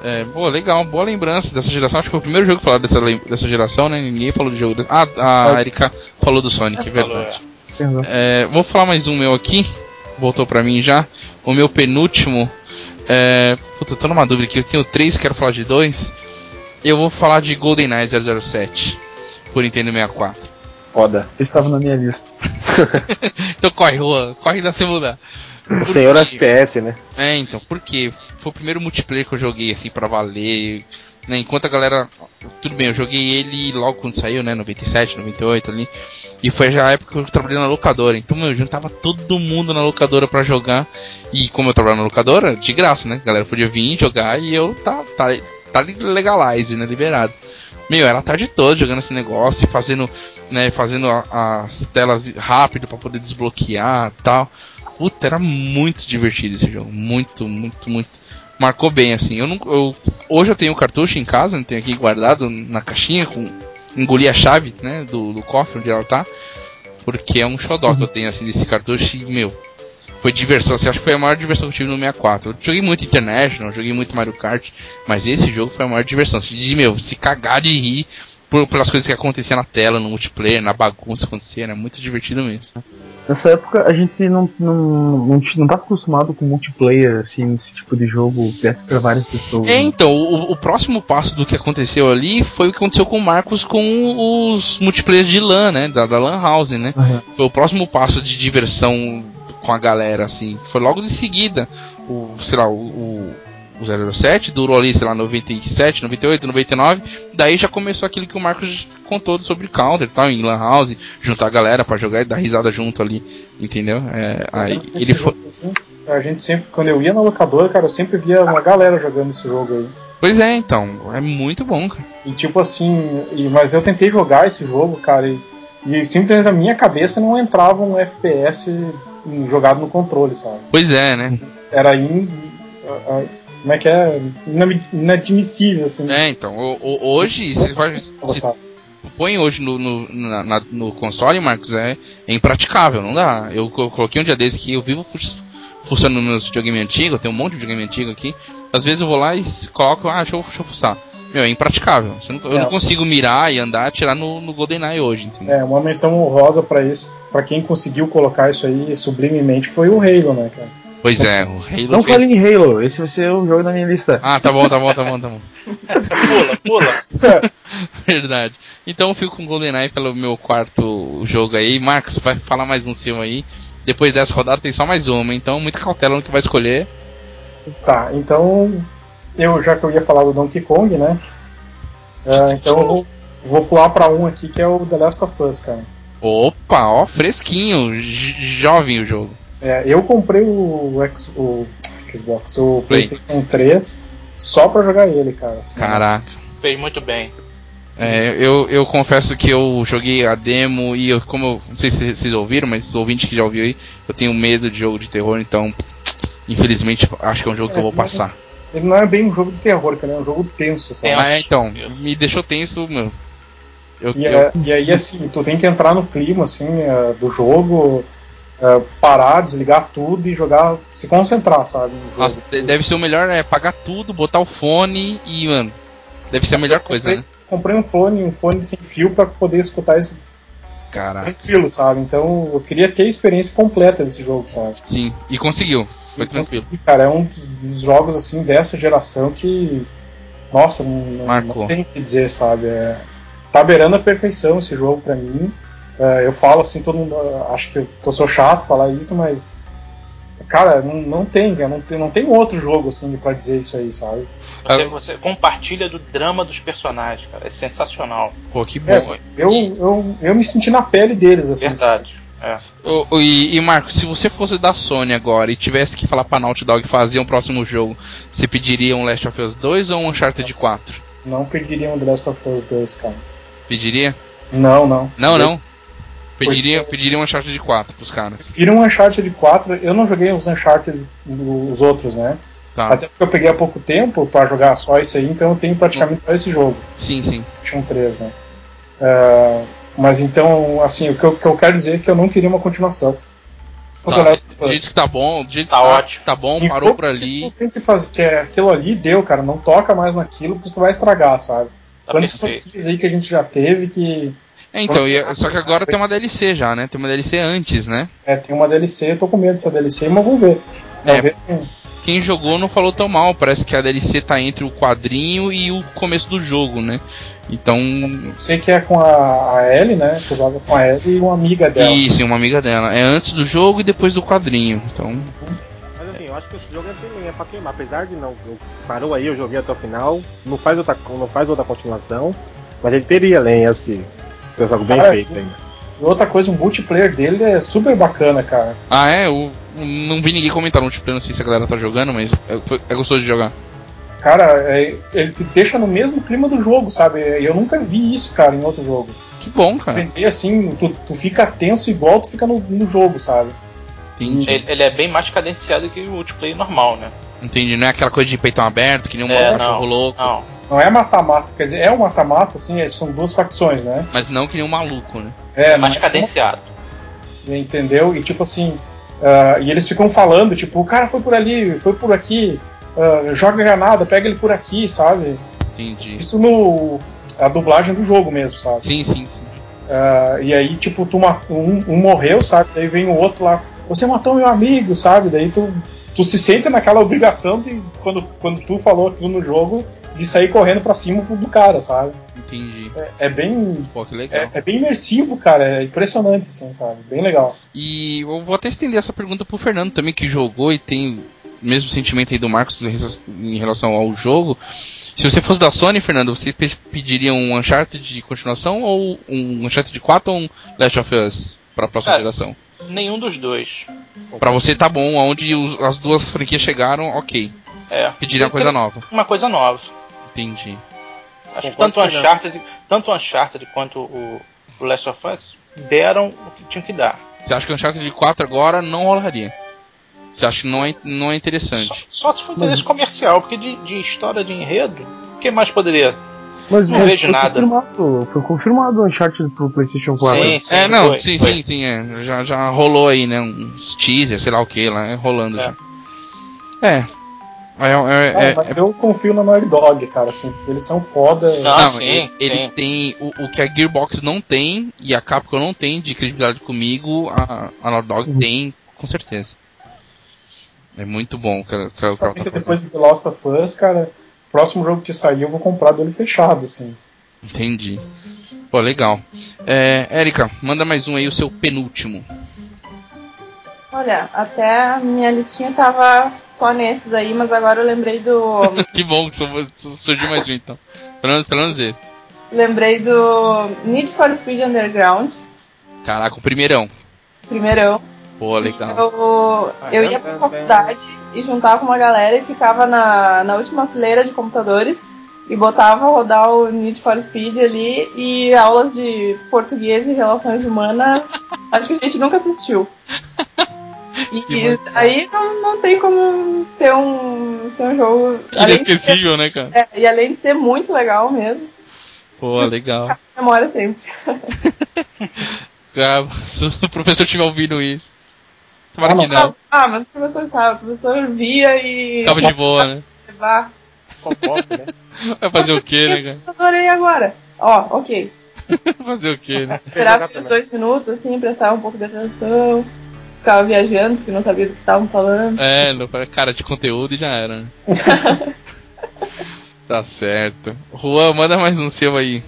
É, boa, legal, boa lembrança dessa geração. Acho que foi o primeiro jogo que falaram dessa, lem- dessa geração, né? Ninguém falou do jogo. da- Ah, a Erika falou do Sonic, é
Falou,
verdade.
é.
entendeu?
É, vou falar mais um meu aqui. Voltou pra mim já. O meu penúltimo. É, puta, eu tô numa dúvida aqui. Eu tenho três, quero falar de dois. Eu vou falar de GoldenEye 007 por Nintendo 64.
Foda.
Eu estava na minha lista.
Então corre, Juan, corre da segunda.
O senhor FPS, né?
É, então, porque foi o primeiro multiplayer que eu joguei, assim, pra valer. né, enquanto a galera. Tudo bem, eu joguei ele logo quando saiu, né? 97, 98 ali. E foi já a época que eu trabalhei na locadora. Então, meu, juntava todo mundo na locadora pra jogar. E como eu trabalhava na locadora, de graça, né? A galera podia vir jogar e eu tá, tá, tá legalize, né? Liberado. Meu, era a tarde toda jogando esse negócio e fazendo, né, fazendo a- as telas rápido pra poder desbloquear e tal. Puta, era muito divertido esse jogo. Muito, muito, muito. Marcou bem, assim. Eu não, eu, hoje eu tenho o cartucho em casa, né, tenho aqui guardado na caixinha, com, engoli a chave, né, do, do cofre onde ela tá. Porque é um xodó que eu tenho, assim, desse cartucho e, meu, foi diversão. Assim, acho que foi a maior diversão que eu tive no 64. Eu joguei muito International, joguei muito Mario Kart, mas esse jogo foi a maior diversão. Assim, de, meu, se cagar de rir por, pelas coisas que aconteciam na tela, no multiplayer, na bagunça que acontecia, era muito divertido mesmo.
Nessa época a gente não, não, não, não tava acostumado com multiplayer, assim, esse tipo de jogo que desse pra várias pessoas.
É,
né?
então, o, o próximo passo do que aconteceu ali foi o que aconteceu com o Marcos com os multiplayers de LAN, né? Da, da LAN House, né?
Aham.
Foi o próximo passo de diversão com a galera, assim. Foi logo em seguida. O, sei lá, o, o 007 durou ali, sei lá, 97, 98, 99. Daí já começou aquilo que o Marcos contou sobre Counter e tal, em LAN House. Juntar a galera pra jogar e dar risada junto ali, entendeu? É, aí
Esse
ele foi...
jogo, assim, A gente sempre, quando eu ia na locadora, cara, eu sempre via uma galera jogando esse jogo aí.
Pois é, então. É muito bom, cara.
E tipo assim, e- mas eu tentei jogar esse jogo, cara, e, e simplesmente na minha cabeça não entrava um FPS jogado no controle, sabe?
Pois é, né?
Era in, a- a- como é que é? Inami- Inadmissível, assim.
É, então, o- o- hoje, você vai, se
Gostar.
põe hoje no, no, na- na- no console, Marcos, é, é impraticável, não dá. Eu, co- coloquei um dia desse que eu vivo fu- fuçando no meu videogame antigo, eu tenho um monte de videogame antigo aqui. Às vezes eu vou lá e s- coloco, ah, deixa eu, deixa eu fuçar. Meu, é impraticável. Você não- eu
É.
não consigo mirar e andar, tirar no, no GoldenEye hoje, entendeu?
É, uma menção honrosa pra isso, para quem conseguiu colocar isso aí sublimemente foi o Halo, né, cara?
Pois é, o Halo
Não
fez-
fale em Halo, esse vai ser o jogo da minha lista.
Ah, tá bom, tá bom, tá bom, tá bom.
Pula, pula.
Verdade. Então eu fico com o GoldenEye pelo meu quarto jogo aí. Marcos, vai falar mais um seu aí. Depois dessa rodada tem só mais uma, então muita cautela no que vai escolher.
Tá, então eu já que eu ia falar do Donkey Kong, né? ah, então eu vou, vou pular pra um aqui que é o The Last of Us, cara.
Opa, ó, fresquinho, j- jovem o jogo.
É, eu comprei o, X- o Xbox, o
Play.
PlayStation 3 só pra jogar ele, cara. assim.
Caraca.
Fez muito bem.
É, eu, eu confesso que eu joguei a demo e eu, como eu, não sei se vocês ouviram, mas os ouvintes que já ouviu aí, eu tenho medo de jogo de terror, então infelizmente acho que é um jogo que eu vou passar.
Ele não é bem um jogo de terror, cara, é um jogo tenso, sabe?
Tenso.
Ah, é, então, me deixou tenso, meu. Eu,
E,
eu-
é- e aí, assim, tu tem que entrar no clima, assim, é, do jogo, é, parar, desligar tudo e jogar, se concentrar, sabe? no jogo.
nossa, de- deve ser o melhor, é pagar tudo, botar o fone e, mano, deve ser a melhor coisa, né?
Comprei um fone, um fone sem fio pra poder escutar isso
Caraca. Ah.
tranquilo, sabe? Então eu queria ter a experiência completa desse jogo, sabe?
Sim, e conseguiu. Foi tranquilo.
Cara, é um dos- dos jogos assim dessa geração que. Nossa, não, não-
Marcou.
não tem o que dizer, sabe? É, tá beirando a perfeição esse jogo pra mim. É, eu falo assim, todo mundo. ah, Acho que eu, que eu sou chato falar isso, mas. Cara, não, não tem, cara, não tem, não tem outro jogo assim pra dizer isso aí, sabe?
Você, você compartilha do drama dos personagens, cara. É sensacional.
Pô,
É.
que bom.
Eu, eu, eu me senti na pele deles, assim.
Verdade. É.
Ô, ô, e, e, Marco, se você fosse da Sony agora e tivesse que falar pra Naughty Dog fazer um próximo jogo, você pediria um Last of Us 2 ou um Uncharted 4?
Não perderiam The Last of Us 2, cara.
Pediria?
Não, não.
Não, não. Pediria, pediria um Uncharted 4 pros caras.
Vira um Uncharted 4, eu não joguei os Uncharted, os outros, né?
Tá.
Até porque eu peguei há pouco tempo pra jogar só isso aí, então eu tenho praticamente só esse jogo,
Sim, sim.
Playstation 3, né? Ah, mas então, assim, o que eu, o que eu quero dizer é que eu não queria uma continuação. "Ah, O The
Tá.
Last
Do
of Us.
jeito que tá bom, do jeito que
é Tá
tá,
ótimo.
tá bom,
E
parou
como
por ali.
Tu tem que fazer, que é- aquilo ali deu, cara, não toca mais naquilo, porque tu vai estragar, sabe?
Tá
Quantas
perfeito.
franquias aí que a gente já teve que
É, então, e- só que agora tem uma DLC já, né? Tem uma DLC antes, né?
é, tem uma DLC, eu tô com medo dessa DLC, mas vamos ver.
É.
Talvez-
Quem jogou não falou tão mal, parece que a DLC tá entre o quadrinho e o começo do jogo, né? Então,
Sei que é com a, a Ellie, né? Que joga com a Ellie e uma amiga dela.
isso, é uma amiga dela. É antes do jogo e depois do quadrinho. Então,
Mas assim, eu acho que esse jogo é, assim, é pra queimar, apesar de não. eu- Parou aí, eu joguei até o final, não faz outra, não faz outra continuação, mas ele teria lenha, assim. Foi um jogo bem
Cara,
feito ainda.
E outra coisa, o multiplayer dele é super bacana, cara.
Ah, é? Eu não vi ninguém comentar no multiplayer, não sei se a galera tá jogando, mas é, foi- é gostoso de jogar.
Cara, é- ele te deixa no mesmo clima do jogo, sabe? E Eu nunca vi isso, cara, em outro jogo.
Que bom, cara.
Aprender assim, tu, tu fica tenso igual tu fica no, no jogo, sabe?
Entendi.
Ele, ele é bem mais cadenciado que o multiplayer normal, né?
Entendi. Não é aquela coisa de peitão aberto, que nem um
É,
cachorro
não,
louco,
Não.
Não é mata-mata, quer dizer, é um mata-mata, assim, é- são duas facções, né?
mas não que nem um maluco, né?
É,
É mais
não é-
cadenciado.
entendeu? E tipo assim, ah, e eles ficam falando, tipo, o cara foi por ali, foi por aqui, ah, joga granada, pega ele por aqui, sabe?
Entendi.
Isso no. a dublagem do jogo mesmo, sabe?
Sim, sim, sim.
Ah, e aí, tipo, tu ma- um, um morreu, sabe? Daí vem o outro lá, você matou meu amigo, sabe? Daí tu, tu se sente naquela obrigação de, quando, quando tu falou aquilo no jogo, de sair correndo pra cima do cara, sabe?
Entendi.
É, é bem.
Pô, que legal.
É, é bem imersivo, cara. É impressionante, assim, cara. Bem legal.
E eu vou até estender essa pergunta pro Fernando também, que jogou e tem o mesmo sentimento aí do Marcos em relação ao jogo. Se você fosse da Sony, Fernando, você pe- pediria um Uncharted de continuação ou um Uncharted 4 ou um Last of Us pra próxima
É.
Cara,
geração?
Nenhum dos dois.
Pra você tá bom, aonde os- as duas franquias chegaram, ok.
É.
Pediria uma coisa nova.
Uma coisa nova.
Entendi.
Acho que
Concordo
tanto o
com o
Uncharted, tanto o Uncharted quanto o, o Last of Us deram o que tinham que dar.
Você acha que o Uncharted 4 agora não rolaria? Você acha que não é, não é
Só,
interessante?
só se for interesse comercial, porque de, de história de enredo, o que mais poderia?
Mas,
Não
mas
vejo
foi
nada.
Confirmado, foi confirmado o Uncharted pro PlayStation 4.
Sim, sim,
é, não,
foi,
sim,
foi.
sim, sim, é. Já, já rolou aí, né? Uns teaser, sei lá o que lá, é, rolando
É. Ah,
já. É. É, é,
Não,
é,
mas
é-
eu confio na Naughty Dog, cara, assim, eles são foda.
Ah,
não,
sim,
e- eles
sim.
têm o, o que a Gearbox não tem e a Capcom não tem de credibilidade comigo, a, a Naughty Dog tem, com certeza. É muito bom o que, ela- que ela tá
Principalmente
fazendo.
depois de The Last of Us, cara, próximo jogo que sair eu vou comprar dele fechado, assim.
Entendi. Pô, legal. É, Érica, manda mais um aí, o seu penúltimo.
Olha, até a minha listinha tava só nesses aí, mas agora eu lembrei do. hum,
Que bom que su- su- surgiu mais um, então. Pelo menos, pelo menos esse.
lembrei do Need for Speed Underground,
Caraca, o primeirão.
primeirão.
Pô, legal.
Eu, eu ia pra faculdade e juntava uma galera e ficava na, na última fileira de computadores e botava a rodar o Need for Speed ali e aulas de português e relações humanas. acho que a gente nunca assistiu.
Que
E
bacana.
aí não, não tem como ser um, ser um jogo. além de ser-
Inesquecível, né, cara?
é, e além de ser muito legal mesmo,
Pô, legal.
memória sempre.
Cara, se o professor estiver ouvindo isso. Tomara
Ah,
que não.
Ah, mas o professor sabe, o professor via e.
Tava de boa, né?
levar.
Concordo, né?
Vai fazer o quê, né,
Eu adorei agora. Ó, ok.
cara? Fazer o quê, né?
Esperar
jogar
pelos
também.
dois minutos, assim, prestar um pouco de atenção. ficava viajando, porque não sabia do que estavam falando.
É, não- cara de conteúdo e já era. né? tá certo. Juan, manda mais um seu aí.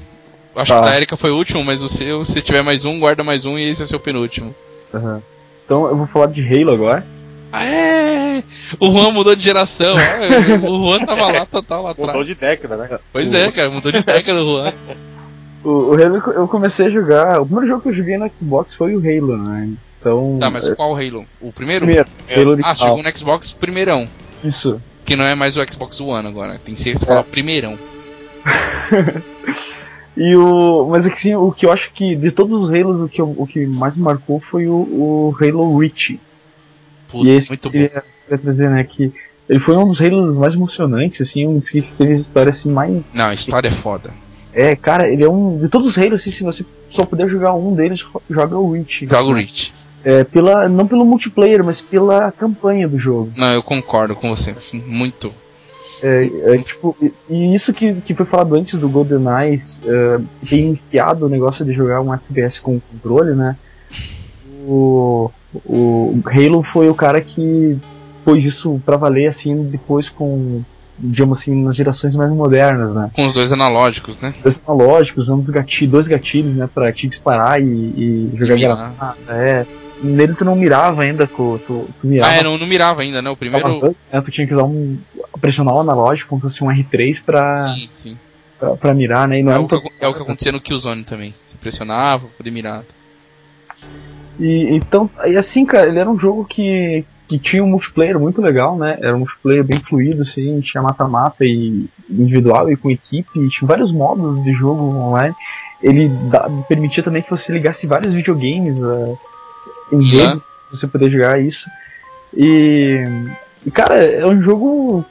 Acho
Tá.
que o da Erika foi o último, mas o seu, se tiver mais um, guarda mais um e esse é o seu penúltimo.
Aham. Então eu vou falar de Halo agora.
Ah, é! O Juan mudou de geração. é, o Juan tava lá total lá
Mudou
atrás.
de década, né?
Pois é, cara, mudou de década o Juan.
O, o Halo eu comecei a jogar. O primeiro jogo que eu joguei no Xbox foi o Halo, né? Então.
Tá, mas
é,
qual Halo? O primeiro?
primeiro. Halo
Ah,
original.
chegou no Xbox primeirão.
Isso.
Que não é mais o Xbox One agora. Tem que ser
É.
falar primeirão.
E o. Mas é que sim, o que eu acho que. De todos os Halos, o que, eu- o que mais me marcou foi o, o Halo Reach.
Puta,
e é isso que
muito
eu
bom.
queria, queria trazer, né? Que ele foi um dos reinos mais emocionantes, assim, um dos que teve as histórias assim, mais.
Não, a história é foda.
É, cara, ele é um. De todos os reinos, assim, se você só puder jogar um deles, jo- joga o Witch.
Joga o Reach.
É, pela, não pelo multiplayer, mas pela campanha do jogo.
Não, eu concordo com você. Muito.
É, é, tipo, e, e isso que, que foi falado antes do GoldenEye é, ter iniciado o negócio de jogar um FPS com controle, né? O, o Halo foi o cara que pôs isso pra valer, assim, depois com, digamos assim, nas gerações mais modernas, né?
Com os dois analógicos, né?
Os analógicos, usando os gati- dois gatilhos, né, pra te disparar e, e jogar
mirar,
granada. É. Nele tu não mirava ainda, co- tu, tu mirava
né? Ah, é, não, não mirava ainda, né? O primeiro.
Tava- é, tu tinha que usar um. pressionar o analógico como se fosse um R3 pra,
Sim, sim.
pra, pra mirar, né? E não
É
era
o,
um
que,
to-
acon- é o que acontecia no Killzone também. Você pressionava pra poder mirar.
e, então, e assim, cara, ele era um jogo que, que tinha um multiplayer muito legal, né? Era um multiplayer bem fluido, assim, tinha mata-mata e individual e com equipe, e tinha vários modos de jogo online. Ele da- permitia também que você ligasse vários videogames eh, em
Lá.
rede pra você poder jogar isso. E, e, cara, é um jogo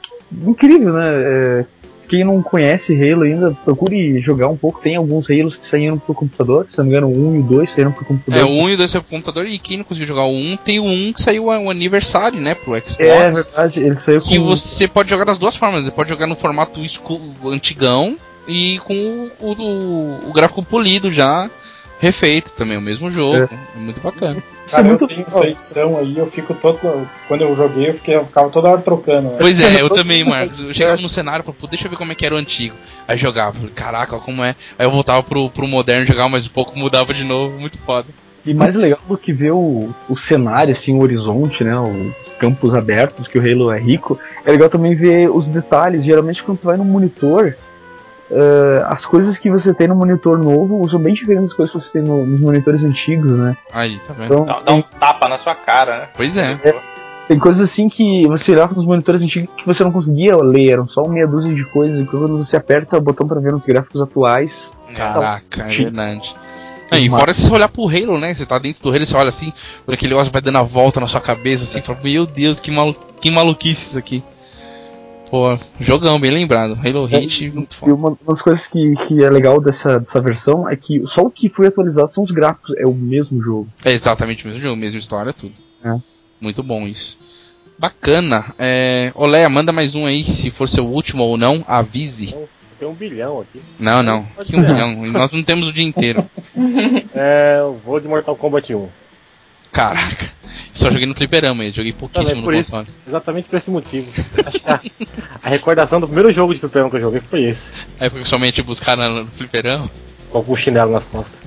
incrível, né? É, quem não conhece Halo ainda, procure jogar um pouco. Tem alguns Halos que saíram pro computador, se não me engano, o 1 e o 2 saíram pro computador.
É, o 1 e o 2 foi pro computador. E quem não conseguiu jogar o 1, tem o 1 que saiu o aniversário, né? Pro Xbox.
É verdade, ele saiu
que
com.
você pode jogar das duas formas. Você pode jogar no formato escu- antigão e com o, o- o gráfico polido já, refeito também, o mesmo jogo. É Muito bacana.
Isso, isso
Cara,
é muito
eu tenho essa
legal.
edição aí, eu fico todo. Quando eu joguei, eu, fiquei, eu ficava toda hora trocando. né?
Pois é, eu também, Marcos. Eu chegava no cenário pra, deixa eu ver como é que era o antigo. Aí jogava, falei, caraca, olha como é. Aí eu voltava pro, pro moderno, jogava mais um pouco, mudava de novo, muito foda.
E mais legal do que ver o, o cenário, assim, o horizonte, né? Os campos abertos, que o Halo é rico. É legal também ver os detalhes. Geralmente quando tu vai no monitor, eh, as coisas que você tem no monitor novo são bem diferentes das coisas que você tem no- nos monitores antigos, né?
Aí, tá vendo?
Então,
Dá, dá um tapa na sua cara, né?
Pois é.
Tem coisas assim que você olhava nos monitores antigos que você não conseguia ler, eram só meia dúzia de coisas, e quando você aperta o botão pra ver nos gráficos atuais.
Então,
Caraca, é
Sim.
verdade. Aí, fora se você olhar pro Halo, né? Você tá dentro do Halo, você olha assim, por aquele negócio vai dando a volta na sua cabeça, assim, fala, meu Deus, que, malu que maluquice isso aqui. Pô, jogão, bem lembrado. Halo Reach, muito
É, E
foda.
uma das coisas que, que é legal dessa, dessa versão é que só o que foi atualizado são os gráficos, é o mesmo jogo.
É exatamente o mesmo jogo, mesma história, tudo.
É.
Muito bom isso. Bacana. É... Olé, manda mais um aí, se for seu último ou não, avise.
Tem um bilhão aqui.
Não, não.
Pode
Que um
É.
ser.
milhão. Nós não temos o dia inteiro.
É, eu vou de Mortal Kombat 1.
Caraca. Só joguei no fliperama, eu
é
joguei pouquíssimo
Também por
no
isso.
console.
Exatamente por esse motivo. Acho que a, a recordação do primeiro jogo de fliperama que eu joguei foi esse.
É porque somente buscar no fliperama.
Com algum chinelo nas costas.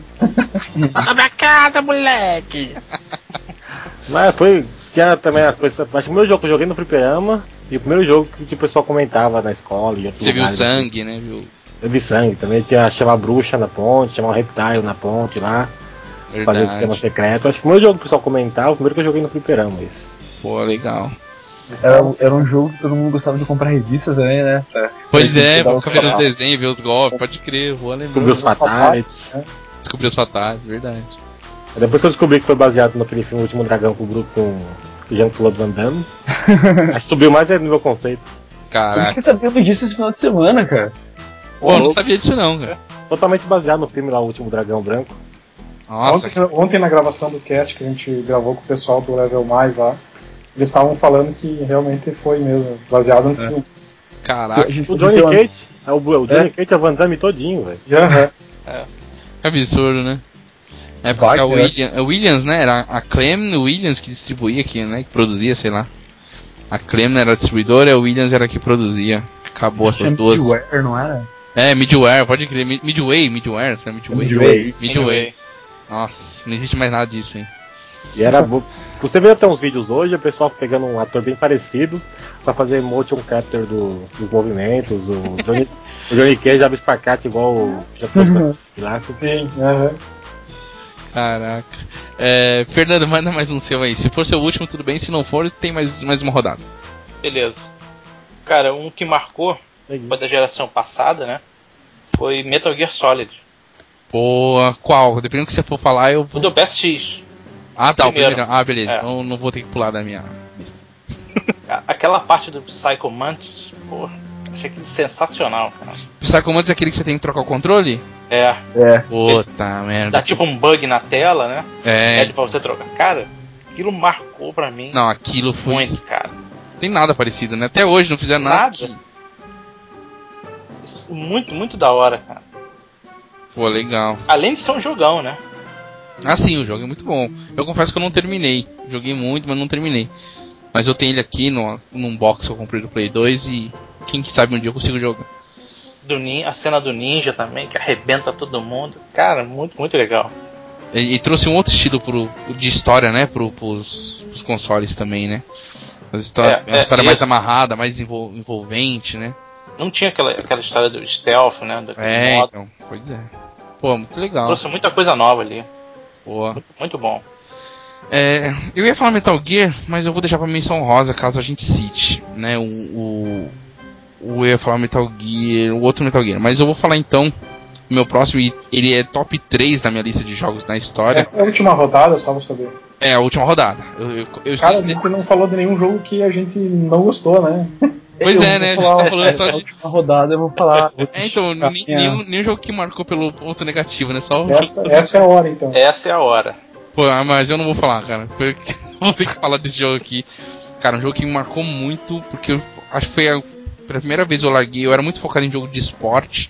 Abra casa, moleque!
Mas foi. Tinha também as coisas. Mas o primeiro jogo que eu joguei no fliperama e o primeiro jogo que, que o pessoal comentava na escola e outros
Você viu
lugares.
sangue, né? Viu?
Eu vi sangue também. Tinha chamar bruxa na ponte, chamar reptile na ponte lá, fazer o esquema
Verdade.
secreto. Acho que o primeiro jogo que o pessoal comentava, o primeiro que eu joguei no fliperama esse.
Hum,
Pô, legal.
Era, um- era um jogo que todo mundo gostava de comprar revistas também, né?
Pois é,
Dá um
vou ficar vendo os
canal.
desenhos, ver os golpes, pode crer, vou lembrar.
Descobri os fatalities.
né?
Descobri os fatales, verdade.
Depois que eu descobri que foi baseado naquele filme O Último Dragão com o Bruno com o Jean-Claude Van Damme. aí subiu mais ainda no meu conceito.
Eu
Caraca.
fiquei sabendo disso esse final de semana, cara.
é
Pô, eu não sabia disso não, cara.
Totalmente baseado no filme lá O Último Dragão Branco.
Nossa,
Ontem, ontem na gravação do cast que a gente gravou com o pessoal do Level Mais lá, eles estavam falando que realmente foi mesmo, baseado no
É.
filme.
caraca.
O Johnny Cage. É o, o Johnny Cage é o Van Damme todinho, velho.
E, aham,
Que absurdo, né? É porque
Vai,
a
eu
William- a Williams, né? Era a Clem Williams que distribuía aqui, né? Que produzia, sei lá. A Clem era a distribuidora, a Williams era a que produzia. Acabou essas
Tinha
duas.
Midware, não era?
É, Midware, pode crer. Mid- Midway, Midware, será Midway?
Midway.
Midway. Nossa, não existe mais nada disso, hein?
E era bom. Você vê até uns vídeos hoje, o pessoal pegando um ator bem parecido pra fazer motion capture do- dos movimentos, o Johnny, o Johnny Cage abre espacate igual o japonês lá.
Sim, aham.
Caraca. É, Fernando, manda mais um seu aí. Se for seu último, tudo bem. Se não for, tem mais, mais uma rodada.
Beleza. Cara, um que marcou, foi da geração passada, né? Foi Metal Gear Solid.
Boa, qual? Dependendo do que você for falar, eu
O
vou.
do PSX.
Ah, tá, o
primeiro.
primeiro. Ah, beleza.
É.
Então não vou ter que pular da minha lista.
A- Aquela parte do Psycho Mantis, pô, achei aquilo sensacional, cara.
Psychomantis é aquele que você tem que trocar o controle?
É,
Puta merda.
dá tipo um bug na tela, né?
É.
Pede pra você trocar. Cara, aquilo marcou pra mim
Não, aquilo foi.
muito, cara.
Tem nada parecido, né? Até hoje não fizeram nada.
Nada.
que-
Isso- Muito, muito da hora, cara.
Pô, legal.
Além de ser um jogão, né?
Ah, sim, o jogo é muito bom. Eu confesso que eu não terminei. Joguei muito, mas não terminei. Mas eu tenho ele aqui no, num box que eu comprei do Play 2 e quem que sabe um dia eu consigo jogar.
Do nin... A cena do ninja também, que arrebenta todo mundo. Cara, muito, muito legal.
E, e trouxe um outro estilo pro, de história, né? Pro, pros, pros consoles também, né? Mas história,
É,
é, uma
é,
história
e-
mais amarrada, mais envol- envolvente, né?
Não tinha aquela, aquela história do stealth, né? Daquele
É,
modo.
então, pois é. Pô, muito legal.
Trouxe muita coisa nova ali.
Boa.
Muito, muito bom.
É, eu ia falar Metal Gear, mas eu vou deixar pra menção rosa caso a gente cite, né? O, o, o- eu ia falar Metal Gear, o outro Metal Gear, mas eu vou falar então o meu próximo, e ele é top 3 na minha lista de jogos na história.
Essa é a última rodada, só pra saber.
É, a última rodada. Eu, eu, eu estou
Cara, a
este-
gente não falou de nenhum jogo que a gente não gostou, né?
Pois
eu
é,
vou
né? A gente
falar
tá
uma-
falando só
essa
de.
última rodada eu vou falar.
É, então, ni-
minha-
nenhum, nenhum jogo que marcou pelo ponto negativo, né? Só o
Essa,
jogo-
essa é a hora, então.
Essa é a hora.
Pô, ah, mas eu não vou falar, cara. porque eu vou ter que falar desse jogo aqui. Cara, um jogo que me marcou muito, porque eu acho que foi a pela primeira vez eu larguei. Eu era muito focado em jogo de esporte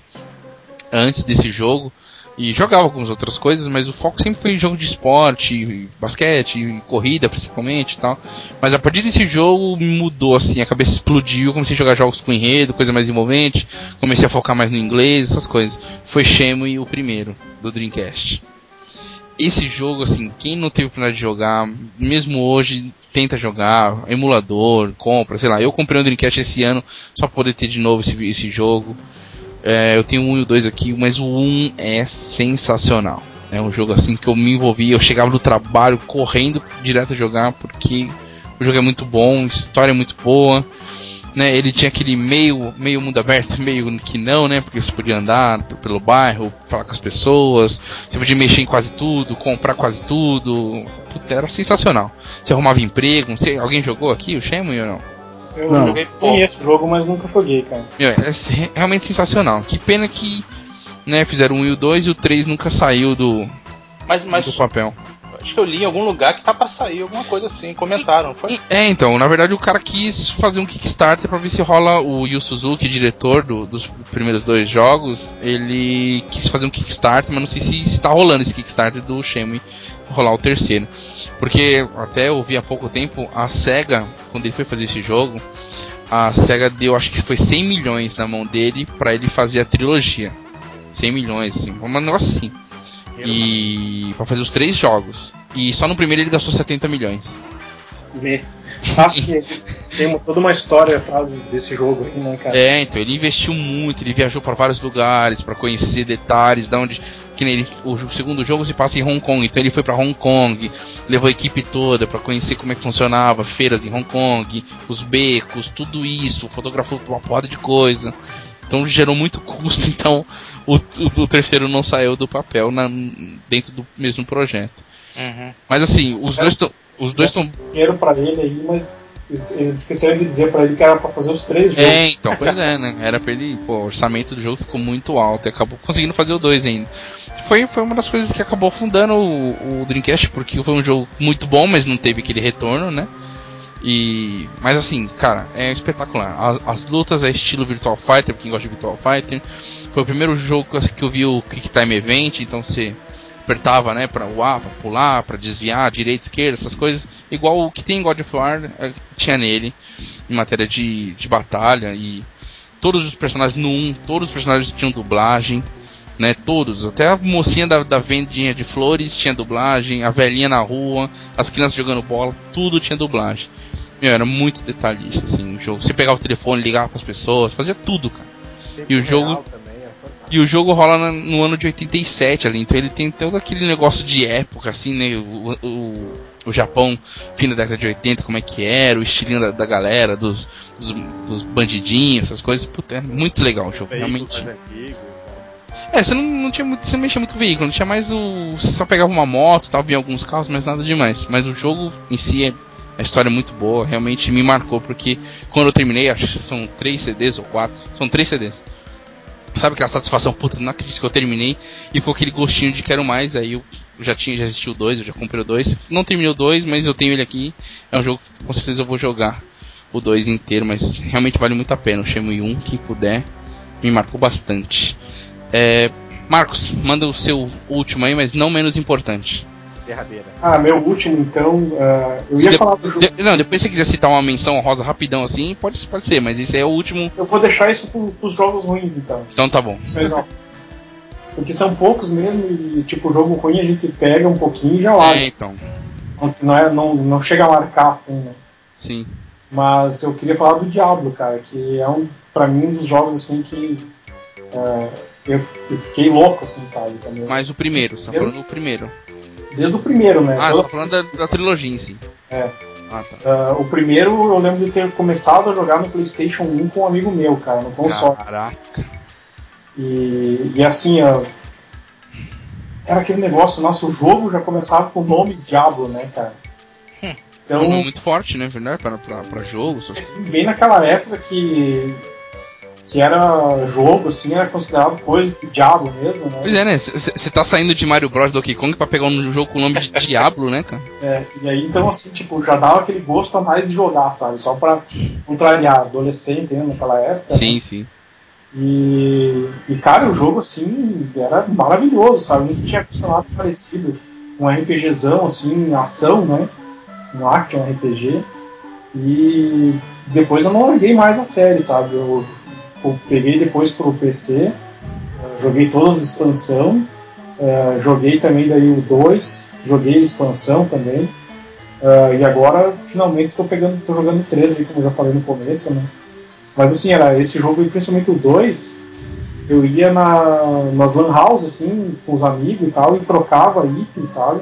antes desse jogo. E jogava algumas outras coisas, mas o foco sempre foi em jogo de esporte, e basquete, e corrida principalmente e tal. Mas a partir desse jogo mudou assim, a cabeça explodiu, eu comecei a jogar jogos com enredo, coisa mais envolvente, comecei a focar mais no inglês, essas coisas. Foi Shenmue o primeiro do Dreamcast esse jogo, assim, quem não teve oportunidade de jogar, mesmo hoje, tenta jogar, emulador, compra, sei lá. Eu comprei um Dreamcast esse ano só pra poder ter de novo esse, esse jogo. É, eu tenho um e o dois aqui, mas o um é sensacional. É um jogo assim que eu me envolvi, eu chegava do trabalho correndo direto jogar, porque o jogo é muito bom, a história é muito boa. Né, ele tinha aquele meio, meio mundo aberto, meio que não, né? Porque você podia andar p- pelo bairro, falar com as pessoas, você podia Tipo, mexer em quase tudo, comprar quase tudo. Puta, era sensacional. Você arrumava emprego, não sei, alguém jogou aqui o Shenmue ou não?
Eu
Não.
joguei conheço o jogo, mas nunca joguei, cara.
Meu, é se- realmente sensacional. Que pena que né, fizeram um e o dois e o três nunca saiu do,
Mas, mas
do papel.
acho que eu li em algum lugar que tá pra sair alguma coisa assim. Comentaram, não foi?
E- é, então, na verdade o cara quis fazer um Kickstarter pra ver se rola o Yu Suzuki, diretor do- dos primeiros dois jogos. Ele quis fazer um Kickstarter, mas não sei se está rolando esse Kickstarter do Shenmue rolar o terceiro. Porque até eu vi há pouco tempo a SEGA, quando ele foi fazer esse jogo, a SEGA deu acho que foi 100 milhões na mão dele pra ele fazer a trilogia. 100 milhões, assim, um negócio assim. E pra fazer os três jogos. E só no primeiro ele gastou 70 milhões.
Me. Acho que tem uma- toda uma história atrás desse jogo aí, né, cara?
É, então ele investiu muito, ele viajou pra vários lugares pra conhecer detalhes da onde que nem ele, o jo- segundo jogo se passa em Hong Kong, então ele foi pra Hong Kong, levou a equipe toda pra conhecer como é que funcionava, feiras em Hong Kong, os becos, tudo isso, fotografou uma porrada de coisa. Então gerou muito custo, então o, o- o terceiro não saiu do papel na- dentro do mesmo projeto.
Uhum.
Mas assim, os dois tão- os dois estão
Dinheiro pra ele aí, mas eles- eles esqueceram de dizer pra ele que era pra fazer os três jogos.
É, então, pois é, né? Era pra ele. Pô, o orçamento do jogo ficou muito alto e acabou conseguindo fazer o 2 ainda. Foi, foi uma das coisas que acabou fundando o, o Dreamcast, porque foi um jogo muito bom, mas não teve aquele retorno, né? E. Mas assim, cara, é espetacular. As, as lutas é estilo Virtual Fighter, pra quem gosta de Virtual Fighter. Foi o primeiro jogo que eu- que eu vi o Quick Time Event, então você apertava, né, pra voar, pra pular, pra desviar, direita, esquerda, essas coisas. Igual o que tem em God of War eh, tinha nele, em matéria de, de batalha. E todos os personagens no 1, todos os personagens tinham dublagem, né? Todos. Até a mocinha da, da vendinha de flores tinha dublagem, a velhinha na rua, as crianças jogando bola, tudo tinha dublagem. Meu, era muito detalhista, assim, o jogo. Você pegava o telefone, ligava pras pessoas, fazia tudo, cara. E o jogo-
é
E o jogo rola na- no ano de 87 ali, então ele tem todo aquele negócio de época, assim, né? O, o, o Japão, fim da década de 80, como é que era, o estilinho da, da galera, dos, dos, dos bandidinhos, essas coisas. Puta, é muito legal o jogo, realmente. É, você não, não tinha muito, você não mexia muito com o veículo, não tinha mais o. Você só pegava uma moto, tal, via alguns carros, mas nada demais. Mas o jogo em si é. A história é muito boa, realmente me marcou, porque quando eu terminei, acho que são três CDs ou quatro. São três CDs. Sabe aquela satisfação, puta, não acredito que eu terminei. E ficou aquele gostinho de quero mais. Aí eu já tinha, já existiu dois, eu já comprei o dois. Não terminei o dois, mas eu tenho ele aqui. É um jogo que com certeza eu vou jogar o dois inteiro, mas realmente vale muito a pena. O Shenmue 1, quem puder, me marcou bastante. É, Marcos, manda o seu último aí, mas não menos importante.
Derradeira.
Ah, meu último, então. ah, eu ia
Se de-
falar do jogo.
de- não, depois se você quiser citar uma menção rosa rapidão assim, pode, pode ser, mas esse aí é o último,
Eu vou deixar isso pro, pros jogos ruins, então.
então tá bom.
Isso é exato. Porque são poucos mesmo e, tipo, jogo ruim a gente pega um pouquinho e já larga.
É, então,
Não, não, é, não, não chega a marcar, assim, né?
sim.
Mas eu queria falar do Diablo, cara, que é um, pra mim, um dos jogos, assim, que é, eu, eu fiquei louco, assim, sabe? Também.
Mas o primeiro, você tá falando o primeiro.
Desde o primeiro, né?
Ah,
Toda-
você tá falando da, da trilogia em si.
É.
Ah, tá.
Ah, o primeiro eu lembro de ter começado a jogar no PlayStation 1 com um amigo meu, cara, no console.
Caraca.
E, e assim, ó, era aquele negócio, nosso jogo já começava com o nome Diablo, né, cara?
É
Então,
um nome muito forte, né? Verdade? Pra, pra, pra jogo, essas coisas.
assim, bem naquela época que, que era jogo, assim, era considerado coisa do Diablo mesmo, né?
Pois é, né? Você tá saindo de Mario Bros. Donkey Kong pra pegar um jogo com o nome de Diablo, né, cara?
É, e aí, então, assim, tipo, já dava aquele gosto a mais de jogar, sabe? Só pra contrariar adolescente, né, naquela época.
Sim, sim.
E, e, cara, o jogo assim era maravilhoso, sabe? Nunca tinha visto nada parecido. Um RPGzão, assim, ação, né? Um action RPG. E depois eu não larguei mais a série, sabe? Eu, eu peguei depois pro PC, eh, joguei todas as expansão, eh, joguei também daí o 2, joguei a expansão também. eh, e agora finalmente tô pegando, tô jogando o 3 aí, como eu já falei no começo, né? Mas assim, era esse jogo, e principalmente o 2, eu ia na, nas lan house, assim, com os amigos e tal, e trocava itens, sabe?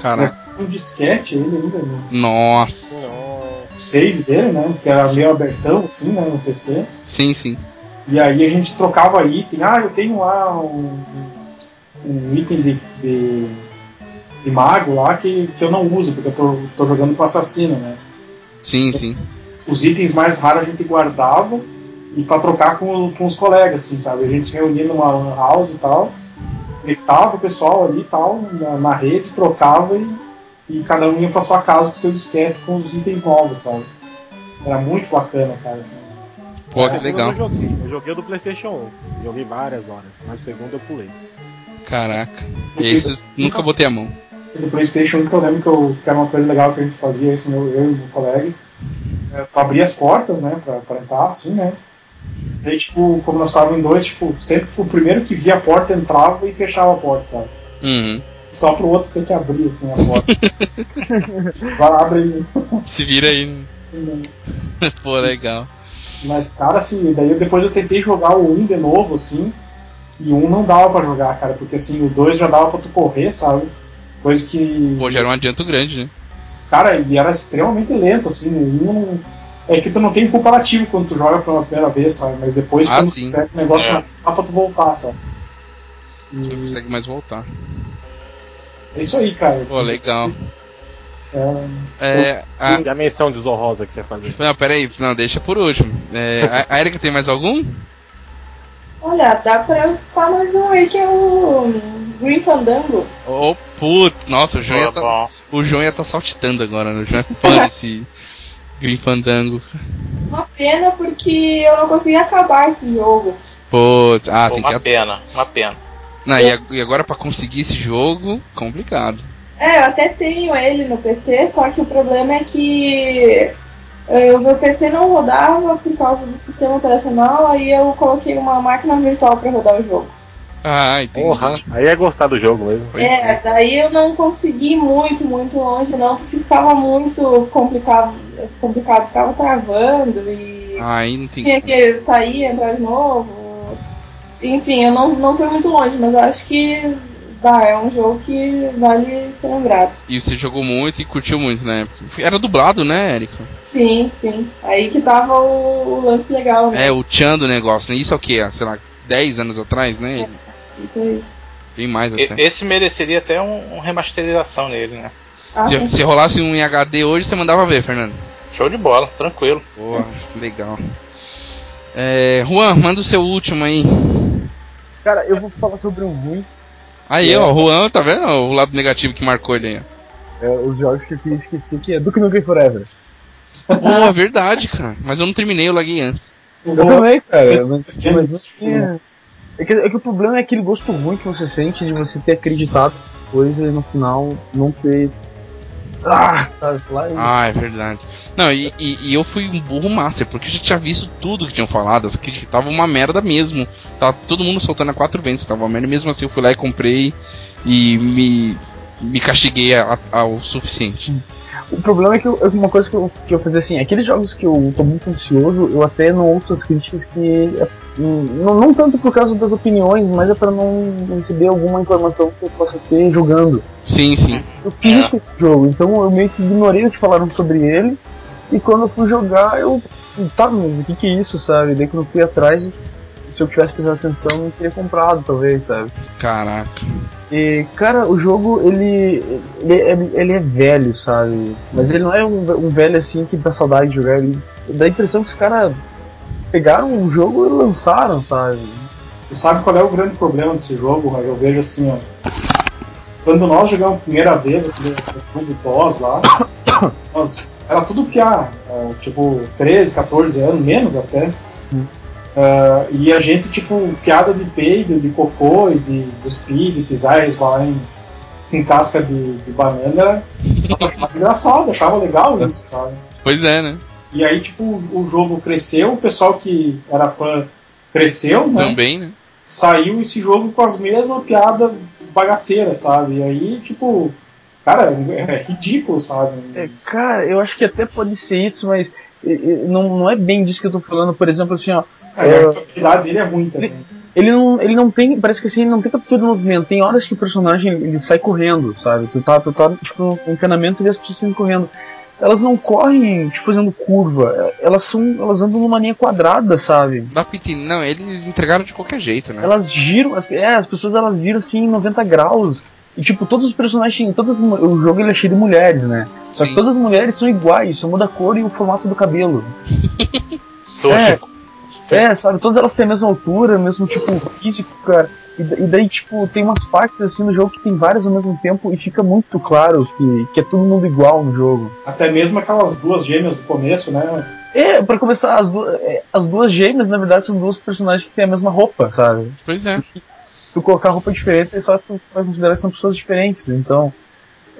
Caraca.
Um disquete ele ainda, no
Nossa.
save dele, né? Que era meio abertão, assim, né, no PC.
Sim, sim.
E aí a gente trocava item. Ah, eu tenho lá um, um item de, de, de mago lá que, que eu não uso, porque eu tô, tô jogando com assassino, né?
Sim, sim.
os itens mais raros a gente guardava e para trocar com, com os colegas, assim, sabe? A gente se reunia numa lan house e tal, gritava o pessoal ali e tal, na, na rede, trocava e, e cada um ia pra sua casa com seu disquete, com os itens novos, sabe? Era muito bacana, cara.
Pô,
É,
que legal.
Eu joguei, eu joguei o do PlayStation 1. Joguei várias horas, mas o segundo eu pulei.
Caraca. Esses nunca botei a mão.
E do Playstation que eu lembro que, eu, que era uma coisa legal que a gente fazia, isso meu, eu e meu colega, é, tu abria as portas, né, pra, pra entrar, assim, né? Daí, tipo, como nós estávamos em dois, tipo, sempre o primeiro que via a porta entrava e fechava a porta, sabe?
Uhum.
Só pro outro ter que abrir assim a porta. Vai lá, abre aí.
Se vira aí. né? Pô, legal.
Mas, cara, assim, daí eu- depois eu tentei jogar o 1 de novo, assim, e o 1 não dava pra jogar, cara, porque assim, o 2 já dava pra tu correr, sabe? Coisa que.
Pô, já era um adianto grande, né?
Cara, e era extremamente lento, assim, o 1 não- É que tu não tem comparativo quando tu joga pela primeira vez, sabe? Mas depois
Ah,
quando
sim.
tu pega o negócio
É.
na dá pra tu voltar, sabe?
Você não
E
consegue mais voltar.
é isso aí, cara.
Pô, legal.
É,
É. A...
E a menção desonrosa que você fazia.
Não, peraí, não, deixa por último. É, a- a Erika tem mais algum?
Olha, dá pra eu citar mais um aí que é o Green Fandango.
Ô, puto, nossa, o João ia tá,
Foi bom.
o João ia tá saltitando agora, né? O João é fã desse Green Fandango.
Uma pena porque eu não consegui acabar esse jogo.
Putz, ah,
Pô,
tem
uma
que,
pena, uma pena.
Não, e, ag- e agora pra conseguir esse jogo, complicado.
É, eu até tenho ele no PC, só que o problema é que eh, o meu PC não rodava por causa do sistema operacional, aí eu coloquei uma máquina virtual pra rodar o jogo.
Ah, entendi.
Porra, aí é gostar do jogo mesmo.
Pois
É,
é.
daí eu não consegui muito, muito longe não, porque ficava muito complicado, complicado ficava travando e
Ah, Aí não tem
tinha que sair, entrar de novo. Enfim, eu não, não fui muito longe, mas eu acho que dá, é um jogo que vale ser lembrado.
E você jogou muito e curtiu muito na época. Era dublado, né, Erika?
Sim, sim. Aí que tava o, o lance legal, né?
É, o tchan do negócio, né? Isso é o quê? Ah, Sei lá, 10 anos atrás, né?
Isso aí.
Bem mais
E-
até.
Esse mereceria até um, um remasterização nele, né?
Ah,
Se, se rolasse um em HD hoje, você mandava ver, Fernando.
Show de bola, tranquilo.
Boa, que legal. É, Juan, manda o seu último aí.
Cara, eu vou falar sobre um ruim.
Aí, ó, Juan, tá vendo ó, o lado negativo que marcou ele aí? ó.
é, os jogos que eu queria esquecer, que é Duke Nukem Forever.
Boa, verdade, cara. Mas eu não terminei, eu laguei antes.
Eu
Eu também, cara. Mas,
Gente,
mas não tinha- É que, é que o problema é aquele gosto ruim que você sente de você ter acreditado em coisa e no final não ter. Ah, sabe, lá e-
Ah, é verdade. Não, e, e- e eu fui um burro master, porque eu já tinha visto tudo que tinham falado, as críticas que tava uma merda mesmo. Tava todo mundo soltando a quatro ventos, tava uma merda. E Mesmo assim, eu fui lá e comprei e me, me castiguei a- a- ao suficiente.
O problema é que eu, é uma coisa que eu, que eu fazia assim, aqueles jogos que eu tô muito ansioso, eu até não ouço as críticas que. é, hum, Não, não tanto por causa das opiniões, mas é pra não receber alguma informação que eu possa ter jogando.
Sim, sim.
Eu quis
É.
esse jogo, então eu meio que ignorei o que falaram sobre ele. E quando eu fui jogar, eu. Tá, mas o que, que é isso, sabe? Daí quando eu fui atrás, se eu tivesse prestado atenção, eu não teria comprado, talvez, sabe?
Caraca.
E, cara, o jogo, ele, ele, ele- ele é velho, sabe? Mas ele não é um, um velho assim que dá saudade de jogar. Ele dá a impressão que os caras pegaram um jogo e lançaram, sabe?
Tu sabe qual é o grande problema desse jogo, Raul? Eu vejo assim, ó. Quando nós jogamos a primeira vez, a primeira versão do boss lá, nós, era tudo piá, ah, tipo, 13, 14 anos, menos até. Ah, e a gente, tipo, piada de peido, de cocô, e de cuspir, de pisar, resvalar em, em casca de, de banana, achava engraçado, achava legal isso, sabe?
Pois é, né?
E aí, tipo, o jogo cresceu, o pessoal que era fã cresceu, né?
Também, né?
saiu esse jogo com as mesmas piadas bagaceiras, sabe? E aí, tipo, cara, é ridículo, sabe?
É, cara, eu acho que até pode ser isso, mas eh, eh, não, não é bem disso que eu tô falando. Por exemplo, assim, ó.
Aí a qualidade dele é ruim também.
Ele não, ele não tem, parece que assim, ele não tem captura do movimento. Tem horas que o personagem ele sai correndo, sabe? Tu tá, tu tá tipo, no encanamento e as pessoas saem correndo. Elas não correm, tipo, fazendo curva. Elas são, elas andam numa linha quadrada, sabe?
Dá pra entender. Não, eles entregaram de qualquer jeito, né?
Elas giram, as, é, as pessoas elas giram assim em 90 graus. E tipo, todos os personagens, todas, as mu- o jogo ele é cheio de mulheres, né? Só que
Sim.
todas as mulheres são iguais, só muda a cor e o formato do cabelo.
Tosco.
É, sabe, todas elas têm a mesma altura, o mesmo tipo físico, cara. E, da- e daí, tipo, tem umas partes assim no jogo que tem várias ao mesmo tempo e fica muito claro que, que é todo mundo igual no jogo.
Até mesmo aquelas duas gêmeas do começo, né?
É, pra começar, as, du é, as duas gêmeas, na verdade, são duas personagens que têm a mesma roupa, sabe?
Pois é.
Se tu colocar roupa diferente, é só tu vai considerar que são pessoas diferentes, então.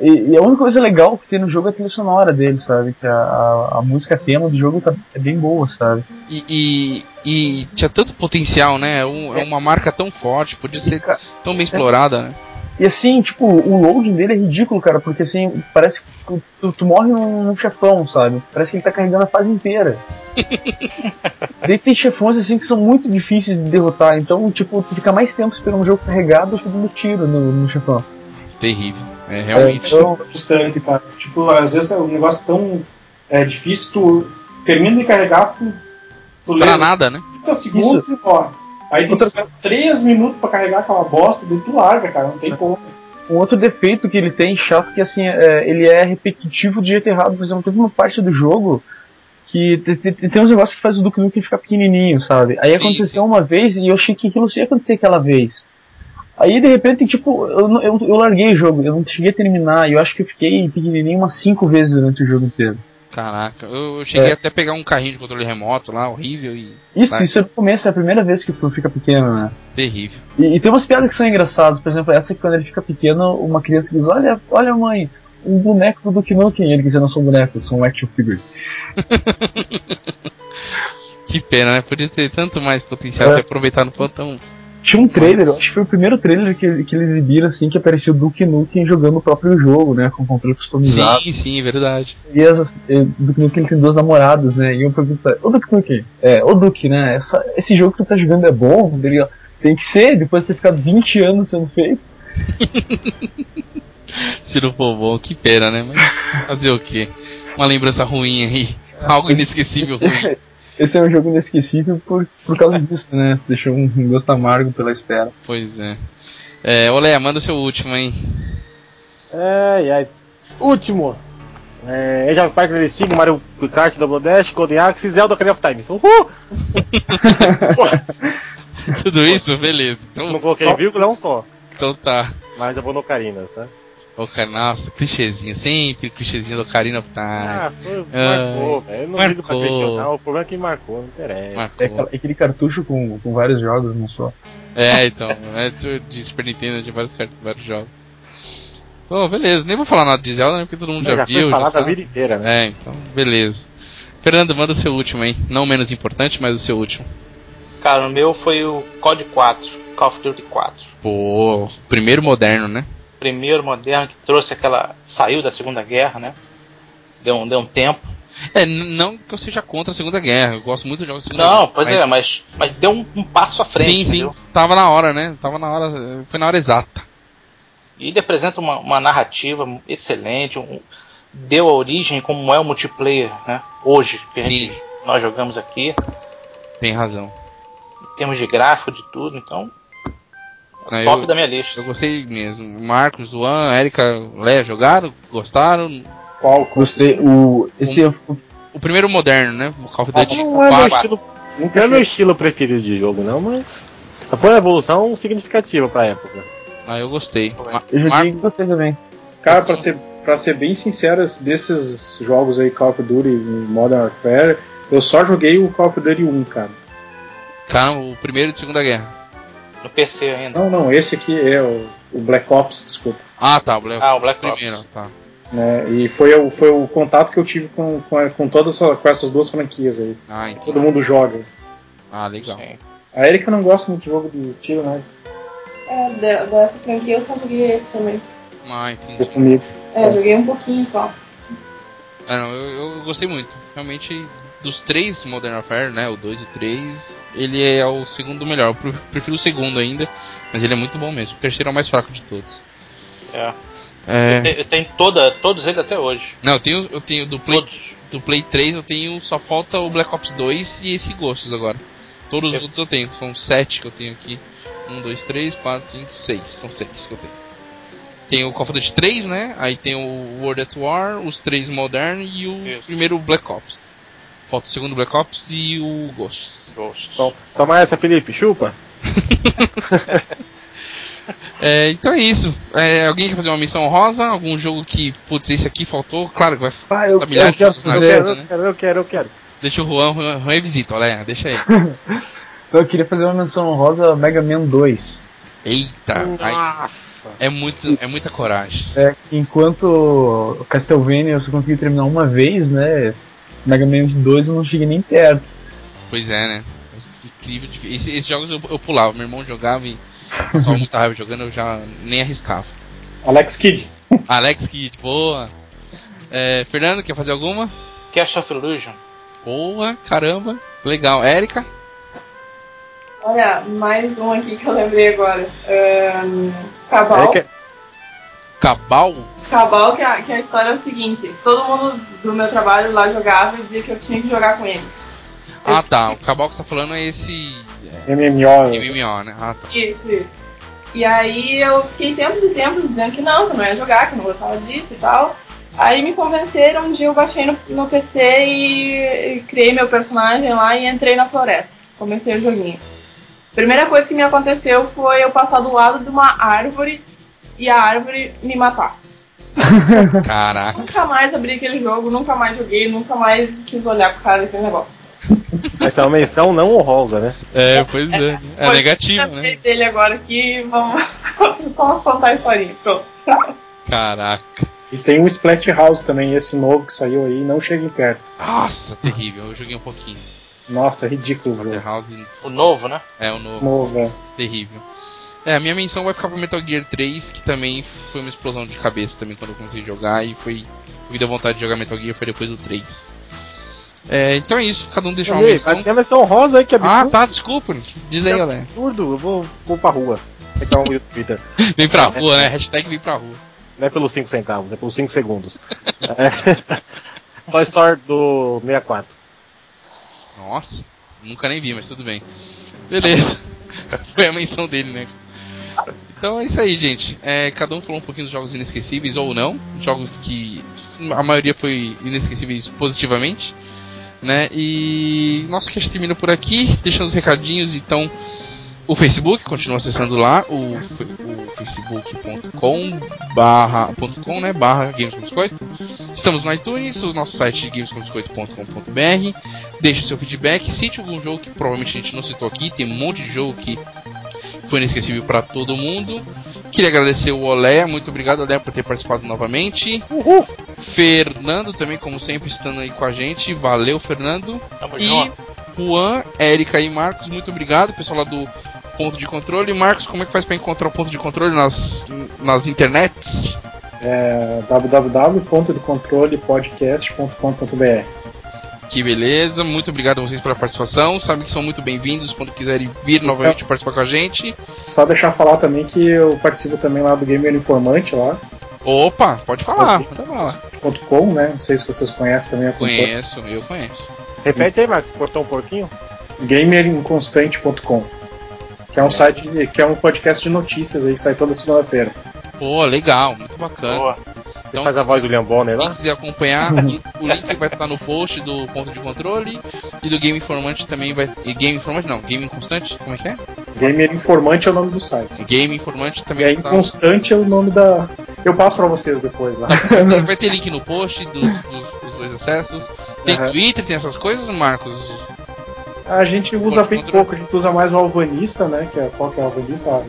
E, e a única coisa legal que tem no jogo é a trilha sonora dele, sabe? Que a, a, a música tema do jogo tá, é bem boa, sabe?
E, e- e tinha tanto potencial, né? É um- é uma marca tão forte, podia ser
Cara,
tão bem explorada, né?
E assim, tipo, o loading dele é ridículo, cara, porque assim, parece que tu, tu morre num, num chefão, sabe? Parece que ele tá carregando a fase inteira. Daí tem chefões assim que são muito difíceis de derrotar, então, tipo, tu fica mais tempo esperando o jogo carregado do que dando tiro no, no chefão.
Terrível. É
É,
realmente.
então,
Frustrante, cara. Tipo, às vezes é um negócio tão é, difícil, tu termina de carregar, tu, tu
Pra
lê
nada, né?
30 segundos e ó. Aí tem que
Outra-
esperar 3 minutos pra carregar aquela bosta, daí tu larga, cara. Não tem como.
um outro defeito que ele tem, chato, que assim, é, ele é repetitivo de jeito errado. Por exemplo, teve uma parte do jogo que te- te- te- tem uns negócios que faz o Duke Nukem ficar pequenininho, sabe? Aí
Sim,
aconteceu
sim.
uma vez e eu achei que aquilo só ia acontecer aquela vez. Aí, de repente, tipo, eu, não- eu, eu larguei o jogo, eu não cheguei a terminar, e eu acho que eu fiquei pequenininho umas cinco vezes durante o jogo inteiro.
Caraca, eu eu cheguei até a pegar um carrinho de controle remoto lá, horrível e
Isso,
Vai.
isso é no começo, é a primeira vez que tu fica pequeno, né?
terrível.
E, e tem umas piadas que são engraçadas, por exemplo, essa que quando ele fica pequeno, uma criança diz, olha, olha mãe, um boneco do Duke Nukem. Ele quiser não sou um boneco, sou um action figure.
Que pena, né? Podia ter tanto mais potencial
É.
de aproveitar no plantão.
Tinha um trailer,
Nossa.
eu acho que foi o primeiro trailer que, que eles exibiram, assim, que aparecia o Duke Nukem jogando o próprio jogo, né, com controle customizado.
Sim, sim, é verdade.
E essas, eh, o Duke Nukem ele tem duas namoradas, né, e eu pergunto pra ele, ô Duke Nukem, é, ô Duke, né, essa- esse jogo que tu tá jogando é bom? Ele, ó, tem que ser, depois de ter ficado 20 anos sendo feito.
Se não for bom, que pena, né? Mas fazer o quê? Uma lembrança ruim aí. Algo inesquecível ruim.
Esse é um jogo inesquecível por, por causa disso, né, deixou um um gosto amargo pela espera.
Pois é. É, Olé, manda o seu último, hein?
Ai, ai. Último. É, Age of Park Little Sting, Mario Kart, Double Dash, Golden Axe, Zelda Ocarina of Time. Uhul!
Tudo isso? Beleza. Então,
Não coloquei vírgula, não só.
então tá.
Mas eu vou no Ocarina, tá?
Ô, cara, nossa, clichêzinho. Sempre clichêzinho do Ocarina of Time.
Ah, foi,
Ai. Ah,
marcou, velho. Eu não ligo pra
Marcou.
questionar, o problema é que marcou, não interessa.
É
Marcou.
aquela- aquele cartucho com, com vários jogos, não só.
É, então, é de de Super Nintendo, de vários, car- vários jogos. Pô, beleza, nem vou falar nada de Zelda, né? Porque todo mundo já,
já
viu.
foi
Já
falado a
sabe.
vida inteira, né?
É, então, beleza. Fernando, manda o seu último, hein? Não menos importante, mas o seu último.
Cara, o meu foi o COD 4, Call of Duty 4.
Pô, primeiro moderno, né?
Primeiro moderno que trouxe aquela. saiu da Segunda Guerra, né? Deu um, deu um tempo.
É, n- não que eu seja contra a Segunda Guerra, eu gosto muito de jogos de Segunda Guerra.
Não, pois é, mas, mas deu um, um passo à
sim,
frente.
sim,
entendeu?
tava na hora, né? Tava na hora, eh, foi na hora exata.
E ele apresenta uma, uma narrativa excelente, um- deu a origem como é o multiplayer, né? Hoje, que a gente-
Sim.
nós jogamos aqui,
Tem razão.
em termos de gráfico, de tudo, então.
Não,
top
Ah, eu-
da minha lista.
Eu gostei mesmo. Marcos, Juan, Érica, Lé jogaram, gostaram.
Qual?
Gostei. O, esse é o-
O primeiro moderno, né? O Call of Duty
Não é, meu
4.
estilo, não
Nunca
é meu
vi.
estilo preferido de jogo, não, mas foi uma evolução significativa pra época.
Ah, eu gostei. Ma-
eu
Mar-
joguei e gostei também.
Cara, pra ser, pra ser bem sincero, desses jogos aí, Call of Duty e Modern Warfare, eu só joguei o Call of Duty 1, cara.
Cara, o primeiro de Segunda Guerra.
No PC ainda.
Não, não, esse aqui é o, o Black Ops, desculpa.
Ah, tá. O Black,
Ah, o Black Ops.
primeiro, tá.
Né? E foi, o- foi o contato que eu tive com, com, a- com todas essa- com essas duas franquias aí.
Ah, entendi.
Todo mundo joga.
Ah, legal.
Sim.
A Erika não gosta muito de jogo de tiro, né?
É, de- dessa franquia eu só joguei esse também.
Ah, entendi.
Foi comigo.
É, joguei um pouquinho só.
Ah, não, eu, eu gostei muito. Realmente, dos três Modern Warfare, né? O 2 e o 3, ele é o segundo melhor. Eu pre- prefiro o segundo ainda, mas ele é muito bom mesmo. O terceiro é o mais fraco de todos.
É.
É.
Tem, tem toda, todos eles até hoje.
Não, eu tenho, eu tenho do Play,
Todos.
do Play 3, eu tenho. Só falta o Black Ops 2 e esse Ghosts agora. Todos os outros eu tenho. São sete que eu tenho aqui. Um, dois, três, quatro, cinco, seis. São seis que eu tenho. Tem o Call of Duty 3, né? Aí tem o World at War, os três Modern e o
Isso.
primeiro Black Ops. Falta o segundo Black Ops e o Ghosts.
Ghosts.
Então, toma essa, Felipe, chupa.
É, então é isso. É, alguém quer fazer uma missão rosa? Algum jogo que, putz, esse aqui faltou? Claro que vai faltar
Ah, eu,
Tá milhares de
quero,
jogos na
eu,
lista,
quero,
né?
eu quero, eu quero, eu quero.
Deixa o Juan, Juan, Juan é visita, olha, deixa aí.
Eu queria fazer uma menção honrosa a Mega Man 2.
Eita, ai,
Nossa!
é, muito, é muita coragem.
É, que enquanto Castlevania eu só consegui terminar uma vez, né? Mega Man 2 eu não cheguei nem perto.
Pois é, né? Incrível. difí- Esse, esses jogos eu, eu pulava. Meu irmão jogava e só muita raiva jogando, eu já nem arriscava.
Alex Kidd.
Alex Kidd, boa. É, Fernando, quer fazer alguma?
Cash of Illusion.
Boa, caramba. Legal. Érica?
Olha, mais um aqui que eu lembrei agora. Ahn, Cabal.
É que-
Cabal?
Cabal, que a, que a história é o seguinte: todo mundo do meu trabalho lá jogava e dizia que eu tinha que jogar com eles.
Ah tá, o Cabal que você tá falando é esse
MMO.
MMO, né? Ah tá.
Isso, isso. E aí eu fiquei tempos e tempos dizendo que não, que eu não ia jogar, que eu não gostava disso e tal. Aí me convenceram, um dia eu baixei no, no PC e, e criei meu personagem lá e entrei na floresta. Comecei o joguinho. Primeira coisa que me aconteceu foi eu passar do lado de uma árvore e a árvore me matar.
Caraca.
Nunca mais abri aquele jogo, nunca mais joguei, nunca mais quis olhar pro cara daquele negócio.
Essa é uma menção não honrosa, né?
É, pois é. né? É
Pois,
negativo,
já
né?
fiz dele agora aqui, vamos só contar a historinha. Pronto.
Caraca.
E tem um Splat House também, esse novo que saiu aí, não cheguem perto.
Nossa, terrível. Eu joguei um pouquinho.
Nossa, é ridículo o jogo.
Waterhouse
O novo, né?
é o novo.
Novo, é.
Terrível. É, a minha menção vai ficar pro Metal Gear 3, que também foi uma explosão de cabeça também quando eu comecei a jogar e foi o que deu vontade de jogar Metal Gear foi depois do 3. É, então é isso, cada um deixou uma
Ei,
menção.
mas tem a menção honrosa aí, que é
Ah,
absurdo.
tá, desculpa. Diz aí, galera.
absurdo. Eu vou, vou pra rua. Pegar um Twitter.
Vem pra rua, né? Hashtag vem pra rua.
Não é pelos 5 centavos, é pelos 5 segundos. É. Toy Story do 64.
Nossa, nunca nem vi, mas tudo bem. Beleza. Foi a menção dele, né? Então é isso aí, gente. É, cada um falou um pouquinho dos jogos inesquecíveis ou não. Jogos que a maioria foi inesquecíveis positivamente. Né? E nosso cast termina por aqui. Deixando os recadinhos, então. O Facebook, continua acessando lá, o, fe- o facebook.com barra, ponto com, né, barra Games com Biscoito. Estamos no iTunes, o nosso site é gamescombiscoito.com.br deixe seu feedback. Cite algum jogo que provavelmente a gente não citou aqui. Tem um monte de jogo que foi inesquecível para todo mundo. Queria agradecer o Olé, muito obrigado Olé por ter participado novamente. Fernando também, como sempre, estando aí com a gente. Valeu, Fernando.
Tamo
E
junto.
Juan, Érica e Marcos, muito obrigado, pessoal lá do Ponto de Controle. Marcos, como é que faz para encontrar o Ponto de Controle nas, nas internets?
é www.docontrolepodcast.com.br.
Que beleza, muito obrigado a vocês pela participação. Sabem que são muito bem-vindos quando quiserem vir novamente participar com a gente.
Só deixar falar também que eu participo também lá do Gamer Informante lá,
Opa, pode falar.
Pode.
Manda bala.
ponto .com, né? Não sei se vocês conhecem também a conta.
Conheço, eu conheço.
Repete aí, Marcos, cortou um pouquinho?
Gamerinconstante.com. Que é um site, que é um podcast de notícias aí que sai toda segunda-feira.
Pô, legal, muito bacana. Então,
Boa.
Ele faz a voz do William Bonner
quem
lá?
quiser acompanhar, o o link vai estar no post do ponto de controle e do Game Informante também vai. E Game Informante não, Game Constante, como é que é?
Gamer Informante é o nome do site.
Game Informante
E
também
aí,
vai estar.
Inconstante é o nome da. Eu passo pra vocês depois lá.
Então, Vai ter link no post dos, dos- dos dois acessos. Tem
Aham.
Twitter, tem essas coisas, Marcos?
A gente usa
Pode
bem
encontrar.
pouco, a gente usa mais o Alvanista, né? Que é, qual que é o Alvanista? Ah,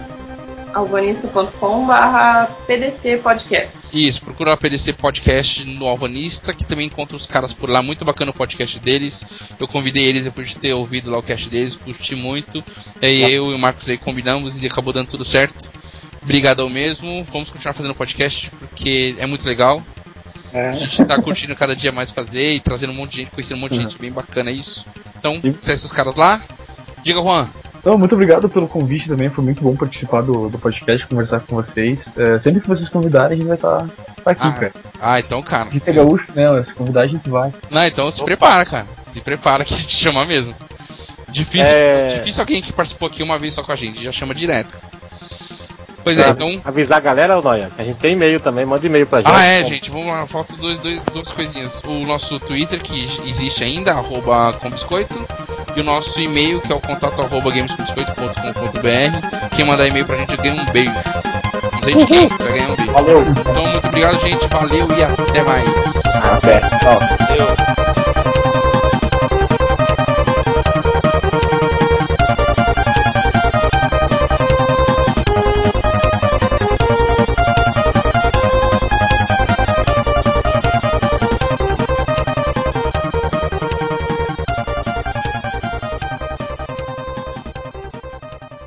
alvanista.com barra PDC Podcast.
Isso, procura o PDC Podcast no Alvanista, que também encontra os caras por lá. Muito bacana o podcast deles. Eu convidei eles depois de ter ouvido lá o cast deles, curti muito. É, E eu e o Marcos aí combinamos e acabou dando tudo certo. Obrigado mesmo. Vamos continuar fazendo podcast porque é muito legal.
é.
A gente tá curtindo cada dia mais fazer e trazendo um monte de gente, conhecendo um monte de gente. Bem bacana isso. Então, acesse os caras lá. Diga, Juan.
Então, muito obrigado pelo convite também. Foi muito bom participar do, do podcast, conversar com vocês. É, sempre que vocês convidarem, a gente vai estar aqui,
Ah,
cara.
Ah, então, cara.
A gente é gaúcho, né? Se convidar, a gente vai.
Não, então se prepara, cara. Se prepara que se te chamar mesmo. Difícil,
É.
difícil alguém que participou aqui uma vez só com a gente, já chama direto. Pois é,
Pra
então.
Avisar a galera, ô Noia. A gente tem e-mail também, manda e-mail pra gente.
Ah, é, gente, vamos lá, falta dois, dois, duas coisinhas. O nosso Twitter, que existe ainda, arroba combiscoito, e o nosso e-mail, que é o contato arroba gamescombiscoito.com.br. Quem mandar e-mail pra gente ganha um beijo. Não sei de quem, vai ganhar um beijo.
Valeu!
Tá
Então, muito obrigado, gente, valeu e até mais.
Até. Ó.
Valeu.